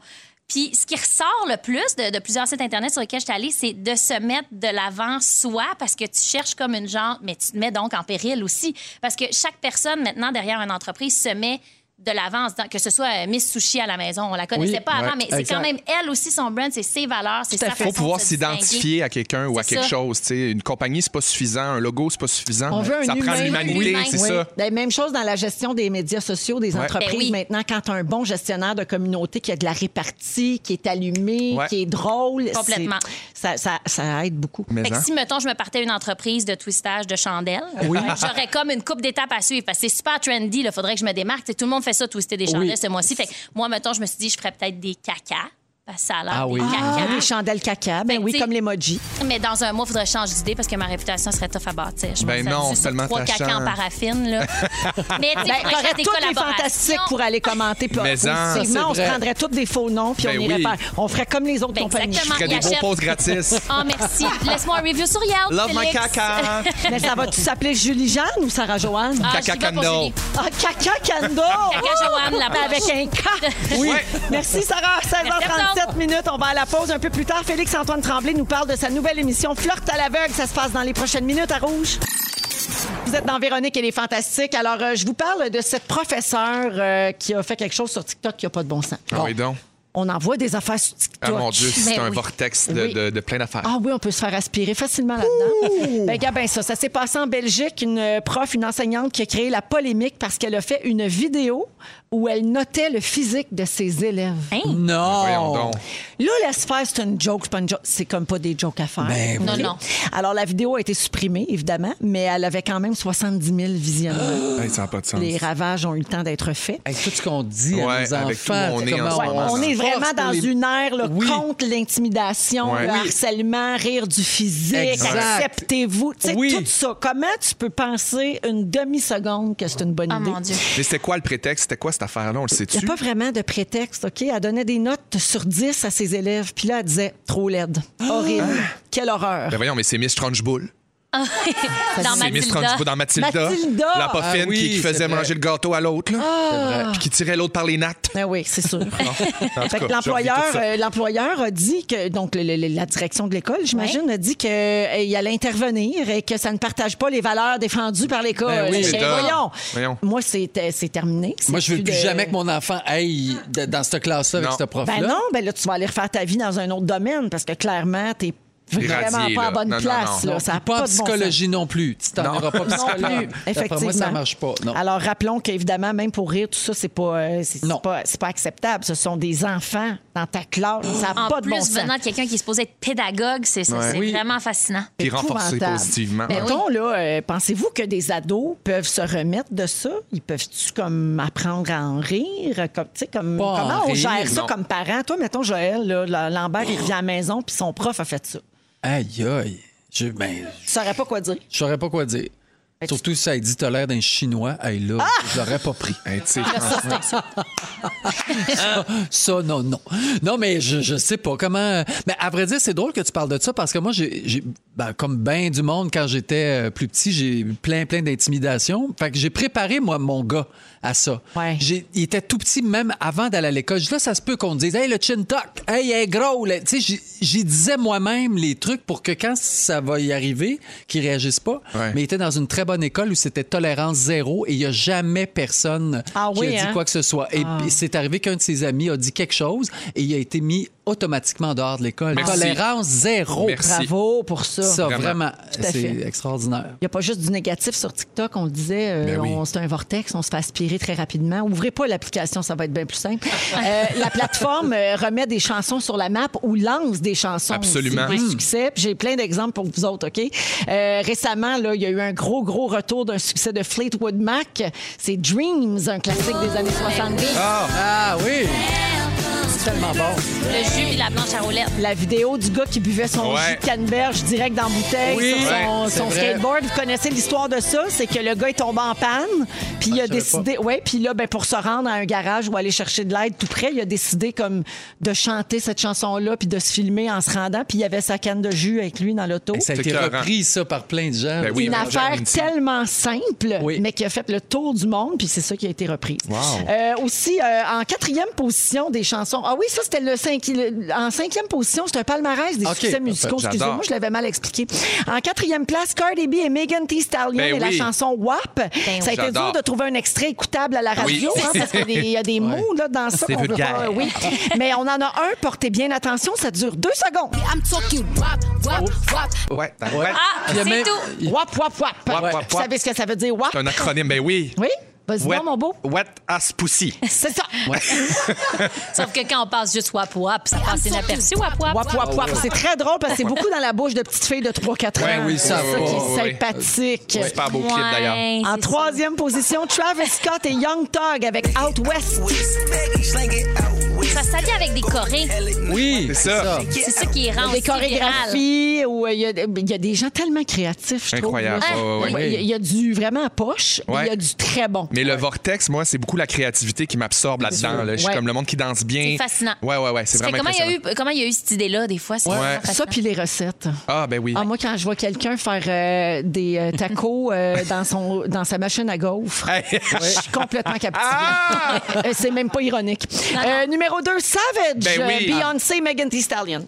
Speaker 4: Puis ce qui ressort le plus de, de plusieurs sites Internet sur lesquels je suis allée, c'est de se mettre de l'avant soi parce que tu cherches comme une genre, mais tu te mets donc en péril aussi. Parce que chaque personne maintenant derrière une entreprise se met de l'avant, en se disant- que ce soit euh, Miss Sushi à la maison, on la connaissait pas avant,
Speaker 1: ouais,
Speaker 4: mais c'est
Speaker 1: exact.
Speaker 4: quand même elle aussi son brand, c'est ses valeurs, c'est sa
Speaker 3: Il faut
Speaker 4: façon
Speaker 3: pouvoir
Speaker 4: de se distinguer.
Speaker 3: s'identifier à quelqu'un ou à
Speaker 4: C'est
Speaker 3: quelque
Speaker 4: ça.
Speaker 3: chose. tu sais. Une compagnie, c'est pas suffisant. Un logo, c'est pas suffisant.
Speaker 2: On veut un
Speaker 3: ça
Speaker 2: humain.
Speaker 3: prend l'humanité,
Speaker 4: Oui.
Speaker 3: c'est
Speaker 2: Oui.
Speaker 3: ça.
Speaker 2: Ben, même chose dans la gestion des médias sociaux des
Speaker 3: Ouais.
Speaker 2: entreprises.
Speaker 4: Ben oui.
Speaker 2: Maintenant, quand tu un bon gestionnaire de communauté qui a de la répartie, qui est allumé,
Speaker 3: Ouais.
Speaker 2: qui est drôle,
Speaker 4: Complètement.
Speaker 2: c'est- Ça, ça- ça aide beaucoup.
Speaker 3: Mais
Speaker 4: Fait que
Speaker 3: hein.
Speaker 4: si, mettons, je me partais une entreprise de twistage de chandelles, j'aurais comme une coupe d'étapes à suivre. Parce que c'est super trendy, il faudrait que je me démarque. Tu sais, tout le monde fait ça, twister des chandelles ce mois-ci. Fait que moi, mettons, je me suis dit, je ferais peut-être des cacas. Parce que ça a l'air
Speaker 1: Ah
Speaker 4: des
Speaker 1: oui.
Speaker 2: Ah,
Speaker 4: cacas.
Speaker 2: les chandelles caca, ben
Speaker 4: Fait que
Speaker 2: oui,
Speaker 4: t'sais-
Speaker 2: comme l'emoji.
Speaker 4: Mais dans un mois, il faudrait que je change d'idée parce que ma réputation serait tough à bâtir. Je me
Speaker 3: Ben
Speaker 4: suis
Speaker 3: non,
Speaker 4: amusée sur
Speaker 3: tellement
Speaker 4: trois
Speaker 3: tâchant.
Speaker 4: cacas en paraffine,
Speaker 3: <laughs>
Speaker 4: là. Mais tu sais, faudrait que je fasse
Speaker 2: T'aurais
Speaker 4: des
Speaker 2: toutes les
Speaker 4: collaborations.
Speaker 2: fantastiques pour aller commenter. puis
Speaker 3: Mais en-
Speaker 2: Positivement, on se
Speaker 1: vrai.
Speaker 2: prendrait tous des faux noms, puis
Speaker 3: Ben
Speaker 2: on irait
Speaker 3: oui.
Speaker 2: faire. On ferait comme les autres
Speaker 4: Ben
Speaker 2: compagnies.
Speaker 4: exactement.
Speaker 3: Je ferais des
Speaker 4: Il
Speaker 3: beaux
Speaker 4: achète.
Speaker 3: pauses gratis.
Speaker 4: Oh, merci. Laisse-moi un review sur Yelp.
Speaker 3: Love my
Speaker 4: Félix.
Speaker 3: caca.
Speaker 2: Mais ça va-tu s'appeler Julie-Jeanne ou Sarah-Joanne?
Speaker 4: Ah,
Speaker 3: Caca
Speaker 4: j'y vais pour
Speaker 3: Candle.
Speaker 4: Julie.
Speaker 2: Ah, caca Kando!
Speaker 4: Joanne, la
Speaker 2: Mais Avec
Speaker 4: poche.
Speaker 2: un
Speaker 4: <laughs>
Speaker 2: K! Oui. Merci, Sarah. 16h37 minutes. On va à la pause un peu plus tard. Félix-Antoine Tremblay nous parle de sa nouvelle émission Flirte à l'aveugle. Ça se passe dans les prochaines minutes à Rouge. Vous êtes dans Véronique et les Fantastiques. Alors, euh, je vous parle de cette professeure euh, qui a fait quelque chose sur TikTok qui n'a pas de bon sens.
Speaker 3: Ah oui, donc.
Speaker 2: On envoie des affaires sur TikTok.
Speaker 3: Ah mon Dieu, c'est
Speaker 4: Ben
Speaker 3: un
Speaker 4: oui.
Speaker 3: vortex de,
Speaker 2: Oui.
Speaker 3: de- de plein d'affaires.
Speaker 2: Ah oui, on peut se faire aspirer facilement là-dedans. Ben, gars, ben ça, ça s'est passé en Belgique. Une euh, prof, une enseignante qui a créé la polémique parce qu'elle a fait une vidéo où elle notait le physique de ses élèves.
Speaker 4: Hein?
Speaker 3: Ben,
Speaker 1: Non.
Speaker 3: Voyons donc.
Speaker 2: Là, laisse faire, c'est une joke, c'est pas une joke. C'est comme pas des jokes à faire.
Speaker 1: Ben
Speaker 4: Non,
Speaker 2: OK?
Speaker 4: non.
Speaker 2: Alors, la vidéo a été supprimée, évidemment, mais elle avait quand même 70 000 visionnements.
Speaker 3: Hey, ça n'a pas de sens.
Speaker 2: Les ravages ont eu le temps d'être faits.
Speaker 1: Avec tout ce qu'on dit à
Speaker 3: Ouais,
Speaker 1: nos
Speaker 3: avec tout où
Speaker 1: enfants,
Speaker 3: on
Speaker 1: tu sais,
Speaker 3: est en
Speaker 1: comment
Speaker 3: ce moment,
Speaker 2: On
Speaker 3: Ah,
Speaker 2: est
Speaker 1: se force
Speaker 2: vraiment
Speaker 1: pour
Speaker 2: dans
Speaker 1: les-
Speaker 2: une ère là,
Speaker 1: Oui.
Speaker 2: contre l'intimidation,
Speaker 3: Ouais.
Speaker 2: le
Speaker 3: Oui.
Speaker 2: harcèlement, rire du physique,
Speaker 1: Exact.
Speaker 2: acceptez-vous. Tu sais,
Speaker 1: Oui.
Speaker 2: Tout ça. Comment tu peux penser une demi-seconde que c'est une bonne
Speaker 4: Oh,
Speaker 2: idée?
Speaker 4: mon Dieu.
Speaker 3: Mais c'était quoi le prétexte? C'était quoi cette affaire-là? On le
Speaker 2: Il n'y
Speaker 3: sait-tu?
Speaker 2: a pas vraiment de prétexte, OK? Elle donnait des notes sur 10 à ses élèves, puis là, elle disait « trop laide,
Speaker 1: Ah!
Speaker 2: horrible, quelle horreur
Speaker 3: Ben voyons, mais c'est Miss Trunchbull.
Speaker 4: Dans
Speaker 3: C'est Miss
Speaker 4: Matilda.
Speaker 3: Trunchbull dans Mathilda.
Speaker 2: Mathilda!
Speaker 3: La poffine
Speaker 1: Ah oui,
Speaker 3: qui, qui
Speaker 1: c'est
Speaker 3: faisait
Speaker 1: vrai.
Speaker 3: manger le gâteau à l'autre, là. Puis qui tirait l'autre par les nattes. ».
Speaker 2: Ben oui, c'est
Speaker 1: <laughs>
Speaker 2: sûr.
Speaker 3: Non. En tout cas,
Speaker 2: Fait que
Speaker 3: je
Speaker 2: l'employeur,
Speaker 3: revis tout ça.
Speaker 2: euh, l'employeur a dit que, donc le- le- la direction de l'école, j'imagine, a dit qu'il allait intervenir et que ça ne partage pas les valeurs défendues par l'école.
Speaker 1: Ben oui,
Speaker 2: Ben
Speaker 3: mais là,
Speaker 2: voyons.
Speaker 3: voyons.
Speaker 2: Moi, c'est euh, c'est terminé. C'est
Speaker 1: Moi, je veux plus
Speaker 2: de-
Speaker 1: jamais que mon enfant aille de- dans cette classe-là avec
Speaker 3: Non.
Speaker 1: ce prof-là.
Speaker 2: Ben non, ben là, tu vas aller refaire ta vie dans un autre domaine parce que clairement, t'es vraiment
Speaker 3: Irradié,
Speaker 2: pas
Speaker 3: là.
Speaker 2: en bonne
Speaker 3: Non, non,
Speaker 2: place.
Speaker 3: non.
Speaker 2: là. Ça a
Speaker 1: Puis pas en
Speaker 2: de bon sens.
Speaker 1: psychologie non plus. Tu t'en auras pas en
Speaker 2: Non plus,
Speaker 1: psychologie. D'après
Speaker 2: effectivement.
Speaker 1: moi, ça marche pas. Non.
Speaker 2: Alors, rappelons qu'évidemment, même pour rire, tout ça, c'est pas, euh, c'est- c'est
Speaker 1: Non.
Speaker 2: pas, c'est pas acceptable. Ce sont des enfants dans ta classe. Ça n'a
Speaker 4: En
Speaker 2: pas de
Speaker 4: plus,
Speaker 2: bon sens.
Speaker 4: venant de quelqu'un qui est supposé être pédagogue, c'est ça, c'est
Speaker 1: Oui.
Speaker 4: vraiment fascinant.
Speaker 3: Puis renforcer
Speaker 2: épouvantable.
Speaker 3: positivement.
Speaker 4: Ben oui.
Speaker 2: Mettons, là, euh, pensez-vous que des ados peuvent se remettre de ça? Ils peuvent-tu comme apprendre à en rire? Comme, tu sais, comme,
Speaker 1: Pas en
Speaker 2: comment on
Speaker 1: rire,
Speaker 2: gère ça
Speaker 3: non.
Speaker 2: comme parent? Toi, mettons, Joël, là, la- Lambert, il revient à la maison, puis son prof a fait ça.
Speaker 1: Aïe, aïe. Je, ben,
Speaker 2: Tu saurais pas quoi dire.
Speaker 1: je saurais pas quoi dire. Surtout si ça dit t'as l'air d'un chinois, aïe là, je l'aurais pas pris.
Speaker 3: Hey, tu sais,
Speaker 1: Ça, non, non. Non, mais je, je sais pas comment. euh, Mais à vrai dire, c'est drôle que tu parles de ça parce que moi, j'ai, j'ai- ben, comme bien du monde, quand j'étais euh, plus petit, j'ai eu plein, plein d'intimidation. Fait que j'ai préparé, moi, mon gars à ça.
Speaker 2: Ouais.
Speaker 1: J'ai- il était tout petit, même avant d'aller à l'école. Je dis, Là, ça se peut qu'on me dise, hey, le chin tuck, hey, il est gros. là. Tu sais, j'y- j'y disais moi-même les trucs pour que quand ça va y arriver, qu'il réagisse pas.
Speaker 3: Ouais.
Speaker 1: Mais il était dans une très bonne école où c'était tolérance zéro et il y a jamais personne
Speaker 2: Ah
Speaker 1: qui
Speaker 2: oui,
Speaker 1: a dit
Speaker 2: hein?
Speaker 1: quoi que ce soit. Et puis, c'est arrivé qu'un de ses amis a dit quelque chose et il a été mis automatiquement dehors de l'école.
Speaker 3: Merci.
Speaker 1: Tolérance zéro.
Speaker 3: Merci.
Speaker 2: Bravo pour ça.
Speaker 1: Ça, vraiment,
Speaker 3: Vraiment.
Speaker 2: à
Speaker 1: c'est
Speaker 2: fait.
Speaker 1: extraordinaire.
Speaker 2: Il n'y a pas juste du négatif sur TikTok. On le disait, euh,
Speaker 3: Ben oui.
Speaker 2: on- c'est un vortex, on se fait aspirer très rapidement. Ouvrez pas l'application, ça va être bien plus simple. Euh, la plateforme euh, remet des chansons sur la map ou lance des chansons.
Speaker 3: Absolument.
Speaker 2: aussi, des
Speaker 3: Mm.
Speaker 2: succès. Puis J'ai plein d'exemples pour vous autres, OK? Euh, récemment, là, il y a eu un gros, gros retour d'un succès de Fleetwood Mac. C'est Dreams, un classique des années 70.
Speaker 1: Ah oui! C'est tellement bon.
Speaker 4: Le jus et la planche à roulettes.
Speaker 2: La vidéo du gars qui buvait son
Speaker 3: Ouais.
Speaker 2: jus de canneberge direct dans la bouteille
Speaker 1: Oui,
Speaker 2: sur son,
Speaker 1: ouais, c'est
Speaker 2: son
Speaker 1: vrai.
Speaker 2: skateboard. Vous connaissez l'histoire de ça? C'est que le gars est tombé en panne, puis il a
Speaker 1: je savais
Speaker 2: décidé... ouais, puis là, ben, pour se rendre à un garage ou aller chercher de l'aide tout près, il a décidé comme de chanter cette chanson-là puis de se filmer en se rendant. Puis il y avait sa canne de jus avec lui dans l'auto.
Speaker 1: ça a
Speaker 3: C'est
Speaker 1: été
Speaker 3: écœurant.
Speaker 1: repris, ça, par plein de gens.
Speaker 3: Ben oui,
Speaker 2: une
Speaker 3: mais
Speaker 2: affaire
Speaker 3: Germaine, c'est-
Speaker 2: tellement simple,
Speaker 1: Oui.
Speaker 2: mais qui a fait le tour du monde, puis c'est ça qui a été repris.
Speaker 3: Wow.
Speaker 2: Euh, aussi, euh, en quatrième position des chansons son. Ah oui, ça, c'était le cinqui- le- en cinquième position. C'est un palmarès des
Speaker 1: Ok,
Speaker 2: succès musicaux.
Speaker 3: parfait,
Speaker 2: Excusez-moi,
Speaker 3: j'adore.
Speaker 2: je l'avais mal expliqué. En quatrième place, Cardi B et Megan Thee Stallion
Speaker 3: Ben
Speaker 2: et la
Speaker 3: oui.
Speaker 2: chanson WAP. ça a été dur
Speaker 3: j'adore.
Speaker 2: de trouver un extrait écoutable à la radio
Speaker 3: Oui.
Speaker 2: hein, parce qu'il y a des- il y a
Speaker 3: <laughs>
Speaker 2: des mots là, dans ça
Speaker 11: C'est
Speaker 2: qu'on veut
Speaker 11: vulgaire.
Speaker 2: pas. Oui. Mais on en a un, portez bien attention, ça dure deux secondes.
Speaker 3: Ouais, t'as- ouais.
Speaker 4: Ah,
Speaker 1: Il y a
Speaker 4: c'est
Speaker 1: même-
Speaker 4: tout.
Speaker 2: WAP, WAP, WAP.
Speaker 3: Wap, wap,
Speaker 2: Vous
Speaker 3: wap.
Speaker 2: savez ce que ça veut dire, WAP?
Speaker 3: C'est un acronyme, ben oui.
Speaker 2: Oui? Vas-y, non, mon beau.
Speaker 11: Wet ass pussy.
Speaker 2: C'est ça.
Speaker 4: Sauf que quand on passe juste wap wap, ça passe inaperçu wap wap.
Speaker 2: Wap, wap, wap. C'est très drôle parce que c'est beaucoup dans la bouche de petites filles de 3-4 ans.
Speaker 1: Ouais, oui, ça,
Speaker 2: c'est ça qui est
Speaker 3: ouais, ouais.
Speaker 2: sympathique.
Speaker 3: Super beau clip d'ailleurs.
Speaker 4: Ouais,
Speaker 2: En
Speaker 4: c'est
Speaker 2: troisième position, Travis Scott et Young Thug avec Out West.
Speaker 4: Ça s'allie avec des chorés.
Speaker 1: Oui,
Speaker 3: C'est
Speaker 1: c'est
Speaker 3: ça.
Speaker 1: ça.
Speaker 4: C'est ça qui rend
Speaker 2: Des
Speaker 4: aussi viral.
Speaker 2: chorégraphies où euh, il y, a- il y a des gens tellement créatifs, je
Speaker 3: Incroyable.
Speaker 2: trouve.
Speaker 3: Ouais, ouais,
Speaker 2: Il
Speaker 3: ouais.
Speaker 2: y a- Il y a du vraiment à poche, puis il y a
Speaker 3: Ouais.
Speaker 2: du très bon.
Speaker 3: Mais le vortex, moi, c'est beaucoup la créativité qui m'absorbe là-dedans. là. Je suis
Speaker 2: Ouais.
Speaker 3: comme le monde qui danse bien.
Speaker 4: C'est fascinant.
Speaker 3: Ouais, ouais, ouais. C'est
Speaker 4: Ça fait
Speaker 3: vraiment
Speaker 4: comment il y a
Speaker 3: impressionnant.
Speaker 4: eu comment il y a eu cette idée là des fois c'est
Speaker 3: Ouais.
Speaker 4: vraiment
Speaker 2: Ça, puis les recettes.
Speaker 3: Ah, ben oui.
Speaker 2: Ah, moi, quand je vois quelqu'un faire euh, des euh, tacos euh, dans, son, dans sa machine à gaufres,
Speaker 3: Hey.
Speaker 2: je suis complètement captivée.
Speaker 3: Ah!
Speaker 2: <laughs> Euh, C'est même pas ironique. Euh, numéro 2, Savage,
Speaker 3: Ben oui.
Speaker 2: euh, Beyoncé, Megan Thee Stallion.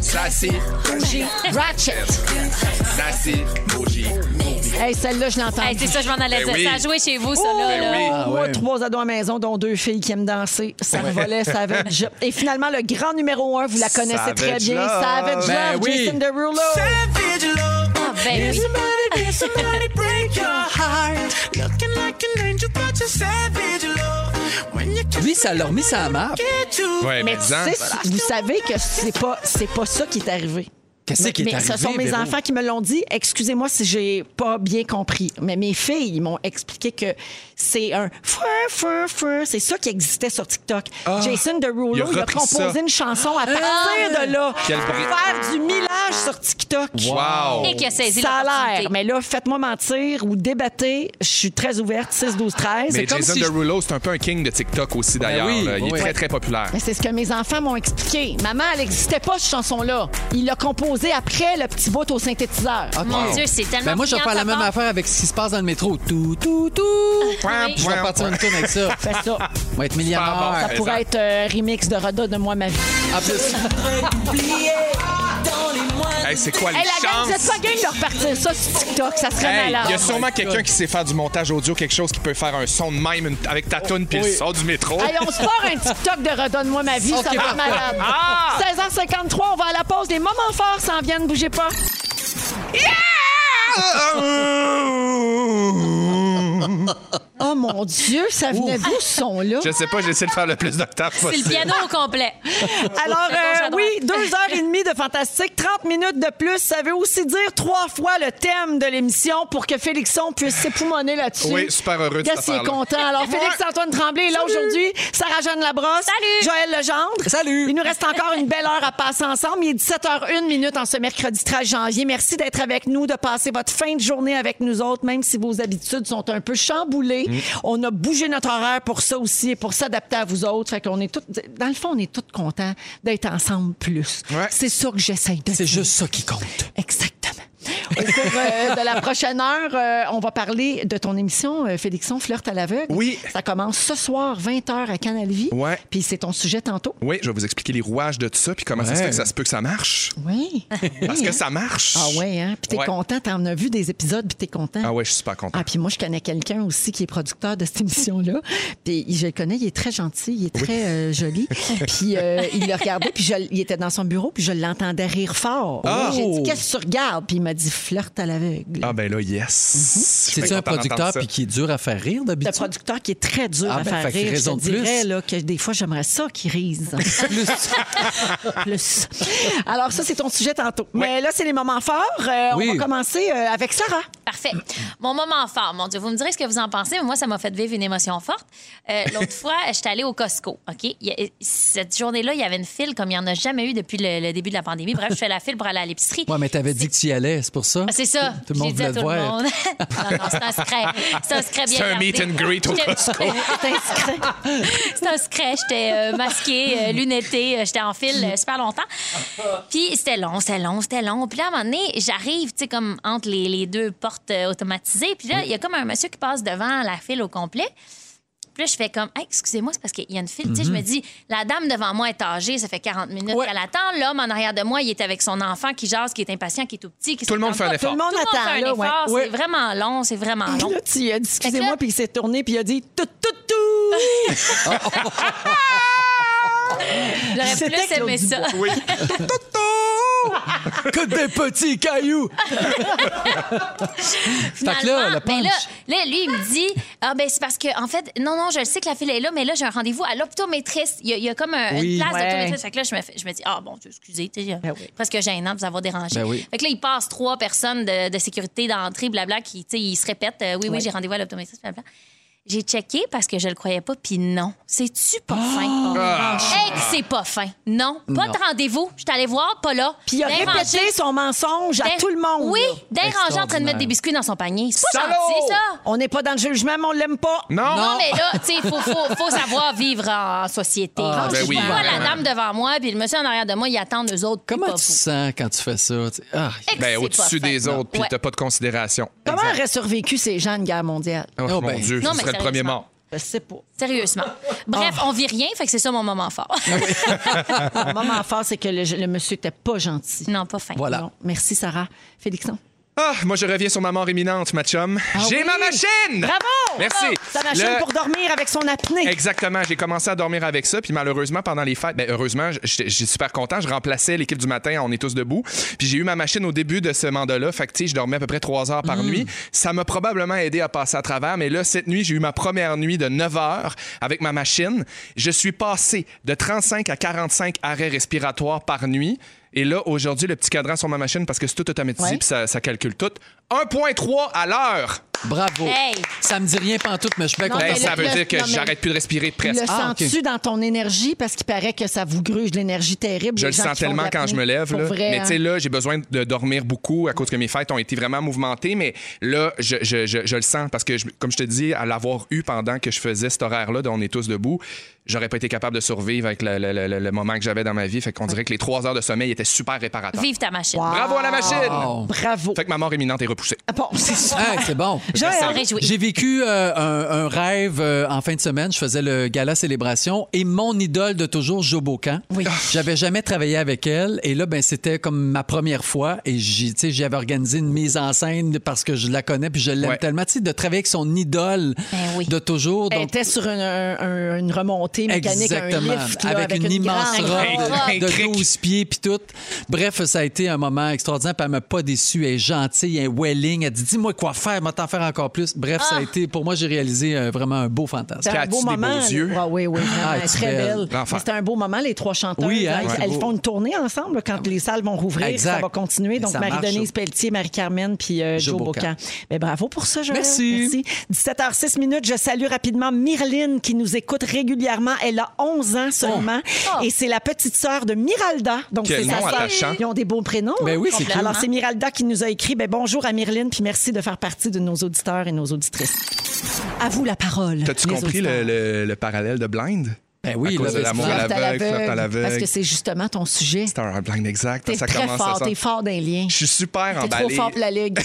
Speaker 3: Ça, c'est.
Speaker 2: Ratchet.
Speaker 3: Ça, c'est. Bougie.
Speaker 2: Hey, Celle-là, je l'entends.
Speaker 4: <laughs> Hey, c'est ça, je m'en allais
Speaker 3: Ben
Speaker 4: dire.
Speaker 3: oui. Ben
Speaker 4: Ça a joué chez vous, ça, là. là.
Speaker 3: oui.
Speaker 1: Ah,
Speaker 2: Moi,
Speaker 1: ouais.
Speaker 2: trois ados à la maison, dont deux filles qui aiment danser. Ça volait
Speaker 3: <laughs>
Speaker 2: Savage. Et finalement, le grand numéro un, vous la connaissez très
Speaker 3: Savage
Speaker 2: bien,
Speaker 3: Love.
Speaker 2: Savage
Speaker 1: Ben
Speaker 2: Love,
Speaker 1: oui.
Speaker 2: Jason Derulo.
Speaker 4: Ah, ben oui.
Speaker 1: Lui, ça l'a remis ça map.
Speaker 3: Ouais,
Speaker 2: Mais
Speaker 3: ben, mais
Speaker 2: tu
Speaker 3: en-
Speaker 2: sais, vous savez que c'est pas, c'est pas ça qui est arrivé.
Speaker 1: Qu'est-ce qui est
Speaker 2: Mais
Speaker 1: arrivé?
Speaker 2: ce sont mes
Speaker 1: Véro?
Speaker 2: enfants qui me l'ont dit. Excusez-moi si j'ai pas bien compris, mais mes filles ils m'ont expliqué que c'est un fouin, fouin, fouin. C'est ça qui existait sur TikTok. Jason Derulo,
Speaker 3: Ah, il
Speaker 2: il
Speaker 3: a
Speaker 2: a,
Speaker 3: repris
Speaker 2: composé
Speaker 3: ça.
Speaker 2: une chanson à partir
Speaker 4: Ah!
Speaker 2: de là
Speaker 3: Quel
Speaker 2: pour
Speaker 3: bri-
Speaker 2: faire du millage sur TikTok.
Speaker 3: Wow.
Speaker 4: Et qui a saisi
Speaker 2: Ça a
Speaker 4: l'opportunité.
Speaker 2: l'air, mais là, faites-moi mentir ou débattez. Je suis très ouverte, 6, 12, 13.
Speaker 3: Mais
Speaker 1: C'est comme
Speaker 3: Jason
Speaker 1: si-
Speaker 3: Derulo, c'est un peu un king de TikTok aussi, d'ailleurs.
Speaker 1: Ben oui,
Speaker 3: là. il est
Speaker 1: oui.
Speaker 3: très, très populaire.
Speaker 2: Mais c'est ce que mes enfants m'ont expliqué. Maman, elle n'existait pas, cette chanson-là. Il l'a composée après le petit bout au synthétiseur.
Speaker 4: Mon Dieu, c'est tellement.
Speaker 1: Ben moi, je vais
Speaker 4: brillant
Speaker 1: faire la
Speaker 4: de
Speaker 1: même
Speaker 4: sa part.
Speaker 1: affaire avec ce qui se passe dans le métro. Tout, tout, tout.
Speaker 4: Oui.
Speaker 1: Je vais partir une tourne avec ça.
Speaker 2: <laughs> Fais ça.
Speaker 1: On va être millionnaire.
Speaker 2: Ça pourrait être euh, remix de Roda de Moi, ma vie.
Speaker 1: En plus,
Speaker 3: Hey, c'est quoi les
Speaker 2: Hey, la gang, vous êtes
Speaker 3: chances?
Speaker 2: pas game de repartir ça sur TikTok. Ça serait
Speaker 3: Hey,
Speaker 2: malade.
Speaker 3: il y a sûrement
Speaker 1: Oh my
Speaker 3: quelqu'un
Speaker 1: God.
Speaker 3: qui sait faire du montage audio, quelque chose qui peut faire un son de même une- avec
Speaker 1: Oh,
Speaker 3: ta toune puis le son du métro. <laughs>
Speaker 2: Hey, on se part un TikTok de Redonne-moi ma vie, ça va être malade.
Speaker 3: Ah!
Speaker 2: 16h53, on va à la pause. Les moments forts s'en viennent, bougez pas. Oh mon Dieu, ça venait d'où ce son-là?
Speaker 3: Je sais pas, j'essaie de faire le plus d'octaves
Speaker 4: C'est
Speaker 3: possible.
Speaker 4: le piano au complet.
Speaker 2: Alors,
Speaker 4: gauche,
Speaker 2: euh,
Speaker 4: à droite.
Speaker 2: oui, deux heures et demie de fantastique, 30 minutes de plus. Ça veut aussi dire trois fois le thème de l'émission pour que Félixon puisse s'époumoner là-dessus.
Speaker 3: Oui, super heureux de
Speaker 2: Qu'est-ce
Speaker 3: cette
Speaker 2: qu'il est
Speaker 3: affaire-là.
Speaker 2: content. Alors, Félix-Antoine Tremblay est là aujourd'hui. Sarah-Jeanne Labrosse.
Speaker 4: Salut.
Speaker 2: Joël Legendre.
Speaker 1: Salut.
Speaker 2: Il nous reste encore une belle heure à passer ensemble. Il est 17h01 minute en ce mercredi 13 janvier. Merci d'être avec nous, de passer votre fin de journée avec nous autres, même si vos habitudes sont un peu chamboulées. On a bougé notre horaire pour ça aussi et pour s'adapter à vous autres. Fait qu'on est toutes, dans le fond, on est tous contents d'être ensemble plus.
Speaker 3: Ouais.
Speaker 2: C'est ça que j'essaye de
Speaker 1: c'est
Speaker 2: dire.
Speaker 1: juste ça qui compte.
Speaker 2: Exactement. Au cours euh, de la prochaine heure, euh, on va parler de ton émission euh, Félixon Flirte à l'aveugle.
Speaker 3: Oui.
Speaker 2: Ça commence ce soir, 20h à Canal Vie.
Speaker 3: Ouais.
Speaker 2: Puis c'est ton sujet tantôt.
Speaker 3: Oui, je vais vous expliquer les rouages de tout ça, puis comment ça se fait que ça se peut que ça marche. <laughs>
Speaker 2: Oui.
Speaker 3: Parce que ça marche.
Speaker 2: Ah ouais, hein? Puis t'es
Speaker 3: Ouais.
Speaker 2: content, t'en as vu des épisodes, puis t'es content.
Speaker 3: Ah ouais, je suis super content.
Speaker 2: Ah, puis moi, je connais quelqu'un aussi qui est producteur de cette
Speaker 3: <laughs>
Speaker 2: émission-là. Puis je le connais, il est très gentil, il est très euh, joli.
Speaker 3: <laughs>
Speaker 2: Puis euh, il le regardait, puis je- il était dans son bureau, puis je l'entendais rire fort.
Speaker 1: Ah!
Speaker 2: J'ai dit, qu'est-ce que tu regardes? Puis il m'a dit, flirte à l'aveugle.
Speaker 3: Oh! Ah ben là, yes.
Speaker 1: Mhm. C'est-tu un producteur puis
Speaker 3: puis
Speaker 1: qui est dur à faire rire
Speaker 2: Le
Speaker 1: d'habitude?
Speaker 2: producteur qui est très dur
Speaker 1: Ah,
Speaker 2: à
Speaker 1: ben,
Speaker 2: faire
Speaker 1: fait qu'il
Speaker 2: rire. Je
Speaker 1: raison de
Speaker 2: te
Speaker 1: plus.
Speaker 2: dirais là, que des fois, j'aimerais ça qu'il rise.
Speaker 3: <laughs>
Speaker 1: Plus.
Speaker 2: plus. Alors, ça, c'est ton sujet tantôt. Mais là, c'est les moments forts. Euh,
Speaker 1: Oui.
Speaker 2: On va commencer euh, avec Sarah.
Speaker 4: Parfait. Mon moment fort, mon Dieu, vous me direz ce que vous en pensez, mais moi, ça m'a fait vivre une émotion forte. Euh,
Speaker 1: <laughs>
Speaker 4: L'autre fois, j'étais allée au Costco, OK? Il y a- cette journée-là, il y avait une file comme il n'y en a jamais eu depuis le, le début de la pandémie. Bref, je fais la file pour aller à l'épicerie.
Speaker 1: <laughs> Ouais, mais t'avais dit que tu y allais, c'est pour ça?
Speaker 4: Ah, C'est ça.
Speaker 1: Tout le monde
Speaker 4: J'ai
Speaker 1: voulait
Speaker 4: dit à
Speaker 1: te
Speaker 4: tout le
Speaker 1: voir.
Speaker 4: monde. <laughs> non, non, c'est un secret. C'est un secret bien
Speaker 3: C'est un
Speaker 4: gardé.
Speaker 3: meet and greet au
Speaker 4: J'étais-
Speaker 3: Costco.
Speaker 2: C'est un secret.
Speaker 4: C'est un secret. J'étais euh, masquée, euh, lunettée. euh, J'étais en file euh, super longtemps. Puis c'était long, c'était long, c'était long. Puis là, à un moment donné, j'arrive, tu sais, comme entre les, les deux portes euh, automatisées. Puis là, il y a comme un monsieur qui passe devant la file au complet. Puis Puis là, je fais comme, Hey, excusez-moi, c'est parce qu'il y a une file. Tu sais, je me dis, la dame devant moi est âgée, ça fait 40 minutes
Speaker 1: Ouais.
Speaker 4: qu'elle attend. L'homme en arrière de moi, il est avec son enfant qui jase, qui est impatient, qui est tout petit. Qui
Speaker 3: Tout le monde
Speaker 4: s'entend
Speaker 3: fait un
Speaker 4: pas.
Speaker 3: effort.
Speaker 2: Tout le monde
Speaker 4: Tout le
Speaker 2: attend,
Speaker 4: monde fait
Speaker 2: là,
Speaker 4: un
Speaker 2: ouais.
Speaker 4: effort.
Speaker 2: Ouais.
Speaker 4: C'est vraiment long, c'est vraiment long.
Speaker 2: Là, tu as dit,
Speaker 4: Fait que
Speaker 2: excusez-moi,
Speaker 4: là- Euh,
Speaker 2: puis il s'est tourné, puis il a dit, tout, tout, tout.
Speaker 4: J'aurais
Speaker 2: C'était
Speaker 4: plus aimé
Speaker 2: Claude
Speaker 4: ça.
Speaker 3: Oui.
Speaker 1: Que des petits
Speaker 4: <laughs>
Speaker 1: cailloux! fait que là, le
Speaker 4: Finalement, mais
Speaker 1: punch.
Speaker 4: là, là, lui, il me dit Ah, ben, c'est parce que, en fait, non, non, je le sais que la file est là, mais là, j'ai un rendez-vous à l'optométriste. Il y a, il y a comme un-
Speaker 1: Oui.
Speaker 4: une place
Speaker 2: Ouais.
Speaker 4: d'optométriste. Fait que là, je me, fais- je me dis Ah, bon, Dieu, excusez, tu sais,
Speaker 2: Ben oui.
Speaker 4: presque gênant de vous avoir dérangé.
Speaker 1: Ben oui.
Speaker 4: Fait que là, il passe trois personnes de, de sécurité d'entrée, blabla, qui, tu sais, ils se répètent euh, Oui, oui,
Speaker 2: Ouais.
Speaker 4: j'ai rendez-vous à l'optométriste, blabla. J'ai checké parce que je le croyais pas, puis non. C'est-tu pas fin? Hey, que c'est pas fin. Non, pas
Speaker 1: Ah! Non.
Speaker 4: de rendez-vous. Je suis allée voir, pas là.
Speaker 2: Puis il a
Speaker 4: Dérangé.
Speaker 2: répété son mensonge à
Speaker 4: Ben,
Speaker 2: tout le monde.
Speaker 4: Oui,
Speaker 2: là. Oh,
Speaker 4: dérangé en train de mettre des biscuits dans son panier. C'est pas
Speaker 3: Salaud!
Speaker 4: gentil, ça.
Speaker 2: On n'est pas dans le jugement, mais on l'aime pas.
Speaker 3: Non.
Speaker 4: Non, mais là, tu sais, il faut, faut- faut savoir vivre en société.
Speaker 1: Ah,
Speaker 4: Je
Speaker 3: ben oui,
Speaker 4: vois la
Speaker 3: vraiment.
Speaker 4: dame devant moi, puis le monsieur en arrière de moi, ils attendent eux autres. puis
Speaker 1: Comment
Speaker 4: pas
Speaker 1: tu
Speaker 4: vous.
Speaker 1: sens quand tu fais ça? Tu- Ah,
Speaker 4: Et que c'est
Speaker 3: Ben,
Speaker 4: pas fait,
Speaker 3: au-dessus des
Speaker 4: non.
Speaker 3: autres, puis
Speaker 4: Ouais.
Speaker 3: t'as pas de considération.
Speaker 2: Comment auraient survécu ces gens de guerre mondiale?
Speaker 3: Oh,
Speaker 1: Oh,
Speaker 3: mon
Speaker 1: ben.
Speaker 3: Dieu,
Speaker 4: Non,
Speaker 3: ce
Speaker 4: mais
Speaker 3: serait le premier
Speaker 4: sérieusement.
Speaker 3: mort.
Speaker 2: Je sais pas.
Speaker 4: Sérieusement. Bref,
Speaker 2: Ah.
Speaker 4: on vit rien, fait que c'est ça mon moment fort.
Speaker 3: Ah.
Speaker 2: Mon moment fort, c'est que le, le monsieur était pas gentil.
Speaker 4: non, pas fin.
Speaker 1: Voilà.
Speaker 2: Non. Merci, Sarah. Félixon.
Speaker 3: Ah, moi, je reviens sur ma mort imminente, ma chum. J'ai
Speaker 2: Ah oui?
Speaker 3: ma machine!
Speaker 2: Bravo!
Speaker 3: Merci.
Speaker 2: Ça machine
Speaker 3: Le-
Speaker 2: pour dormir avec son apnée.
Speaker 3: <laughs> Exactement, j'ai commencé à dormir avec ça, puis malheureusement, pendant les fêtes, ben heureusement, j- j'étais j'étais super content, je remplaçais l'équipe du matin, on est tous debout, puis j'ai eu ma machine au début de ce mandat-là, fait que tu sais, je dormais à peu près trois heures par
Speaker 2: Mm.
Speaker 3: nuit. Ça m'a probablement aidé à passer à travers, mais là, cette nuit, j'ai eu ma première nuit de 9 heures avec ma machine. Je suis passé de 35 à 45 arrêts respiratoires par nuit. Et là, aujourd'hui, le petit cadran sur ma machine, parce que c'est tout automatisé,
Speaker 2: Ouais.
Speaker 3: puis ça, ça calcule tout, 1,3 à l'heure.
Speaker 1: bravo!
Speaker 4: Hey.
Speaker 1: Ça me dit rien pantoute, mais je suis bien
Speaker 2: Non,
Speaker 1: content.
Speaker 3: Ben,
Speaker 2: Ah, mais
Speaker 3: ça
Speaker 2: le-
Speaker 3: veut
Speaker 2: le-
Speaker 3: dire que
Speaker 2: non, mais-
Speaker 3: j'arrête plus de respirer presque.
Speaker 2: Le
Speaker 1: Ah,
Speaker 2: sens-tu
Speaker 1: ok.
Speaker 2: dans ton énergie? Parce qu'il paraît que ça vous gruge l'énergie terrible.
Speaker 3: Je
Speaker 2: les
Speaker 3: le
Speaker 2: gens
Speaker 3: sens
Speaker 2: qui font de
Speaker 3: tellement quand
Speaker 2: l'apnée.
Speaker 3: je me lève.
Speaker 2: Pour
Speaker 3: Là.
Speaker 2: vrai,
Speaker 3: mais tu sais,
Speaker 2: hein?
Speaker 3: là, j'ai besoin de dormir beaucoup à cause que mes fêtes ont été vraiment mouvementées. Mais là, je, je- je- je le sens parce que, je- comme je te dis, à l'avoir eu pendant que je faisais cet horaire-là, dont on est tous debout, j'aurais pas été capable de survivre avec le, le- le- le moment que j'avais dans ma vie. Fait qu'on dirait que les trois heures de sommeil étaient super réparateurs.
Speaker 4: Vive ta machine.
Speaker 3: Bravo à la
Speaker 2: Oh.
Speaker 3: machine!
Speaker 2: Bravo. Ah,
Speaker 3: Fait que ma mort imminente est repoussée.
Speaker 2: Bon, c'est
Speaker 3: <laughs>
Speaker 2: super.
Speaker 1: Hey, Ah, c'est bon.
Speaker 2: Joël,
Speaker 4: S'en réjouir.
Speaker 1: J'ai vécu euh, un, un rêve euh, en fin de semaine. Je faisais le gala célébration et mon idole de toujours, Jo Bocan.
Speaker 2: Oui.
Speaker 1: J'avais jamais travaillé avec elle et là, ben c'était comme ma première fois et j'ai- tu sais, j'avais organisé une mise en scène parce que je la connais puis je l'aime
Speaker 3: Ouais.
Speaker 1: tellement. Tu sais, de travailler avec son idole
Speaker 4: Ben oui.
Speaker 1: de toujours.
Speaker 2: elle
Speaker 1: donc-
Speaker 2: était sur une, un- une remontée mécanique,
Speaker 1: Exactement.
Speaker 2: un lift, là,
Speaker 1: avec, une, immense
Speaker 2: grande
Speaker 1: robe
Speaker 3: robe. Un
Speaker 1: de
Speaker 3: cric.
Speaker 1: 12 pieds puis tout. Bref, ça a été un moment extraordinaire. Puis elle m'a pas déçu. Elle est gentille, elle est welling. Elle dit Dis-moi quoi faire, moi t'en faire encore plus. Bref,
Speaker 2: Ah!
Speaker 1: ça a été, pour moi, j'ai réalisé euh, vraiment un beau fantasme.
Speaker 2: C'était un
Speaker 3: Cathy,
Speaker 2: beau
Speaker 3: des
Speaker 2: moment.
Speaker 3: beaux
Speaker 2: là.
Speaker 3: yeux.
Speaker 2: Ah oui, oui, vraiment,
Speaker 1: Ah,
Speaker 2: elle est
Speaker 1: tu
Speaker 2: très
Speaker 1: belle.
Speaker 2: belle.
Speaker 3: L'enfant.
Speaker 2: Mais C'était un beau moment, les trois chanteurs.
Speaker 1: Oui, hein,
Speaker 2: elles,
Speaker 1: c'est
Speaker 2: elles
Speaker 1: beau.
Speaker 2: font une tournée ensemble quand les salles vont rouvrir.
Speaker 1: Exact.
Speaker 2: Ça va continuer.
Speaker 1: Mais
Speaker 2: Donc
Speaker 1: ça marche,
Speaker 2: Marie-Denise
Speaker 1: ça.
Speaker 2: Pelletier, Marie-Carmen puis euh,
Speaker 1: Jo
Speaker 2: Joe
Speaker 1: Bocan.
Speaker 2: Bocan. Mais bravo pour ça, Joël.
Speaker 1: Merci.
Speaker 2: 17h06 minutes. Je salue rapidement Myrline qui nous écoute régulièrement. Elle a 11 ans seulement
Speaker 4: Oh.
Speaker 2: et c'est la petite sœur de Miralda. Donc
Speaker 3: Quel
Speaker 2: c'est sa
Speaker 3: nom
Speaker 2: sœur.
Speaker 3: attachant.
Speaker 2: Ils ont des beaux prénoms.
Speaker 1: Ben
Speaker 2: hein,
Speaker 1: oui, c'est
Speaker 2: Alors c'est Miralda qui nous a écrit ben, bonjour à Myrline puis merci de faire partie de nos auditeurs et nos auditrices. À vous la parole.
Speaker 3: T'as-tu
Speaker 2: les
Speaker 3: compris le,
Speaker 2: auditeurs.
Speaker 3: le- le parallèle de Blind?
Speaker 1: Ben oui,
Speaker 3: à cause
Speaker 1: là,
Speaker 3: de l'amour
Speaker 1: c'est
Speaker 3: à
Speaker 2: Flirte à
Speaker 3: l'aveugle,
Speaker 2: l'aveugle,
Speaker 3: flirt à
Speaker 2: Parce que
Speaker 3: l'aveugle.
Speaker 2: c'est justement ton sujet.
Speaker 3: C'est un blind exact.
Speaker 2: T'es
Speaker 3: ça
Speaker 2: très
Speaker 3: commence à
Speaker 2: fort,
Speaker 3: ça.
Speaker 2: t'es fort d'un lien.
Speaker 3: Je suis super
Speaker 2: T'es
Speaker 3: emballé.
Speaker 2: trop fort pour la
Speaker 3: <laughs>
Speaker 2: Ligue.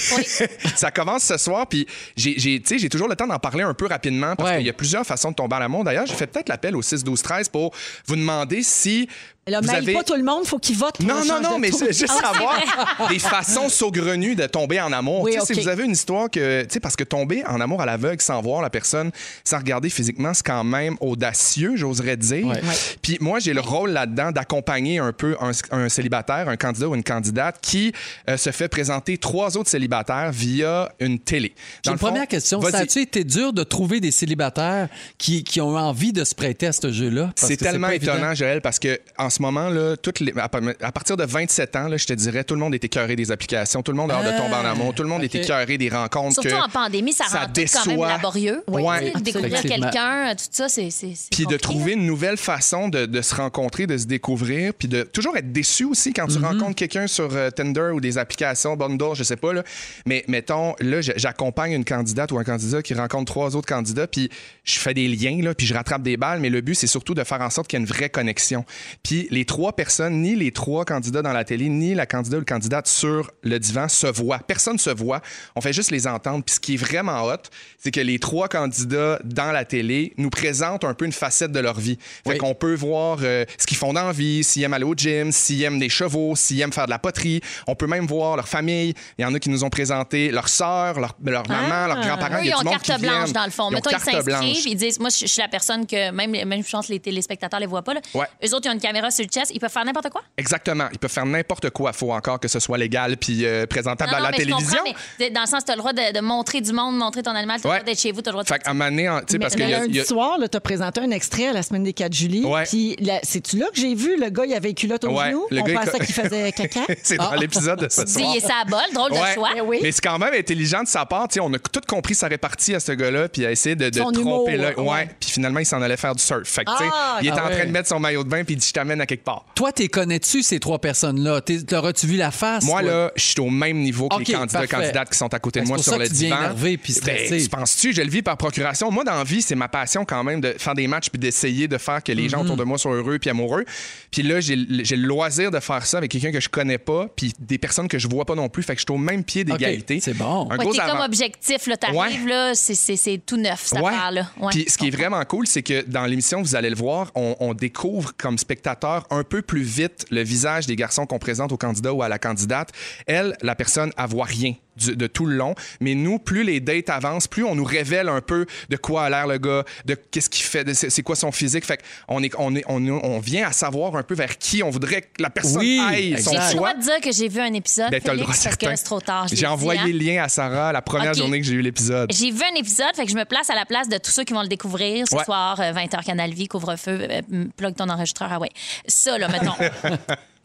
Speaker 3: ça commence ce soir, puis j'ai, j'ai- tu sais, j'ai toujours le temps d'en parler un peu rapidement parce
Speaker 1: Ouais.
Speaker 3: qu'il y a plusieurs façons de tomber en amour. D'ailleurs, j'ai fait peut-être l'appel au 6-12-13 pour vous demander si
Speaker 2: Là,
Speaker 3: vous
Speaker 2: mêle
Speaker 3: avez...
Speaker 2: pas tout le monde, faut qu'il vote. pour
Speaker 3: Non,
Speaker 2: le
Speaker 3: non,
Speaker 2: change
Speaker 3: non,
Speaker 2: de Ah,
Speaker 3: mais
Speaker 2: tour.
Speaker 3: c'est juste savoir <laughs> des façons saugrenues de tomber en amour.
Speaker 2: Oui,
Speaker 3: Tu sais,
Speaker 2: OK.
Speaker 3: Si vous avez une histoire que, tu sais, parce que tomber en amour à l'aveugle sans voir la personne, sans regarder physiquement, c'est quand même audacieux, j'oserais dire. Puis moi, j'ai le rôle là-dedans d'accompagner un peu un, un célibataire, un candidat ou une candidate qui euh, se fait présenter trois autres célibataires via une télé.
Speaker 1: J'ai une
Speaker 3: le fond-
Speaker 1: première question.
Speaker 3: Vas-y.
Speaker 1: Ça a-tu été dur de trouver des célibataires qui, qui ont envie de se prêter à ce jeu-là? Parce
Speaker 3: C'est
Speaker 1: que
Speaker 3: tellement
Speaker 1: pas évident.
Speaker 3: étonnant, Joël, parce que en ce moment, là, toutes les, à, à partir de 27 ans, là, je te dirais, tout le monde est écœuré des applications, tout le monde a hâte de tomber en amour, tout le monde
Speaker 1: ok.
Speaker 3: est écœuré des rencontres.
Speaker 4: Ah. Surtout
Speaker 3: que
Speaker 4: en pandémie, ça, rend tout quand même laborieux.
Speaker 3: Ouais.
Speaker 4: Tu sais, Découvrir
Speaker 1: Effectivement.
Speaker 4: quelqu'un, tout ça, c'est. c'est- c'est
Speaker 3: Puis de
Speaker 4: compliqué,
Speaker 3: trouver
Speaker 4: là.
Speaker 3: une une nouvelle façon de, de se rencontrer, de se découvrir, puis de toujours être déçu aussi quand tu rencontres quelqu'un sur euh, Tinder ou des applications, Bundle, je sais pas. Là. Mais mettons, là, j- j'accompagne une candidate ou un candidat qui rencontre trois autres candidats, puis je fais des liens, là, puis je rattrape des balles, mais le but, c'est surtout de faire en sorte qu'il y ait une vraie connexion. Puis les trois personnes, ni les trois candidats dans la télé, ni la candidate ou le candidate sur le divan se voient. Personne se voit. On fait juste les entendre. Puis ce qui est vraiment hot, c'est que les trois candidats dans la télé nous présentent un peu une facette de leur vie. Fait
Speaker 1: Oui.
Speaker 3: qu'on peut voir euh, ce qu'ils font dans la vie, s'ils aiment aller au gym, s'ils aiment des chevaux, s'ils aiment faire de la poterie. On peut même voir leur famille. Il y en a qui nous ont présenté leur sœur, leur, leur maman, leurs grands-parents.
Speaker 4: Eux,
Speaker 3: Il y
Speaker 4: Ah! ils
Speaker 3: a
Speaker 4: ont
Speaker 3: du monde
Speaker 4: carte
Speaker 3: qui
Speaker 4: blanche,
Speaker 3: viennent.
Speaker 4: dans le fond.
Speaker 3: Ils ont
Speaker 4: Mettons, ils
Speaker 3: carte blanche.
Speaker 4: s'inscrivent, ils disent Moi, je je suis la personne que même, même je pense que les téléspectateurs les voient pas. Là.
Speaker 3: Ouais. Ah,
Speaker 4: Eux autres, ils ont une caméra sur le chest, ils peuvent faire n'importe quoi.
Speaker 3: Exactement. Ils peuvent faire n'importe quoi. Il faut encore que ce soit légal puis euh, présentable
Speaker 4: Non,
Speaker 3: à
Speaker 4: non,
Speaker 3: la
Speaker 4: mais je
Speaker 3: télévision.
Speaker 4: comprends, mais dans le sens, tu as le droit de, de montrer du monde, montrer ton animal, tu as
Speaker 3: Ouais.
Speaker 4: le droit d'être chez vous, tu as le droit de.
Speaker 3: Fait qu'à un moment donné, en- tu sais, parce qu'il
Speaker 2: le
Speaker 3: y a- il
Speaker 2: lundi
Speaker 3: y a...
Speaker 2: soir, tu as présenté un extrait à la semaine des 4 juillet.
Speaker 3: Ouais.
Speaker 2: Puis là, c'est-tu là que j'ai vu le gars, il avait une culotte au
Speaker 3: Ouais,
Speaker 2: genou?
Speaker 3: le
Speaker 2: On
Speaker 3: gars, il
Speaker 2: pensait
Speaker 3: co-
Speaker 2: qu'il
Speaker 3: <laughs>
Speaker 2: faisait caca. Ah. Ben
Speaker 3: C'est dans l'épisode de ce
Speaker 4: Tu dis,
Speaker 3: soir.
Speaker 4: il est sa bol, drôle
Speaker 3: Ouais.
Speaker 4: de choix.
Speaker 2: oui.
Speaker 3: Mais c'est quand même intelligent de sa part. Tu sais, on a tout compris sa répartie à ce gars-là, puis il a essayé de, de
Speaker 2: Son
Speaker 3: tromper
Speaker 2: humour,
Speaker 3: là.
Speaker 2: ouais.
Speaker 3: Ouais. Puis finalement, il s'en allait faire du surf. Fait que, tu sais,
Speaker 2: Ah,
Speaker 3: il est
Speaker 2: ah
Speaker 3: en
Speaker 1: ouais.
Speaker 3: train de mettre son maillot de bain, puis il dit Je t'amène à quelque part.
Speaker 1: Toi, t'es connais-tu ces trois personnes-là? T'es- T'auras-tu vu la face?
Speaker 3: Moi,
Speaker 1: toi?
Speaker 3: là, je suis au même niveau que
Speaker 1: OK,
Speaker 3: les candidats et
Speaker 1: parfait.
Speaker 3: candidates qui sont à côté de
Speaker 1: C'est
Speaker 3: moi
Speaker 1: pour
Speaker 3: sur
Speaker 1: ça
Speaker 3: le
Speaker 1: que tu deviens
Speaker 3: divan.
Speaker 1: énervé puis stressé.
Speaker 3: Ben, tu penses-tu, je le vis par procuration. Moi, dans la vie, c'est ma passion quand même de faire des matchs puis d'essayer de faire que les
Speaker 1: Mhm.
Speaker 3: gens autour de moi soient heureux puis amoureux. Puis là, j'ai le j'ai le loisir de faire ça avec quelqu'un que je connais pas puis des personnes que je vois pas non plus. Fait que je suis au même pied d'égalité.
Speaker 1: c'est bon.
Speaker 4: Ouais,
Speaker 3: Un gros
Speaker 4: t'es comme
Speaker 3: avant-
Speaker 4: objectif, là, t'arrives,
Speaker 3: Ouais.
Speaker 4: là, c'est- c'est c'est tout neuf, cette
Speaker 3: Ouais.
Speaker 4: affaire-là. Ouais.
Speaker 3: Puis ce qui est vraiment cool, c'est que dans l'émission, vous allez le voir, on, on découvre comme spectateur un peu plus vite le visage des garçons qu'on présente au candidat ou à la candidate. Elle, la personne, elle voit rien du- de tout le long. Mais nous, plus les dates avancent, plus on nous révèle un peu de quoi a l'air le gars, de qu'est-ce qu'il fait, de c'est c'est quoi son physique. Fait qu'on est, on est, on, on vient à savoir un peu vers qui on voudrait que la personne
Speaker 1: Oui,
Speaker 3: aille,
Speaker 1: exact.
Speaker 3: son
Speaker 4: J'ai
Speaker 3: choix.
Speaker 4: le droit de dire que j'ai vu un épisode,
Speaker 3: Ben, t'as
Speaker 4: Félix,
Speaker 3: le droit,
Speaker 4: parce que
Speaker 3: certain.
Speaker 4: là, c'est trop tard. je l'ai
Speaker 3: J'ai
Speaker 4: dit,
Speaker 3: envoyé
Speaker 4: hein.
Speaker 3: le lien à Sarah la première
Speaker 4: OK.
Speaker 3: journée que j'ai eu l'épisode.
Speaker 4: J'ai vu un épisode, fait que je me place à la place de tous ceux qui vont le découvrir ce
Speaker 3: Ouais.
Speaker 4: soir, euh, 20h Canal Vie, couvre-feu, euh, m- plug ton enregistreur, ah ouais. Ça, là, mettons.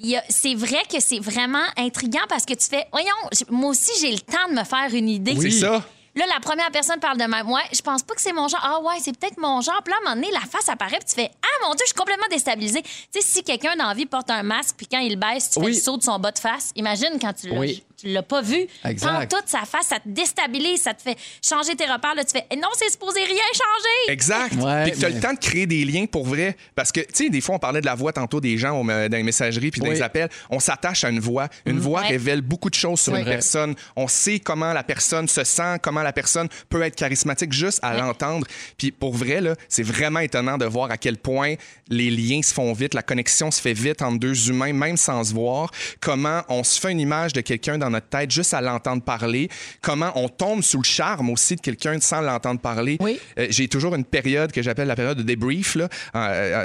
Speaker 4: Il y a- C'est vrai que c'est vraiment intriguant parce que tu fais, voyons, j- moi aussi, j'ai le temps de me faire une idée.
Speaker 3: C'est ça.
Speaker 4: Là, la première personne parle de même. Ouais, je pense pas que c'est mon genre. Ah ouais, c'est peut-être mon genre. Puis là, à un moment donné, la face apparaît, puis tu fais Ah mon Dieu, je suis complètement déstabilisée. Tu sais, si quelqu'un dans la vie porte un masque, puis quand il le baisse, tu fais
Speaker 1: Oui.
Speaker 4: le saut de son bas de face. Imagine quand tu l'as,
Speaker 1: Oui.
Speaker 4: tu l'as pas vu.
Speaker 1: Exact.
Speaker 4: Prends toute sa face, ça te déstabilise, ça te fait changer tes repères. Là, tu fais Eh Non, c'est supposé rien changer.
Speaker 3: Exact.
Speaker 1: Ouais,
Speaker 3: puis que t'as
Speaker 1: mais-
Speaker 3: le temps de créer des liens pour vrai. Parce que, tu sais, des fois, on parlait de la voix tantôt des gens on me- dans les messageries puis dans
Speaker 1: Oui. Mm.
Speaker 3: les appels. On s'attache à une voix. Une voix
Speaker 4: Ouais.
Speaker 3: révèle beaucoup de choses sur
Speaker 1: C'est
Speaker 3: une
Speaker 1: vrai.
Speaker 3: personne. On sait comment la personne se sent, comment la personne peut être charismatique juste à l'entendre. Puis pour vrai, là, c'est vraiment étonnant de voir à quel point les liens se font vite, la connexion se fait vite entre deux humains, même sans se voir. Comment on se fait une image de quelqu'un dans notre tête juste à l'entendre parler. Comment on tombe sous le charme aussi de quelqu'un sans l'entendre parler.
Speaker 2: Oui.
Speaker 3: Euh, j'ai toujours une période que j'appelle la période de débrief, là, euh,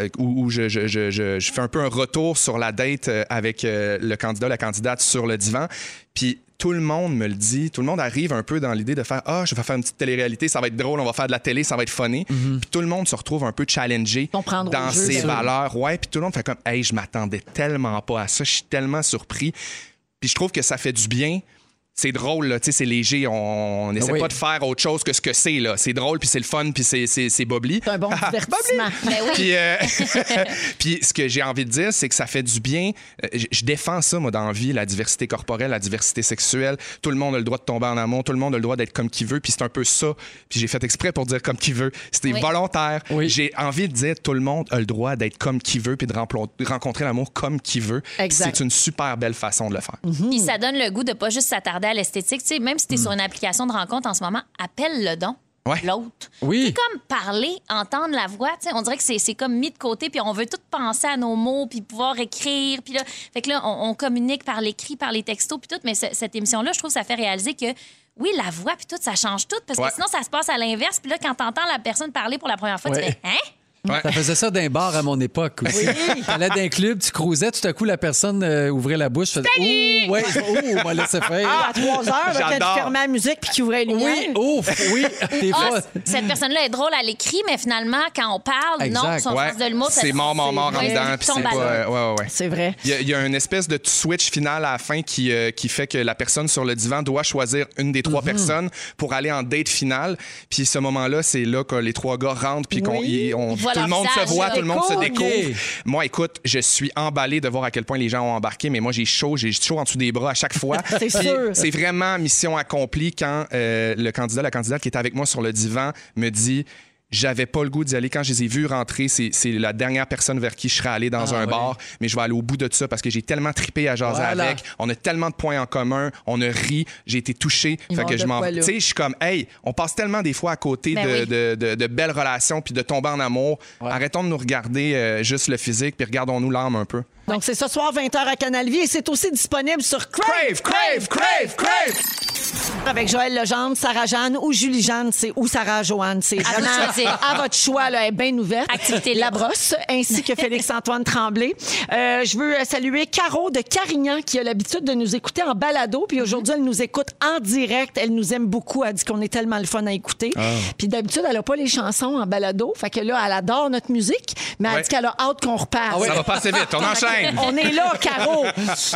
Speaker 3: euh, où, où je, je- je- je- je fais un peu un retour sur la date euh, avec euh, le candidat, la candidate sur le divan. Puis tout le monde me le dit, tout le monde arrive un peu dans l'idée de faire Ah, je vais faire une petite télé-réalité, ça va être drôle, on va faire de la télé, ça va être funny. Puis tout le monde se retrouve un peu challengé
Speaker 2: Mhm. Comprendre au
Speaker 3: dans
Speaker 2: jeu,
Speaker 3: ses
Speaker 2: ça.
Speaker 3: valeurs. Ouais, puis tout le monde fait comme Hey, je m'attendais tellement pas à ça, je suis tellement surpris. Puis je trouve que ça fait du bien. C'est drôle, là, tu sais, c'est léger. On n'essaie
Speaker 1: Oui.
Speaker 3: pas de faire autre chose que ce que c'est. là. C'est drôle, puis c'est le fun, puis c'est- c'est c'est bobli.
Speaker 2: C'est un bon
Speaker 3: <laughs>
Speaker 2: divertissement.
Speaker 4: Ben
Speaker 3: Puis,
Speaker 4: <laughs>
Speaker 3: euh, puis ce que j'ai envie de dire, c'est que ça fait du bien. Euh, Je je défends ça, moi, dans la vie, la diversité corporelle, la diversité sexuelle. Tout le monde a le droit de tomber en amour, tout le monde a le droit d'être comme qu'il veut, puis c'est un peu ça. Puis j'ai fait exprès pour dire comme qu'il veut. C'était
Speaker 4: Oui.
Speaker 3: volontaire.
Speaker 1: Oui.
Speaker 3: J'ai envie de dire tout le monde a le droit d'être comme qu'il veut, puis de remplo- de rencontrer l'amour comme qu'il veut. Puis
Speaker 2: Exact.
Speaker 3: C'est une super belle façon de le faire.
Speaker 4: Puis ça donne le goût de pas juste s'attarder à l'esthétique. Tu sais, même si tu es sur une application de rencontre en ce moment, appelle le don.
Speaker 3: Ouais.
Speaker 4: L'autre.
Speaker 1: Oui.
Speaker 4: C'est comme parler, entendre la voix. tu sais, on dirait que c'est c'est comme mis de côté, puis on veut tout penser à nos mots, puis pouvoir écrire. Puis là, fait que là, on, on communique par l'écrit, par les textos, puis tout. Mais ce- cette émission-là, je trouve que ça fait réaliser que. Oui, la voix, puis tout, ça change tout. Parce
Speaker 3: Ouais.
Speaker 4: que sinon, ça se passe à l'inverse. Puis là, quand t'entends la personne parler pour la première fois, tu
Speaker 1: Ouais.
Speaker 4: fais Hein?
Speaker 1: Ça faisait ça d'un bar à mon époque aussi. T'allais d'un club, tu cruisais, tout à coup, la personne euh, ouvrait la bouche, faisait Oh, ouais, oh, on va laisser
Speaker 2: Ah, à
Speaker 1: faire.
Speaker 2: 3 heures, là, quand
Speaker 3: J'adore.
Speaker 2: tu fermais la musique puis qu'il ouvrait les
Speaker 1: Oui,
Speaker 2: lumières.
Speaker 1: ouf, oui. Des
Speaker 4: Ah,
Speaker 1: fois,
Speaker 4: c- cette personne-là est drôle à l'écrit, mais finalement, quand on parle,
Speaker 1: Exact.
Speaker 4: non, son
Speaker 3: Ouais.
Speaker 4: sens de l'humour, ça-
Speaker 3: C'est mort, mort, mort en
Speaker 4: Ouais,
Speaker 3: dedans, puis
Speaker 4: tombe
Speaker 3: c'est
Speaker 4: à l'eau.
Speaker 3: pas. euh, ouais, ouais, ouais.
Speaker 2: C'est vrai.
Speaker 3: Il y, a, il y a une espèce de t- switch final à la fin qui, euh, qui fait que la personne sur le divan doit choisir une des trois personnes pour aller en date finale. Puis ce moment-là, c'est là que les trois gars rentrent puis qu'on
Speaker 2: Oui.
Speaker 3: ils- on
Speaker 4: Ils voient voit
Speaker 3: tout le
Speaker 4: leur
Speaker 3: monde
Speaker 4: visage,
Speaker 3: se voit,
Speaker 4: là.
Speaker 3: tout le monde se
Speaker 1: Cool.
Speaker 3: découvre.
Speaker 1: Ok.
Speaker 3: Moi, écoute, je suis emballé de voir à quel point les gens ont embarqué, mais moi, j'ai chaud, j'ai chaud en dessous des bras à chaque fois.
Speaker 2: C'est
Speaker 3: Puis
Speaker 2: sûr.
Speaker 3: C'est vraiment mission accomplie quand euh, le candidat, la candidate qui est avec moi sur le divan me dit. J'avais pas le goût d'y aller. Quand je les ai vus rentrer, c'est c'est la dernière personne vers qui je serais allé dans
Speaker 1: Ah,
Speaker 3: un
Speaker 1: ouais.
Speaker 3: bar. Mais je vais aller au bout de ça parce que j'ai tellement trippé à jaser
Speaker 1: Voilà.
Speaker 3: avec. On a tellement de points en commun. On a ri. J'ai été touché.
Speaker 2: Ils
Speaker 3: Fait
Speaker 2: vont
Speaker 3: que je
Speaker 2: de
Speaker 3: m'en
Speaker 2: quoi, là.
Speaker 3: Tu sais, je suis comme, hey, on passe tellement des fois à côté
Speaker 4: Ben
Speaker 3: de,
Speaker 4: oui.
Speaker 3: de- de- de belles relations puis de tomber en amour. Arrêtons de nous regarder euh, juste le physique puis regardons-nous l'âme un peu.
Speaker 2: Donc, c'est ce soir, 20h à Canal Vie et c'est aussi disponible sur Crave,
Speaker 3: Crave, crave, crave, crave!
Speaker 2: avec Joël Legendre, Sarah Jeanne ou Julie Jeanne, c'est ou Sarah Joanne, c'est
Speaker 4: À vous de
Speaker 2: vraiment
Speaker 4: choisir.
Speaker 2: à votre choix, là, elle est bien ouverte.
Speaker 4: Activité
Speaker 2: La
Speaker 4: libre.
Speaker 2: brosse, ainsi que Félix-Antoine Tremblay. Euh, je veux euh, saluer Caro de Carignan qui a l'habitude de nous écouter en balado, puis aujourd'hui, elle nous écoute en direct. Elle nous aime beaucoup. Elle dit qu'on est tellement le fun à écouter.
Speaker 3: Ah.
Speaker 2: Puis d'habitude, elle n'a pas les chansons en balado, fait que là, elle adore notre musique, mais elle
Speaker 3: Ouais. Ah
Speaker 2: dit qu'elle a hâte qu'on reparte.
Speaker 3: Ça va passer vite. On enchaîne!
Speaker 2: On est là, Caro.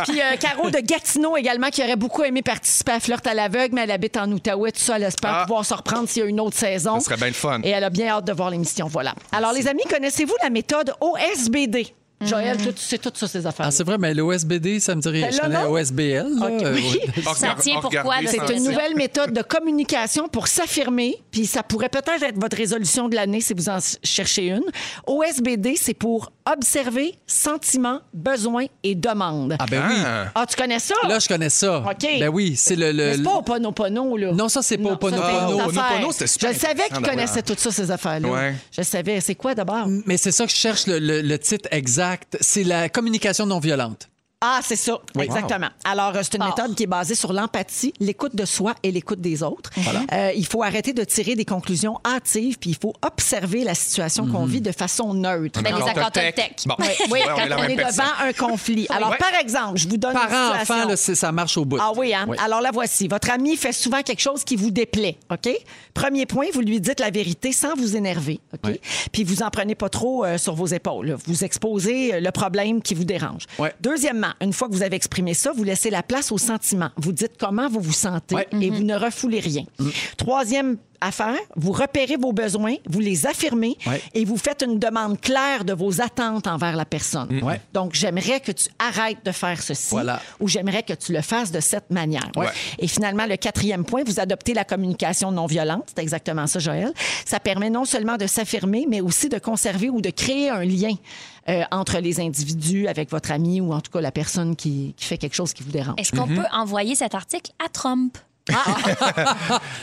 Speaker 2: Puis euh, Caro de Gatineau également, qui aurait beaucoup aimé participer à Flirt à l'aveugle, mais elle habite en Outaouais, tout ça. Elle espère
Speaker 3: Ah.
Speaker 2: pouvoir se reprendre s'il y a une autre saison.
Speaker 3: Ça serait bien le fun.
Speaker 2: Et elle a bien hâte de voir l'émission, voilà. Alors, les amis, connaissez-vous la méthode OSBD? Joël, tout- c'est tout ça, ces affaires.
Speaker 1: Ah, c'est vrai, mais l'OSBD, ça me dit rien. Je
Speaker 2: Celle-là,
Speaker 1: connais
Speaker 2: Ben, non?
Speaker 1: OSBL. là.
Speaker 2: Ok,
Speaker 1: Euh,
Speaker 2: oui.
Speaker 1: ouais.
Speaker 4: Ça
Speaker 3: Regarde-
Speaker 4: tient pourquoi?
Speaker 3: regardez,
Speaker 4: là,
Speaker 3: ça-
Speaker 2: C'est
Speaker 4: cette-
Speaker 2: une nouvelle méthode de communication pour s'affirmer, puis ça pourrait peut-être être votre résolution de l'année si vous en cherchez une. OSBD, c'est pour observer sentiments, besoins et demandes.
Speaker 1: Ah,
Speaker 2: Ah,
Speaker 1: ben oui.
Speaker 3: Ah.
Speaker 2: tu connais ça?
Speaker 1: Là, je connais ça.
Speaker 2: OK.
Speaker 1: Ben oui, c'est le. le-
Speaker 2: Mais c'est pas au Pono Pono, là.
Speaker 1: Non, ça, c'est pas au Pono
Speaker 2: ça, c'est
Speaker 1: Pono.
Speaker 2: une autre
Speaker 3: Au Pono
Speaker 2: affaire.
Speaker 3: Pono, c'était super
Speaker 2: Je le savais
Speaker 3: intéressant
Speaker 2: qu'ils
Speaker 3: d'avoir-
Speaker 2: connaissaient tout ça, ces affaires-là.
Speaker 3: Ouais.
Speaker 2: Je le savais. C'est quoi d'abord?
Speaker 1: Mais c'est ça que je cherche, le, le- le titre exact. C'est la communication non violente.
Speaker 2: Ah, c'est ça. Exactement. Alors, euh, c'est une
Speaker 4: Fort.
Speaker 2: méthode qui est basée sur l'empathie, l'écoute de soi et l'écoute des autres. Euh, il faut arrêter de tirer des conclusions hâtives, puis il faut observer la situation qu'on
Speaker 1: Mhm.
Speaker 2: vit de façon neutre.
Speaker 4: Ben, les
Speaker 3: Quand on
Speaker 4: accords
Speaker 3: tech.
Speaker 4: Toltec.
Speaker 3: Bon,
Speaker 2: Oui, oui,
Speaker 3: Ouais,
Speaker 2: quand
Speaker 4: <laughs>
Speaker 3: la
Speaker 2: on
Speaker 3: même
Speaker 2: est
Speaker 3: personne.
Speaker 2: devant un conflit. Alors,
Speaker 3: Ouais.
Speaker 2: par exemple, je vous donne une situation.
Speaker 1: Parents-enfants, ça marche au bout.
Speaker 2: Ah oui, hein? Alors la voici. Votre ami fait souvent quelque chose qui vous déplaît, OK? Premier point, vous lui dites la vérité sans vous énerver, OK?
Speaker 1: Oui.
Speaker 2: Puis vous en prenez pas trop euh, sur vos épaules. là. Vous exposez euh, le problème qui vous dérange.
Speaker 1: Ouais.
Speaker 2: Deuxièmement, une fois que vous avez exprimé ça, vous laissez la place au sentiment. Vous dites comment vous vous sentez
Speaker 1: Ouais. Mm.
Speaker 2: et vous ne refoulez rien. Troisième affaire, vous repérez vos besoins, vous les affirmez
Speaker 1: Ouais.
Speaker 2: et vous faites une demande claire de vos attentes envers la personne.
Speaker 1: Mm. Ouais.
Speaker 2: Donc, j'aimerais que tu arrêtes de faire ceci
Speaker 1: Voilà.
Speaker 2: ou j'aimerais que tu le fasses de cette manière.
Speaker 3: Ouais.
Speaker 2: Et finalement, le quatrième point, vous adoptez la communication non violente. C'est exactement ça, Joël. Ça permet non seulement de s'affirmer, mais aussi de conserver ou de créer un lien euh, entre les individus avec votre ami ou en tout cas la personne qui, qui fait quelque chose qui vous dérange.
Speaker 4: Est-ce qu'on
Speaker 1: Mhm.
Speaker 4: peut envoyer cet article à Trump?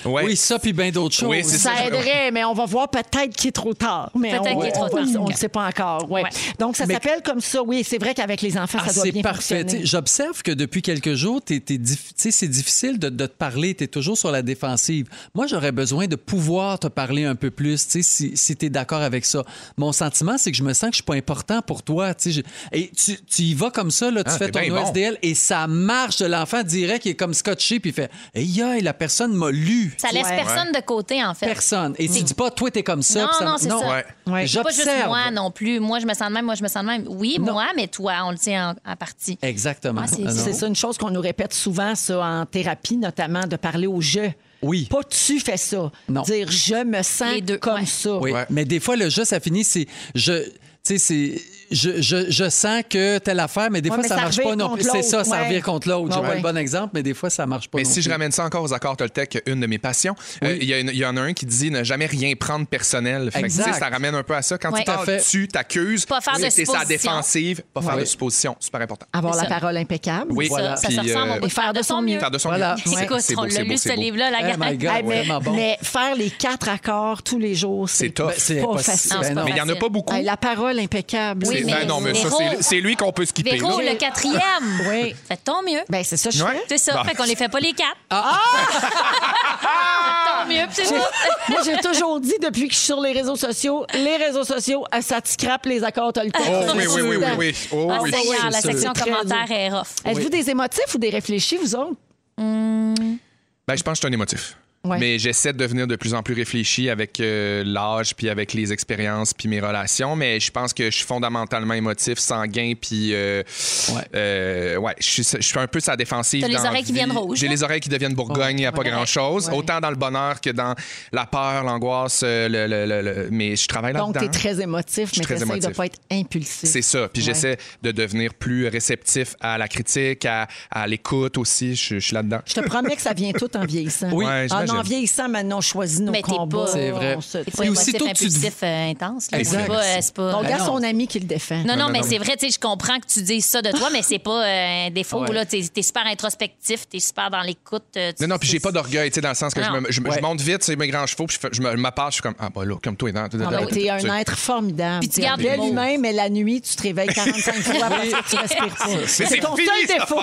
Speaker 3: Ouais.
Speaker 1: Oui, ça, puis bien d'autres choses.
Speaker 3: Oui, c'est
Speaker 2: Ça aiderait, mais on va voir peut-être qu'il est trop tard. Mais
Speaker 4: Peut-être
Speaker 2: on-
Speaker 4: qu'il est trop
Speaker 2: on-
Speaker 4: tard.
Speaker 2: On ne le sait pas encore. Ouais.
Speaker 4: Ouais.
Speaker 2: Donc, ça s'appelle comme ça. Oui, c'est vrai qu'avec les enfants,
Speaker 1: Ah,
Speaker 2: ça doit
Speaker 1: c'est
Speaker 2: bien
Speaker 1: parfait.
Speaker 2: fonctionner.
Speaker 1: T'sais, J'observe que depuis quelques jours, t'es- t'es dif- t'sais, c'est difficile de, de te parler. Tu es toujours sur la défensive. Moi, j'aurais besoin de pouvoir te parler un peu plus, t'sais, si, si tu es d'accord avec ça. Mon sentiment, c'est que je me sens que je suis pas important pour toi. t'sais, je- Et tu, tu y vas comme ça, là, tu
Speaker 3: Ah,
Speaker 1: fais ton
Speaker 3: t'es bien bon.
Speaker 1: OSDL et ça marche de l'enfant direct. Il est comme scotché, puis il fait Hey, aïe, la personne m'a lu.
Speaker 4: Ça laisse
Speaker 2: Ouais.
Speaker 4: personne de côté, en fait.
Speaker 1: Personne. Et tu dis pas, toi, t'es comme ça.
Speaker 4: Mm. Non,
Speaker 1: puis
Speaker 4: non, c'est ça.
Speaker 3: Ouais.
Speaker 2: Ouais.
Speaker 4: Pas
Speaker 1: J'observe.
Speaker 4: juste moi non plus. Moi, je me sens de même, moi, je me sens de même. Oui, moi, mais toi, on le tient en, en partie.
Speaker 1: Exactement.
Speaker 4: Ah, c'est-
Speaker 1: Ah, non.
Speaker 2: C'est ça une chose qu'on nous répète souvent, ça, en thérapie, notamment, de parler au je.
Speaker 1: Oui.
Speaker 2: Pas tu fais ça.
Speaker 1: Non.
Speaker 2: Dire je me sens
Speaker 4: Les deux,
Speaker 2: comme
Speaker 4: ouais.
Speaker 2: ça.
Speaker 1: Oui.
Speaker 3: Ouais.
Speaker 1: Mais des fois, le jeu, ça finit, c'est je. Tu sais, c'est. Je, je, je sens que telle affaire, mais des
Speaker 2: Ouais,
Speaker 1: fois,
Speaker 2: mais
Speaker 1: ça,
Speaker 2: ça
Speaker 1: marche
Speaker 2: revire
Speaker 1: pas non
Speaker 2: contre
Speaker 1: plus. C'est ça,
Speaker 2: l'autre,
Speaker 1: ça
Speaker 2: ouais.
Speaker 1: revient contre l'autre. J'ai
Speaker 2: Ouais,
Speaker 1: pas
Speaker 2: ouais.
Speaker 1: le bon exemple, mais des fois, ça marche pas.
Speaker 3: Mais
Speaker 1: non
Speaker 3: si je
Speaker 1: plus.
Speaker 3: ramène ça encore aux accords Toltec, une de mes passions, euh, il y, a une- il y en a un qui dit ne jamais rien prendre personnel. Fait que, tu sais,
Speaker 1: Exact.
Speaker 3: ça ramène un peu à ça. Quand
Speaker 4: Ouais.
Speaker 3: tu parles,
Speaker 1: Tout à fait.
Speaker 3: tu t'accuses.
Speaker 4: Pas faire de
Speaker 3: c'est sa
Speaker 4: suppositions.
Speaker 3: défensive, pas faire
Speaker 1: Ouais.
Speaker 3: de suppositions. Super important.
Speaker 2: Avoir
Speaker 4: C'est
Speaker 2: la
Speaker 4: ça.
Speaker 2: parole impeccable.
Speaker 3: Oui,
Speaker 4: Ça, ça
Speaker 3: puis,
Speaker 4: se ressemble,
Speaker 3: euh,
Speaker 4: on peut faire de son mieux.
Speaker 3: faire de son
Speaker 1: Voilà.
Speaker 3: mieux.
Speaker 4: Écoute,
Speaker 3: C'est
Speaker 4: on
Speaker 3: beau,
Speaker 4: l'a
Speaker 3: c'est beau,
Speaker 4: lu, ce
Speaker 3: c'est beau.
Speaker 4: livre-là, la
Speaker 1: Eh, my
Speaker 4: gang.
Speaker 1: God,
Speaker 2: Hey, mais,
Speaker 1: vraiment bon.
Speaker 2: mais faire les quatre accords tous les jours,
Speaker 3: C'est
Speaker 2: c'est
Speaker 3: tough.
Speaker 1: Ben, c'est
Speaker 2: pas
Speaker 1: impossible.
Speaker 2: facile.
Speaker 4: Non, c'est
Speaker 1: Ben
Speaker 4: pas
Speaker 1: non.
Speaker 3: Mais il n'y en a
Speaker 4: facile.
Speaker 3: pas beaucoup.
Speaker 2: Hey, la parole impeccable.
Speaker 4: Ah, Oui,
Speaker 3: C'est-
Speaker 4: mais-
Speaker 3: Ben non, mais ça,
Speaker 4: Véro-
Speaker 3: c'est- c'est lui qu'on peut skipper.
Speaker 4: Véro,
Speaker 3: là.
Speaker 1: <laughs>
Speaker 4: le quatrième.
Speaker 2: Oui.
Speaker 4: Fais ton mieux.
Speaker 2: Ben, c'est ça, je
Speaker 3: Ouais.
Speaker 2: fais. <laughs>
Speaker 4: C'est ça.
Speaker 3: Bon.
Speaker 4: Fait qu'on les fait pas les quatre.
Speaker 1: Ah!
Speaker 4: Fais ton mieux, puis c'est
Speaker 2: J'ai-
Speaker 4: tout.
Speaker 2: Moi, j'ai toujours dit depuis que je suis sur les réseaux sociaux, les réseaux sociaux, euh, ça te scrape les accords Toltec.
Speaker 3: Oh
Speaker 2: C'est
Speaker 3: oui, oui, oui, oui,
Speaker 2: sûr.
Speaker 3: oui. Oh,
Speaker 4: Ah,
Speaker 3: oui.
Speaker 4: Seigneur,
Speaker 1: c'est
Speaker 4: la
Speaker 1: sûr.
Speaker 4: section
Speaker 2: C'est très
Speaker 4: commentaire est rough.
Speaker 2: Êtes-vous des émotifs ou des réfléchis, vous autres?
Speaker 3: Ben, je pense que je suis un émotif.
Speaker 2: Ouais.
Speaker 3: mais j'essaie de devenir de plus en plus réfléchi avec euh, l'âge, puis avec les expériences, puis mes relations. Mais je pense que je suis fondamentalement émotif, sanguin, puis. euh,
Speaker 1: Ouais.
Speaker 3: euh, ouais, je suis je suis un peu sa défensive.
Speaker 4: T'as les
Speaker 3: dans la
Speaker 4: oreilles qui
Speaker 3: vie.
Speaker 4: viennent rouges,
Speaker 3: J'ai
Speaker 4: là.
Speaker 3: les oreilles qui deviennent bourgogne, il n'y a pas grand-chose.
Speaker 2: Ouais.
Speaker 3: Autant dans le bonheur que dans la peur, l'angoisse, euh, le, le- le- le- mais je travaille là-dedans.
Speaker 2: Donc, tu es très émotif,
Speaker 3: suis
Speaker 2: mais tu
Speaker 3: très
Speaker 2: de ne
Speaker 3: émotif.
Speaker 2: pas être impulsif.
Speaker 3: C'est ça. Puis
Speaker 2: Ouais.
Speaker 3: j'essaie de devenir plus réceptif à la critique, à, à l'écoute aussi. Je, je suis là-dedans.
Speaker 2: Je te promets que ça vient tout en vieillissant.
Speaker 3: Oui. Ouais,
Speaker 2: ah
Speaker 3: j'imagine.
Speaker 2: non, en vieillissant, maintenant, on choisit nos
Speaker 4: Mais t'es
Speaker 2: combats.
Speaker 4: pas.
Speaker 1: C'est vrai.
Speaker 2: On se-
Speaker 4: T'es
Speaker 2: Ton
Speaker 4: pas
Speaker 1: Et
Speaker 4: émotif,
Speaker 1: aussitôt que tu-
Speaker 4: impulsif, euh, intense. là.
Speaker 1: Exact.
Speaker 4: C'est pas, euh, c'est pas-
Speaker 1: Ben
Speaker 2: gars,
Speaker 1: non.
Speaker 2: son ami qui le défend.
Speaker 4: Non, non,
Speaker 3: non,
Speaker 4: mais
Speaker 3: non.
Speaker 4: c'est vrai, tu sais, je comprends que tu dises ça de toi, mais c'est pas euh, un défaut,
Speaker 1: Ouais.
Speaker 4: là. T'es es super introspectif, t'es super dans l'écoute. euh, tu-
Speaker 3: Non, non, puis j'ai pas d'orgueil, tu sais, dans le sens que je,
Speaker 4: Non.
Speaker 3: me- je- je
Speaker 1: Ouais.
Speaker 3: monte vite, c'est mes grands chevaux, puis je, fais- je me- je m'appelle, je suis comme, ah, bah là, comme toi, non.
Speaker 2: Ah, ben, t'es un être formidable.
Speaker 4: Puis tu
Speaker 2: T'es
Speaker 4: gardes
Speaker 2: un bel
Speaker 4: le mot.
Speaker 2: humain, mais la nuit, tu te réveilles 45
Speaker 4: <laughs>
Speaker 2: fois parce que tu respires pas. C'est ton seul défaut.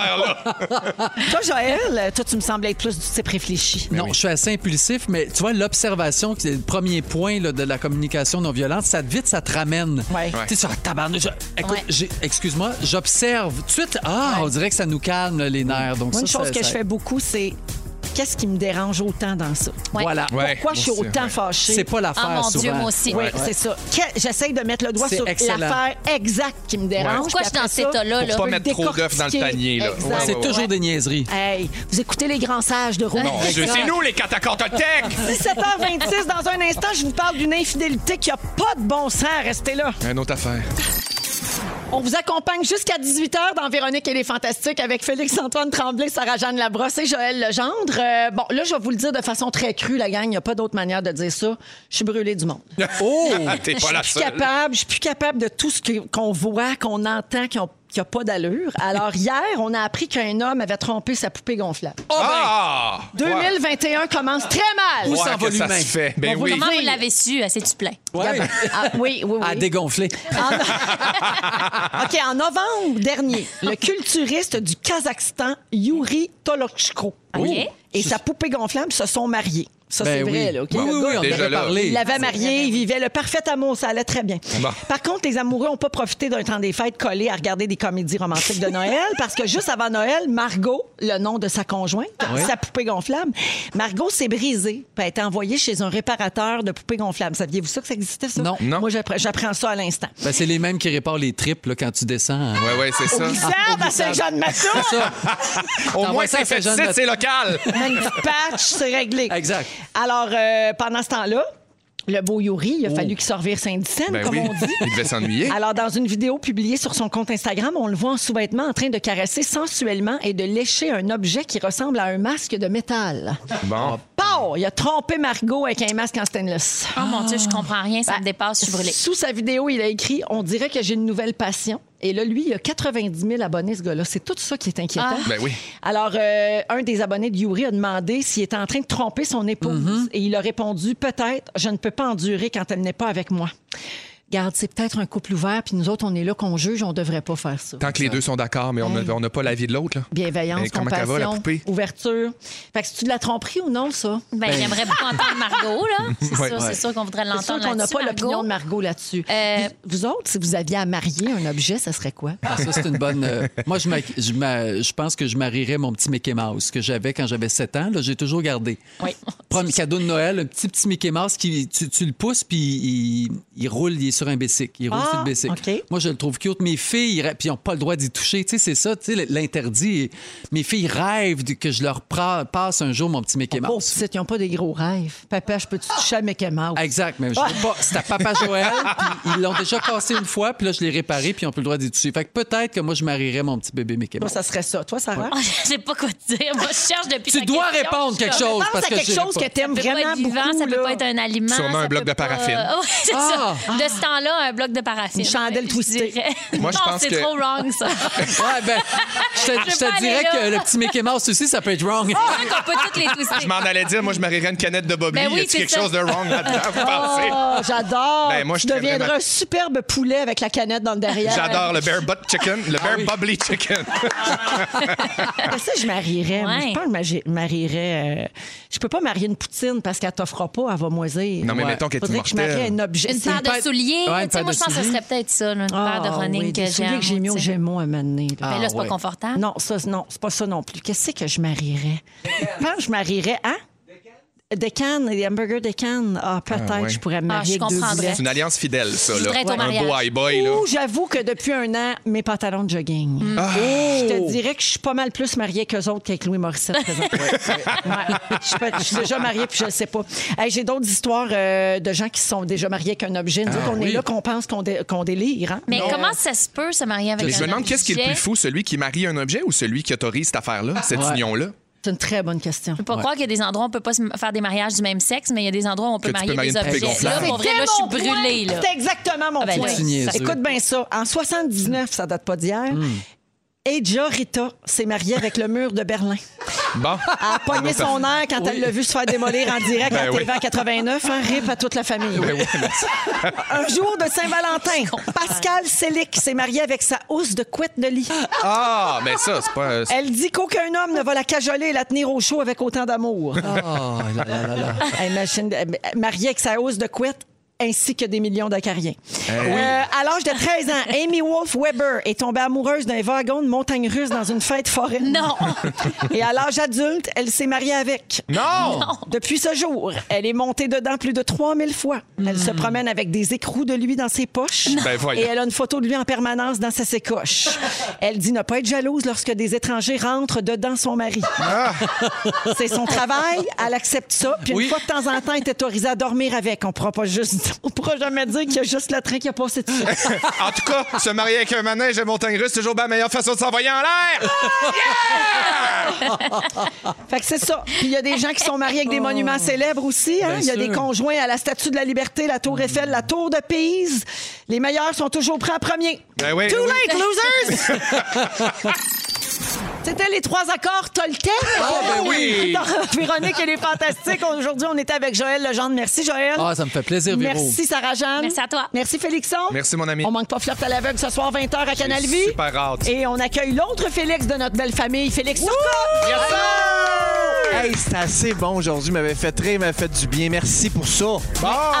Speaker 2: Toi, Joël, toi, tu me sembles être plus du type réfléchi.
Speaker 1: Non, je suis assez impulsif, mais tu vois, l'observation, qui est le premier point là, de la communication non violente, ça vite, ça te ramène.
Speaker 2: Ouais.
Speaker 1: Tu sais, sur la tabarnouche, je- écoute,
Speaker 4: Ouais.
Speaker 1: j'ai- excuse-moi, j'observe. Tout de suite, ah, on dirait que ça nous calme là, les nerfs. Donc,
Speaker 2: Moi, une
Speaker 1: ça,
Speaker 2: chose
Speaker 1: ça-
Speaker 2: que
Speaker 1: ça-
Speaker 2: je fais beaucoup, c'est qu'est-ce qui me dérange autant dans ça?
Speaker 4: Ouais.
Speaker 1: Voilà.
Speaker 3: Ouais,
Speaker 2: Pourquoi je suis
Speaker 3: moi aussi, hein.
Speaker 2: autant
Speaker 3: ouais.
Speaker 2: fâchée?
Speaker 1: C'est pas l'affaire, euh,
Speaker 4: Ah, mon Dieu,
Speaker 1: souvent.
Speaker 4: moi aussi.
Speaker 2: Oui, c'est ça. Que- J'essaye de mettre le doigt
Speaker 1: C'est
Speaker 2: sur
Speaker 1: excellent.
Speaker 2: l'affaire exacte qui me dérange.
Speaker 4: Pourquoi
Speaker 2: puis
Speaker 4: je suis dans
Speaker 2: après
Speaker 4: cet
Speaker 2: ça,
Speaker 4: état-là, là?
Speaker 3: Pour pas mettre trop d'œufs dans le
Speaker 2: décortiquer.
Speaker 3: panier, là.
Speaker 2: Exact.
Speaker 3: Ouais, ouais,
Speaker 1: C'est
Speaker 3: ouais.
Speaker 1: toujours des niaiseries.
Speaker 2: Hey, vous écoutez les grands sages de Rouge. <laughs>
Speaker 3: Mon Dieu, c'est nous, les catacortothèques!
Speaker 2: 17h26, dans un instant, je vous parle d'une infidélité qui a pas de bon sens. Restez là.
Speaker 3: <laughs> Une autre affaire.
Speaker 2: On vous accompagne jusqu'à 18h dans Véronique et les Fantastiques avec Félix-Antoine Tremblay, Sarah-Jeanne Labrosse et Joël Legendre. Euh, bon, là, je vais vous le dire de façon très crue, la gang. Il n'y a pas d'autre manière de dire ça. Je suis brûlée du monde.
Speaker 1: Oh!
Speaker 3: <laughs> T'es pas
Speaker 2: Je
Speaker 3: la
Speaker 2: suis plus
Speaker 3: seule.
Speaker 2: capable, je suis plus capable de tout ce que- qu'on voit, qu'on entend, qui n'y a pas d'allure.
Speaker 1: <laughs>
Speaker 2: Alors, hier, on a appris qu'un homme avait trompé sa poupée gonflable.
Speaker 1: Oh,
Speaker 3: Ah!
Speaker 2: 2021 commence très
Speaker 1: Où
Speaker 2: mal.
Speaker 3: Ouais,
Speaker 1: s'en
Speaker 3: que
Speaker 1: va
Speaker 3: ça
Speaker 1: l'humain?
Speaker 3: se fait. Ben
Speaker 2: On
Speaker 3: oui.
Speaker 2: vous
Speaker 4: Comment
Speaker 2: Oui.
Speaker 4: vous l'avez su? euh, Assez tu plains.
Speaker 1: Ouais.
Speaker 2: Ah, oui, oui, oui.
Speaker 1: À dégonfler.
Speaker 2: En- <laughs> OK, en novembre dernier, le culturiste du Kazakhstan, Yuri Tolochko,
Speaker 1: Ah,
Speaker 4: Oui.
Speaker 2: et sa poupée gonflable se sont mariés. Ça, c'est
Speaker 1: Ben
Speaker 2: vrai,
Speaker 1: oui.
Speaker 2: là. OK?
Speaker 1: Oui,
Speaker 2: Le
Speaker 1: oui,
Speaker 2: gars,
Speaker 1: oui, on
Speaker 3: Déjà
Speaker 1: devait
Speaker 3: là.
Speaker 1: parler.
Speaker 2: Il l'avait marié, il
Speaker 1: ben
Speaker 2: vivait le parfait amour, ça allait très bien.
Speaker 3: Bon.
Speaker 2: Par contre, les amoureux n'ont pas profité d'un temps des fêtes collé à regarder des comédies romantiques de
Speaker 1: <laughs>
Speaker 2: Noël parce que juste avant Noël, Margot, le nom de sa conjointe,
Speaker 1: Oui.
Speaker 2: sa poupée gonflable, Margot s'est brisée puis a été envoyée chez un réparateur de poupées gonflables. Saviez-vous ça que ça existait, ça?
Speaker 1: Non.
Speaker 3: Non.
Speaker 2: Moi, j'appre- j'apprends ça à l'instant.
Speaker 1: Ben, c'est les mêmes qui réparent les tripes là, quand tu descends. hein.
Speaker 3: Ouais, ouais, c'est ça.
Speaker 2: Glissade à Saint-Jean-de-Maçon! <laughs>
Speaker 3: Au
Speaker 1: T'envoies
Speaker 3: moins,
Speaker 1: ça à
Speaker 3: c'est fait
Speaker 1: Saint-Jean de-
Speaker 3: site, c'est local.
Speaker 2: Une petite patch, c'est réglé.
Speaker 1: Exact.
Speaker 2: Alors, euh, pendant ce temps-là, le beau Yuri, il a fallu qu'il se revire Saint-Dicenne,
Speaker 3: Oh. Ben
Speaker 2: comme
Speaker 3: oui,
Speaker 2: on dit.
Speaker 3: il devait s'ennuyer.
Speaker 2: Alors, dans une vidéo publiée sur son compte Instagram, on le voit en sous-vêtements en train de caresser sensuellement et de lécher un objet qui ressemble à un masque de métal.
Speaker 3: Bon.
Speaker 2: Pow! Il a trompé Margot avec un masque en stainless.
Speaker 4: Oh mon Dieu, je comprends rien, ça me dépasse, je suis brûlée.
Speaker 2: Sous sa vidéo, il a écrit On dirait que j'ai une nouvelle passion. Et là, lui, il a 90 000 abonnés, ce gars-là. C'est tout ça qui est inquiétant.
Speaker 4: Ah.
Speaker 3: Ben oui.
Speaker 2: Alors, euh, un des abonnés de Yuri a demandé s'il était en train de tromper son épouse. Et il a répondu Peut-être, je ne peux pas endurer quand elle n'est pas avec moi. Garde, c'est peut-être un couple ouvert, puis nous autres, on est là qu'on juge, on devrait pas faire ça.
Speaker 3: Tant que les deux sont d'accord, mais on
Speaker 2: Hey.
Speaker 3: n'a- on n'a pas l'avis de l'autre, là.
Speaker 2: Bienveillance,
Speaker 3: Mais comment qu'elle va, la
Speaker 2: compassion,
Speaker 3: poupée?
Speaker 2: ouverture. Fait que c'est-tu de la tromperie ou non, ça?
Speaker 4: Ben, j'aimerais beaucoup entendre Margot, là. C'est
Speaker 3: Ouais.
Speaker 4: sûr, c'est sûr qu'on voudrait
Speaker 2: C'est sûr
Speaker 4: l'entendre.
Speaker 2: qu'on n'a
Speaker 4: là-dessus,
Speaker 2: pas l'opinion
Speaker 4: Margot.
Speaker 2: de Margot là-dessus.
Speaker 4: Euh,
Speaker 2: Vous, vous autres, si vous aviez à marier un objet, ça serait quoi?
Speaker 1: Ah, ça, c'est une bonne. euh, moi, je, m'a- je m'a- je pense que je marierais mon petit Mickey Mouse que j'avais quand j'avais 7 ans. Là, j'ai toujours gardé.
Speaker 2: Oui.
Speaker 1: Premier cadeau de Noël, un petit petit Mickey Mouse qui tu, tu le pousses puis il, il roule, il est sur un bicycle, il roule
Speaker 2: Ah,
Speaker 1: sur le bicycle.
Speaker 2: OK.
Speaker 1: Moi, je le trouve cute. Mes filles, ils rê- puis ils n'ont pas le droit d'y toucher. Tu sais, c'est ça, tu sais, l'interdit. Mes filles rêvent du- que je leur pra- passe un jour mon petit Mickey
Speaker 2: Oh,
Speaker 1: Mouse.
Speaker 2: petites, ils n'ont pas des gros rêves. Papa, je peux-tu toucher à Mickey Mouse?
Speaker 1: Exact,
Speaker 4: <laughs>
Speaker 1: mais je veux pas. C'était à Papa Joël, puis ils l'ont déjà cassé une fois, puis là, je l'ai réparé, puis ils n'ont plus le droit d'y toucher. Fait que peut-être que moi, je marierais mon petit bébé Mickey
Speaker 2: Toi,
Speaker 1: Mouse.
Speaker 2: ça serait ça. Toi, Sarah?
Speaker 4: Ah, <laughs> je sais pas quoi te dire. Moi, je cherche depuis
Speaker 1: Tu
Speaker 4: ta
Speaker 1: dois
Speaker 4: question,
Speaker 1: répondre
Speaker 4: je-
Speaker 1: quelque chose.
Speaker 2: Pense
Speaker 1: parce
Speaker 2: à
Speaker 1: que
Speaker 2: quelque
Speaker 1: je
Speaker 2: chose
Speaker 1: réponds.
Speaker 2: que t'aimes
Speaker 4: Ça peut
Speaker 2: vraiment
Speaker 4: pas être vivant,
Speaker 2: beaucoup.
Speaker 4: ça peut
Speaker 2: là.
Speaker 4: pas être un aliment.
Speaker 3: Sûrement
Speaker 4: ça
Speaker 3: un
Speaker 4: peut
Speaker 3: bloc de
Speaker 4: pas- <laughs>
Speaker 3: paraffine.
Speaker 4: Ah oui, c'est
Speaker 1: Ah!
Speaker 4: ça. De ce temps-là, un bloc de paraffine.
Speaker 2: Une chandelle
Speaker 4: Je
Speaker 2: twistée.
Speaker 4: dirais.
Speaker 3: Moi, je
Speaker 4: non,
Speaker 3: pense
Speaker 4: c'est
Speaker 3: que-
Speaker 4: trop wrong,
Speaker 3: <laughs>
Speaker 4: ça.
Speaker 1: Ouais, ben, je te, je
Speaker 4: vais
Speaker 1: te
Speaker 4: pas
Speaker 1: dirais
Speaker 4: aller
Speaker 1: que
Speaker 4: là. Oh!
Speaker 1: le petit Mickey Mouse aussi, ça peut être wrong.
Speaker 4: Je crois qu'on peut toutes les
Speaker 3: Je
Speaker 4: twister.
Speaker 3: m'en allais dire, moi, je marierais une canette de Bobby.
Speaker 4: Ben oui,
Speaker 3: y a-tu
Speaker 4: c'est
Speaker 3: quelque
Speaker 4: ça. Oh,
Speaker 3: chose de wrong
Speaker 4: <laughs>
Speaker 3: là-dedans, vous pensez?
Speaker 2: Ah, j'adore.
Speaker 3: Ben, moi,
Speaker 2: tu
Speaker 3: je serais
Speaker 2: deviendras
Speaker 3: vraiment-
Speaker 2: un superbe poulet avec la canette dans le derrière.
Speaker 3: J'adore le bear butt chicken, le bear bubbly chicken.
Speaker 2: Après ça, je marierais. Moi,
Speaker 4: Ouais.
Speaker 2: Je pense que magi- marierais. euh, Je peux pas marier une poutine parce qu'elle t'offrira pas, elle va moisir.
Speaker 3: Non, mais
Speaker 1: Ouais.
Speaker 3: mettons qu'elle est
Speaker 2: Faudrait que je marierais
Speaker 3: mortelle.
Speaker 2: un objet.
Speaker 4: Une
Speaker 2: C'est-
Speaker 4: paire
Speaker 1: paire-
Speaker 4: de souliers.
Speaker 1: Ouais, une
Speaker 4: tu sais,
Speaker 1: paire
Speaker 4: moi,
Speaker 1: de
Speaker 4: je pense que ce
Speaker 1: souliers.
Speaker 4: serait peut-être ça, là, une
Speaker 2: Ah,
Speaker 4: paire de running
Speaker 2: oui,
Speaker 4: que
Speaker 2: des souliers
Speaker 4: j'aime.
Speaker 2: que j'ai mis au
Speaker 4: tu sais.
Speaker 2: Gémeaux à m'amener.
Speaker 4: Mais là, c'est
Speaker 1: Ah,
Speaker 4: pas
Speaker 1: ouais.
Speaker 4: confortable.
Speaker 2: Non, ça, non, c'est pas ça non plus. Qu'est-ce que je marierais? Je pense que je marierais, hein? de Cannes, les hamburgers de Cannes. Ah, peut-être
Speaker 3: Ah, ouais.
Speaker 2: je pourrais me
Speaker 4: Ah,
Speaker 2: marier
Speaker 4: je
Speaker 2: avec deux
Speaker 4: comprendrais.
Speaker 2: boulets.
Speaker 3: C'est une alliance fidèle, ça.
Speaker 4: Je
Speaker 3: Là.
Speaker 4: voudrais être au
Speaker 3: Un beau
Speaker 4: mariage.
Speaker 3: high-boy. là.
Speaker 2: Ou j'avoue que depuis un an, mes pantalons de jogging.
Speaker 4: Ah.
Speaker 2: Je te dirais que je suis pas mal plus mariée qu'eux autres qu'avec Louis Morissette. présentement. <laughs> Ouais. Je suis pas- je suis déjà mariée puis je le sais pas. Hey, J'ai d'autres histoires euh, de gens qui sont déjà mariés avec un objet. Nous autres, on est là qu'on pense qu'on dé- qu'on délire. hein.
Speaker 4: Mais comment ça se peut se marier avec
Speaker 3: Mais
Speaker 4: un
Speaker 3: je me demande qu'est-ce qui est le
Speaker 4: objet?
Speaker 3: plus fou, celui qui marie un objet ou celui qui autorise cette affaire-là, cette
Speaker 1: Ouais.
Speaker 3: union-là?
Speaker 2: C'est une très bonne question.
Speaker 4: Je peux pas croire qu'il y a des endroits où on peut pas se faire des mariages du même sexe, mais il y a des endroits où on peut
Speaker 3: Que tu peux
Speaker 4: marier
Speaker 3: marier
Speaker 4: des
Speaker 3: une poupée
Speaker 4: objets. Là,
Speaker 3: gonflable.
Speaker 4: pour vrai, là, je suis brûlée. Là.
Speaker 2: C'est exactement mon
Speaker 4: Ah ben
Speaker 2: point.
Speaker 4: là,
Speaker 1: Tu niaises.
Speaker 2: Écoute bien ça. En 79, ça date pas d'hier. Eja Rita s'est mariée avec le mur de Berlin.
Speaker 3: Bon.
Speaker 2: Elle
Speaker 4: Ah.
Speaker 2: a pogné
Speaker 3: Ah,
Speaker 2: son air quand elle l'a vu se faire démolir en direct
Speaker 3: Ben
Speaker 2: à
Speaker 3: oui. Ben
Speaker 2: TV en 89. Hein, rip à toute la famille. Un jour de Saint-Valentin, Pascal Selick s'est marié avec sa housse de couette de lit.
Speaker 3: Ah, mais ça, c'est pas. euh, c'est-
Speaker 2: Elle dit qu'aucun homme ne va la cajoler et la tenir au chaud avec autant d'amour.
Speaker 3: Ah.
Speaker 1: Oh, là, là, là, là.
Speaker 2: Elle Imagine, euh, mariée avec sa housse de couette ainsi que des millions d'acariens. Euh, à l'âge de 13 ans, Amy Wolf Weber est tombée amoureuse d'un wagon de montagne russe dans une fête foraine.
Speaker 4: Non,
Speaker 2: Et à l'âge adulte, elle s'est mariée avec.
Speaker 4: <laughs>
Speaker 3: Non!
Speaker 2: Depuis ce jour, elle est montée dedans plus de 3000 fois. Elle se promène avec des écrous de lui dans ses poches.
Speaker 3: Hmm. Ben voyons.
Speaker 2: et elle a une photo de lui en permanence dans sa sécoche. elle dit ne pas être jalouse lorsque des étrangers rentrent dedans son mari.
Speaker 3: Ah.
Speaker 2: C'est son travail, elle accepte ça. Puis
Speaker 1: Oui.
Speaker 2: une fois de temps en temps, elle est autorisée à dormir avec. On pourra pas juste, on pourra jamais dire qu'il y a juste le train qui a passé dessus.
Speaker 4: Eh.
Speaker 3: <laughs> En tout cas, se marier avec un manège à montagne russe, c'est toujours la meilleure façon de s'envoyer en l'air!
Speaker 2: Fait que c'est ça. Puis il y a des gens qui sont mariés avec
Speaker 4: Oh.
Speaker 2: des monuments célèbres aussi. hein.
Speaker 1: Bien
Speaker 2: Il y a des
Speaker 1: sûr.
Speaker 2: conjoints à la Statue de la Liberté, la Tour Eiffel, la Tour de Pise. Les meilleurs sont toujours prêts en premier.
Speaker 3: Ben oui,
Speaker 2: Too
Speaker 3: oui.
Speaker 2: late, losers!
Speaker 1: <laughs>
Speaker 2: C'était les trois accords Toltec.
Speaker 1: Ah, ben
Speaker 2: <laughs>
Speaker 1: oui!
Speaker 2: Véronique, elle est fantastique. Aujourd'hui, on était avec Joël Legendre. Merci, Joël.
Speaker 1: Ah, ça me fait plaisir, Véro.
Speaker 2: Merci, Sarah-Jeanne.
Speaker 4: Merci à toi.
Speaker 2: Merci, Félixon.
Speaker 3: Merci, mon ami.
Speaker 2: On manque pas Flirt à l'aveugle ce soir, 20h à Canal V.
Speaker 3: super hâte.
Speaker 2: Et on accueille l'autre Félix de notre belle famille, Félix Turcotte.
Speaker 11: Hey, c'est assez bon aujourd'hui. m'avait fait rire, m'avait fait du bien. Merci pour ça.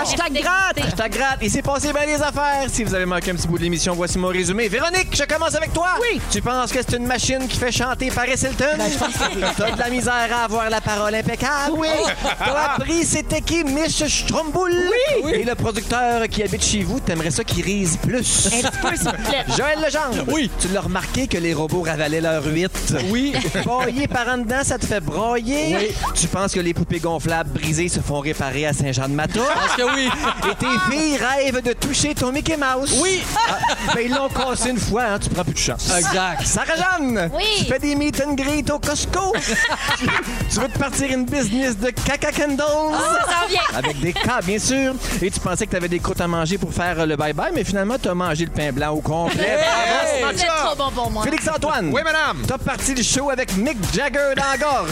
Speaker 2: Hashtag gratte.
Speaker 11: Je te gratte. Il s'est passé bien les affaires. Si vous avez manqué un petit bout de l'émission, voici mon résumé. Véronique, je commence avec toi.
Speaker 2: Oui. Ben,
Speaker 11: Tu penses que c'est une machine qui fait chanter Paris Hilton? T'as de la misère à avoir la parole impeccable. Oui. T'as appris c'était qui? Mich Stromboul. Oui. Et le producteur qui habite chez vous, t'aimerais ça qu'il rise plus.
Speaker 2: Un petit peu, s'il vous plaît.
Speaker 11: <laughs> Joël Legendre.
Speaker 1: Oui.
Speaker 11: Tu l'as remarqué que les robots ravalaient leur huit.
Speaker 1: Oui.
Speaker 11: <laughs> Broyer par en dedans, ça te fait broyer. Tu penses que les poupées gonflables brisées se font réparer à Saint-Jean-de-Mata?
Speaker 1: Parce que oui.
Speaker 11: Et tes filles rêvent de toucher ton Mickey Mouse. Oui! Mais ils l'ont cassé une fois, hein, tu prends plus de chance.
Speaker 1: Exact.
Speaker 11: Sarah-Jeanne,
Speaker 4: Oui.
Speaker 11: tu fais des meet and greet au Costco. Tu- tu veux te partir une business de caca candles.
Speaker 4: ça vient.
Speaker 2: Ah,
Speaker 11: Avec des cas, bien sûr. Et tu pensais que tu avais des croûtes à manger pour faire euh, le bye-bye, mais finalement, tu as mangé le pain blanc au complet.
Speaker 4: Vous êtes trop bon pour moi.
Speaker 11: Félix-Antoine.
Speaker 3: Oui, madame!
Speaker 4: Oh!
Speaker 11: T'as parti le show avec Mick Jagger dans
Speaker 9: <laughs>
Speaker 11: la gorge.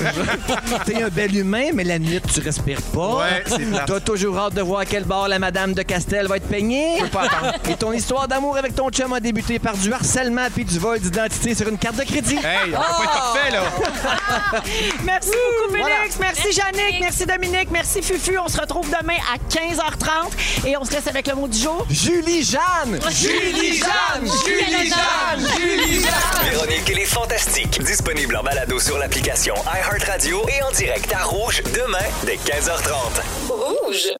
Speaker 11: T'es un bel humain, mais la nuit, tu respires pas.
Speaker 3: Ouais, c'est plate.
Speaker 11: T'as toujours hâte de voir à quel bord la madame de Castel va être peignée. <laughs> Et ton histoire d'amour avec ton chum a débuté par du harcèlement puis du vol d'identité sur une carte de crédit.
Speaker 3: Hey, on peut pas être parfait, là!
Speaker 2: Merci beaucoup, Félix.
Speaker 11: Voilà.
Speaker 2: Merci,
Speaker 4: Merci,
Speaker 2: Jannick.
Speaker 4: Yannick.
Speaker 2: Merci, Dominique. Merci, Fufu. On se retrouve demain à 15h30 et on se laisse avec le mot du jour.
Speaker 11: Julie Jeanne!
Speaker 4: Julie Jeanne! Julie Jeanne!
Speaker 9: Véronique et les Fantastiques. Disponible en balado sur l'application iHeartRadio et en direct à Rouge demain dès 15h30.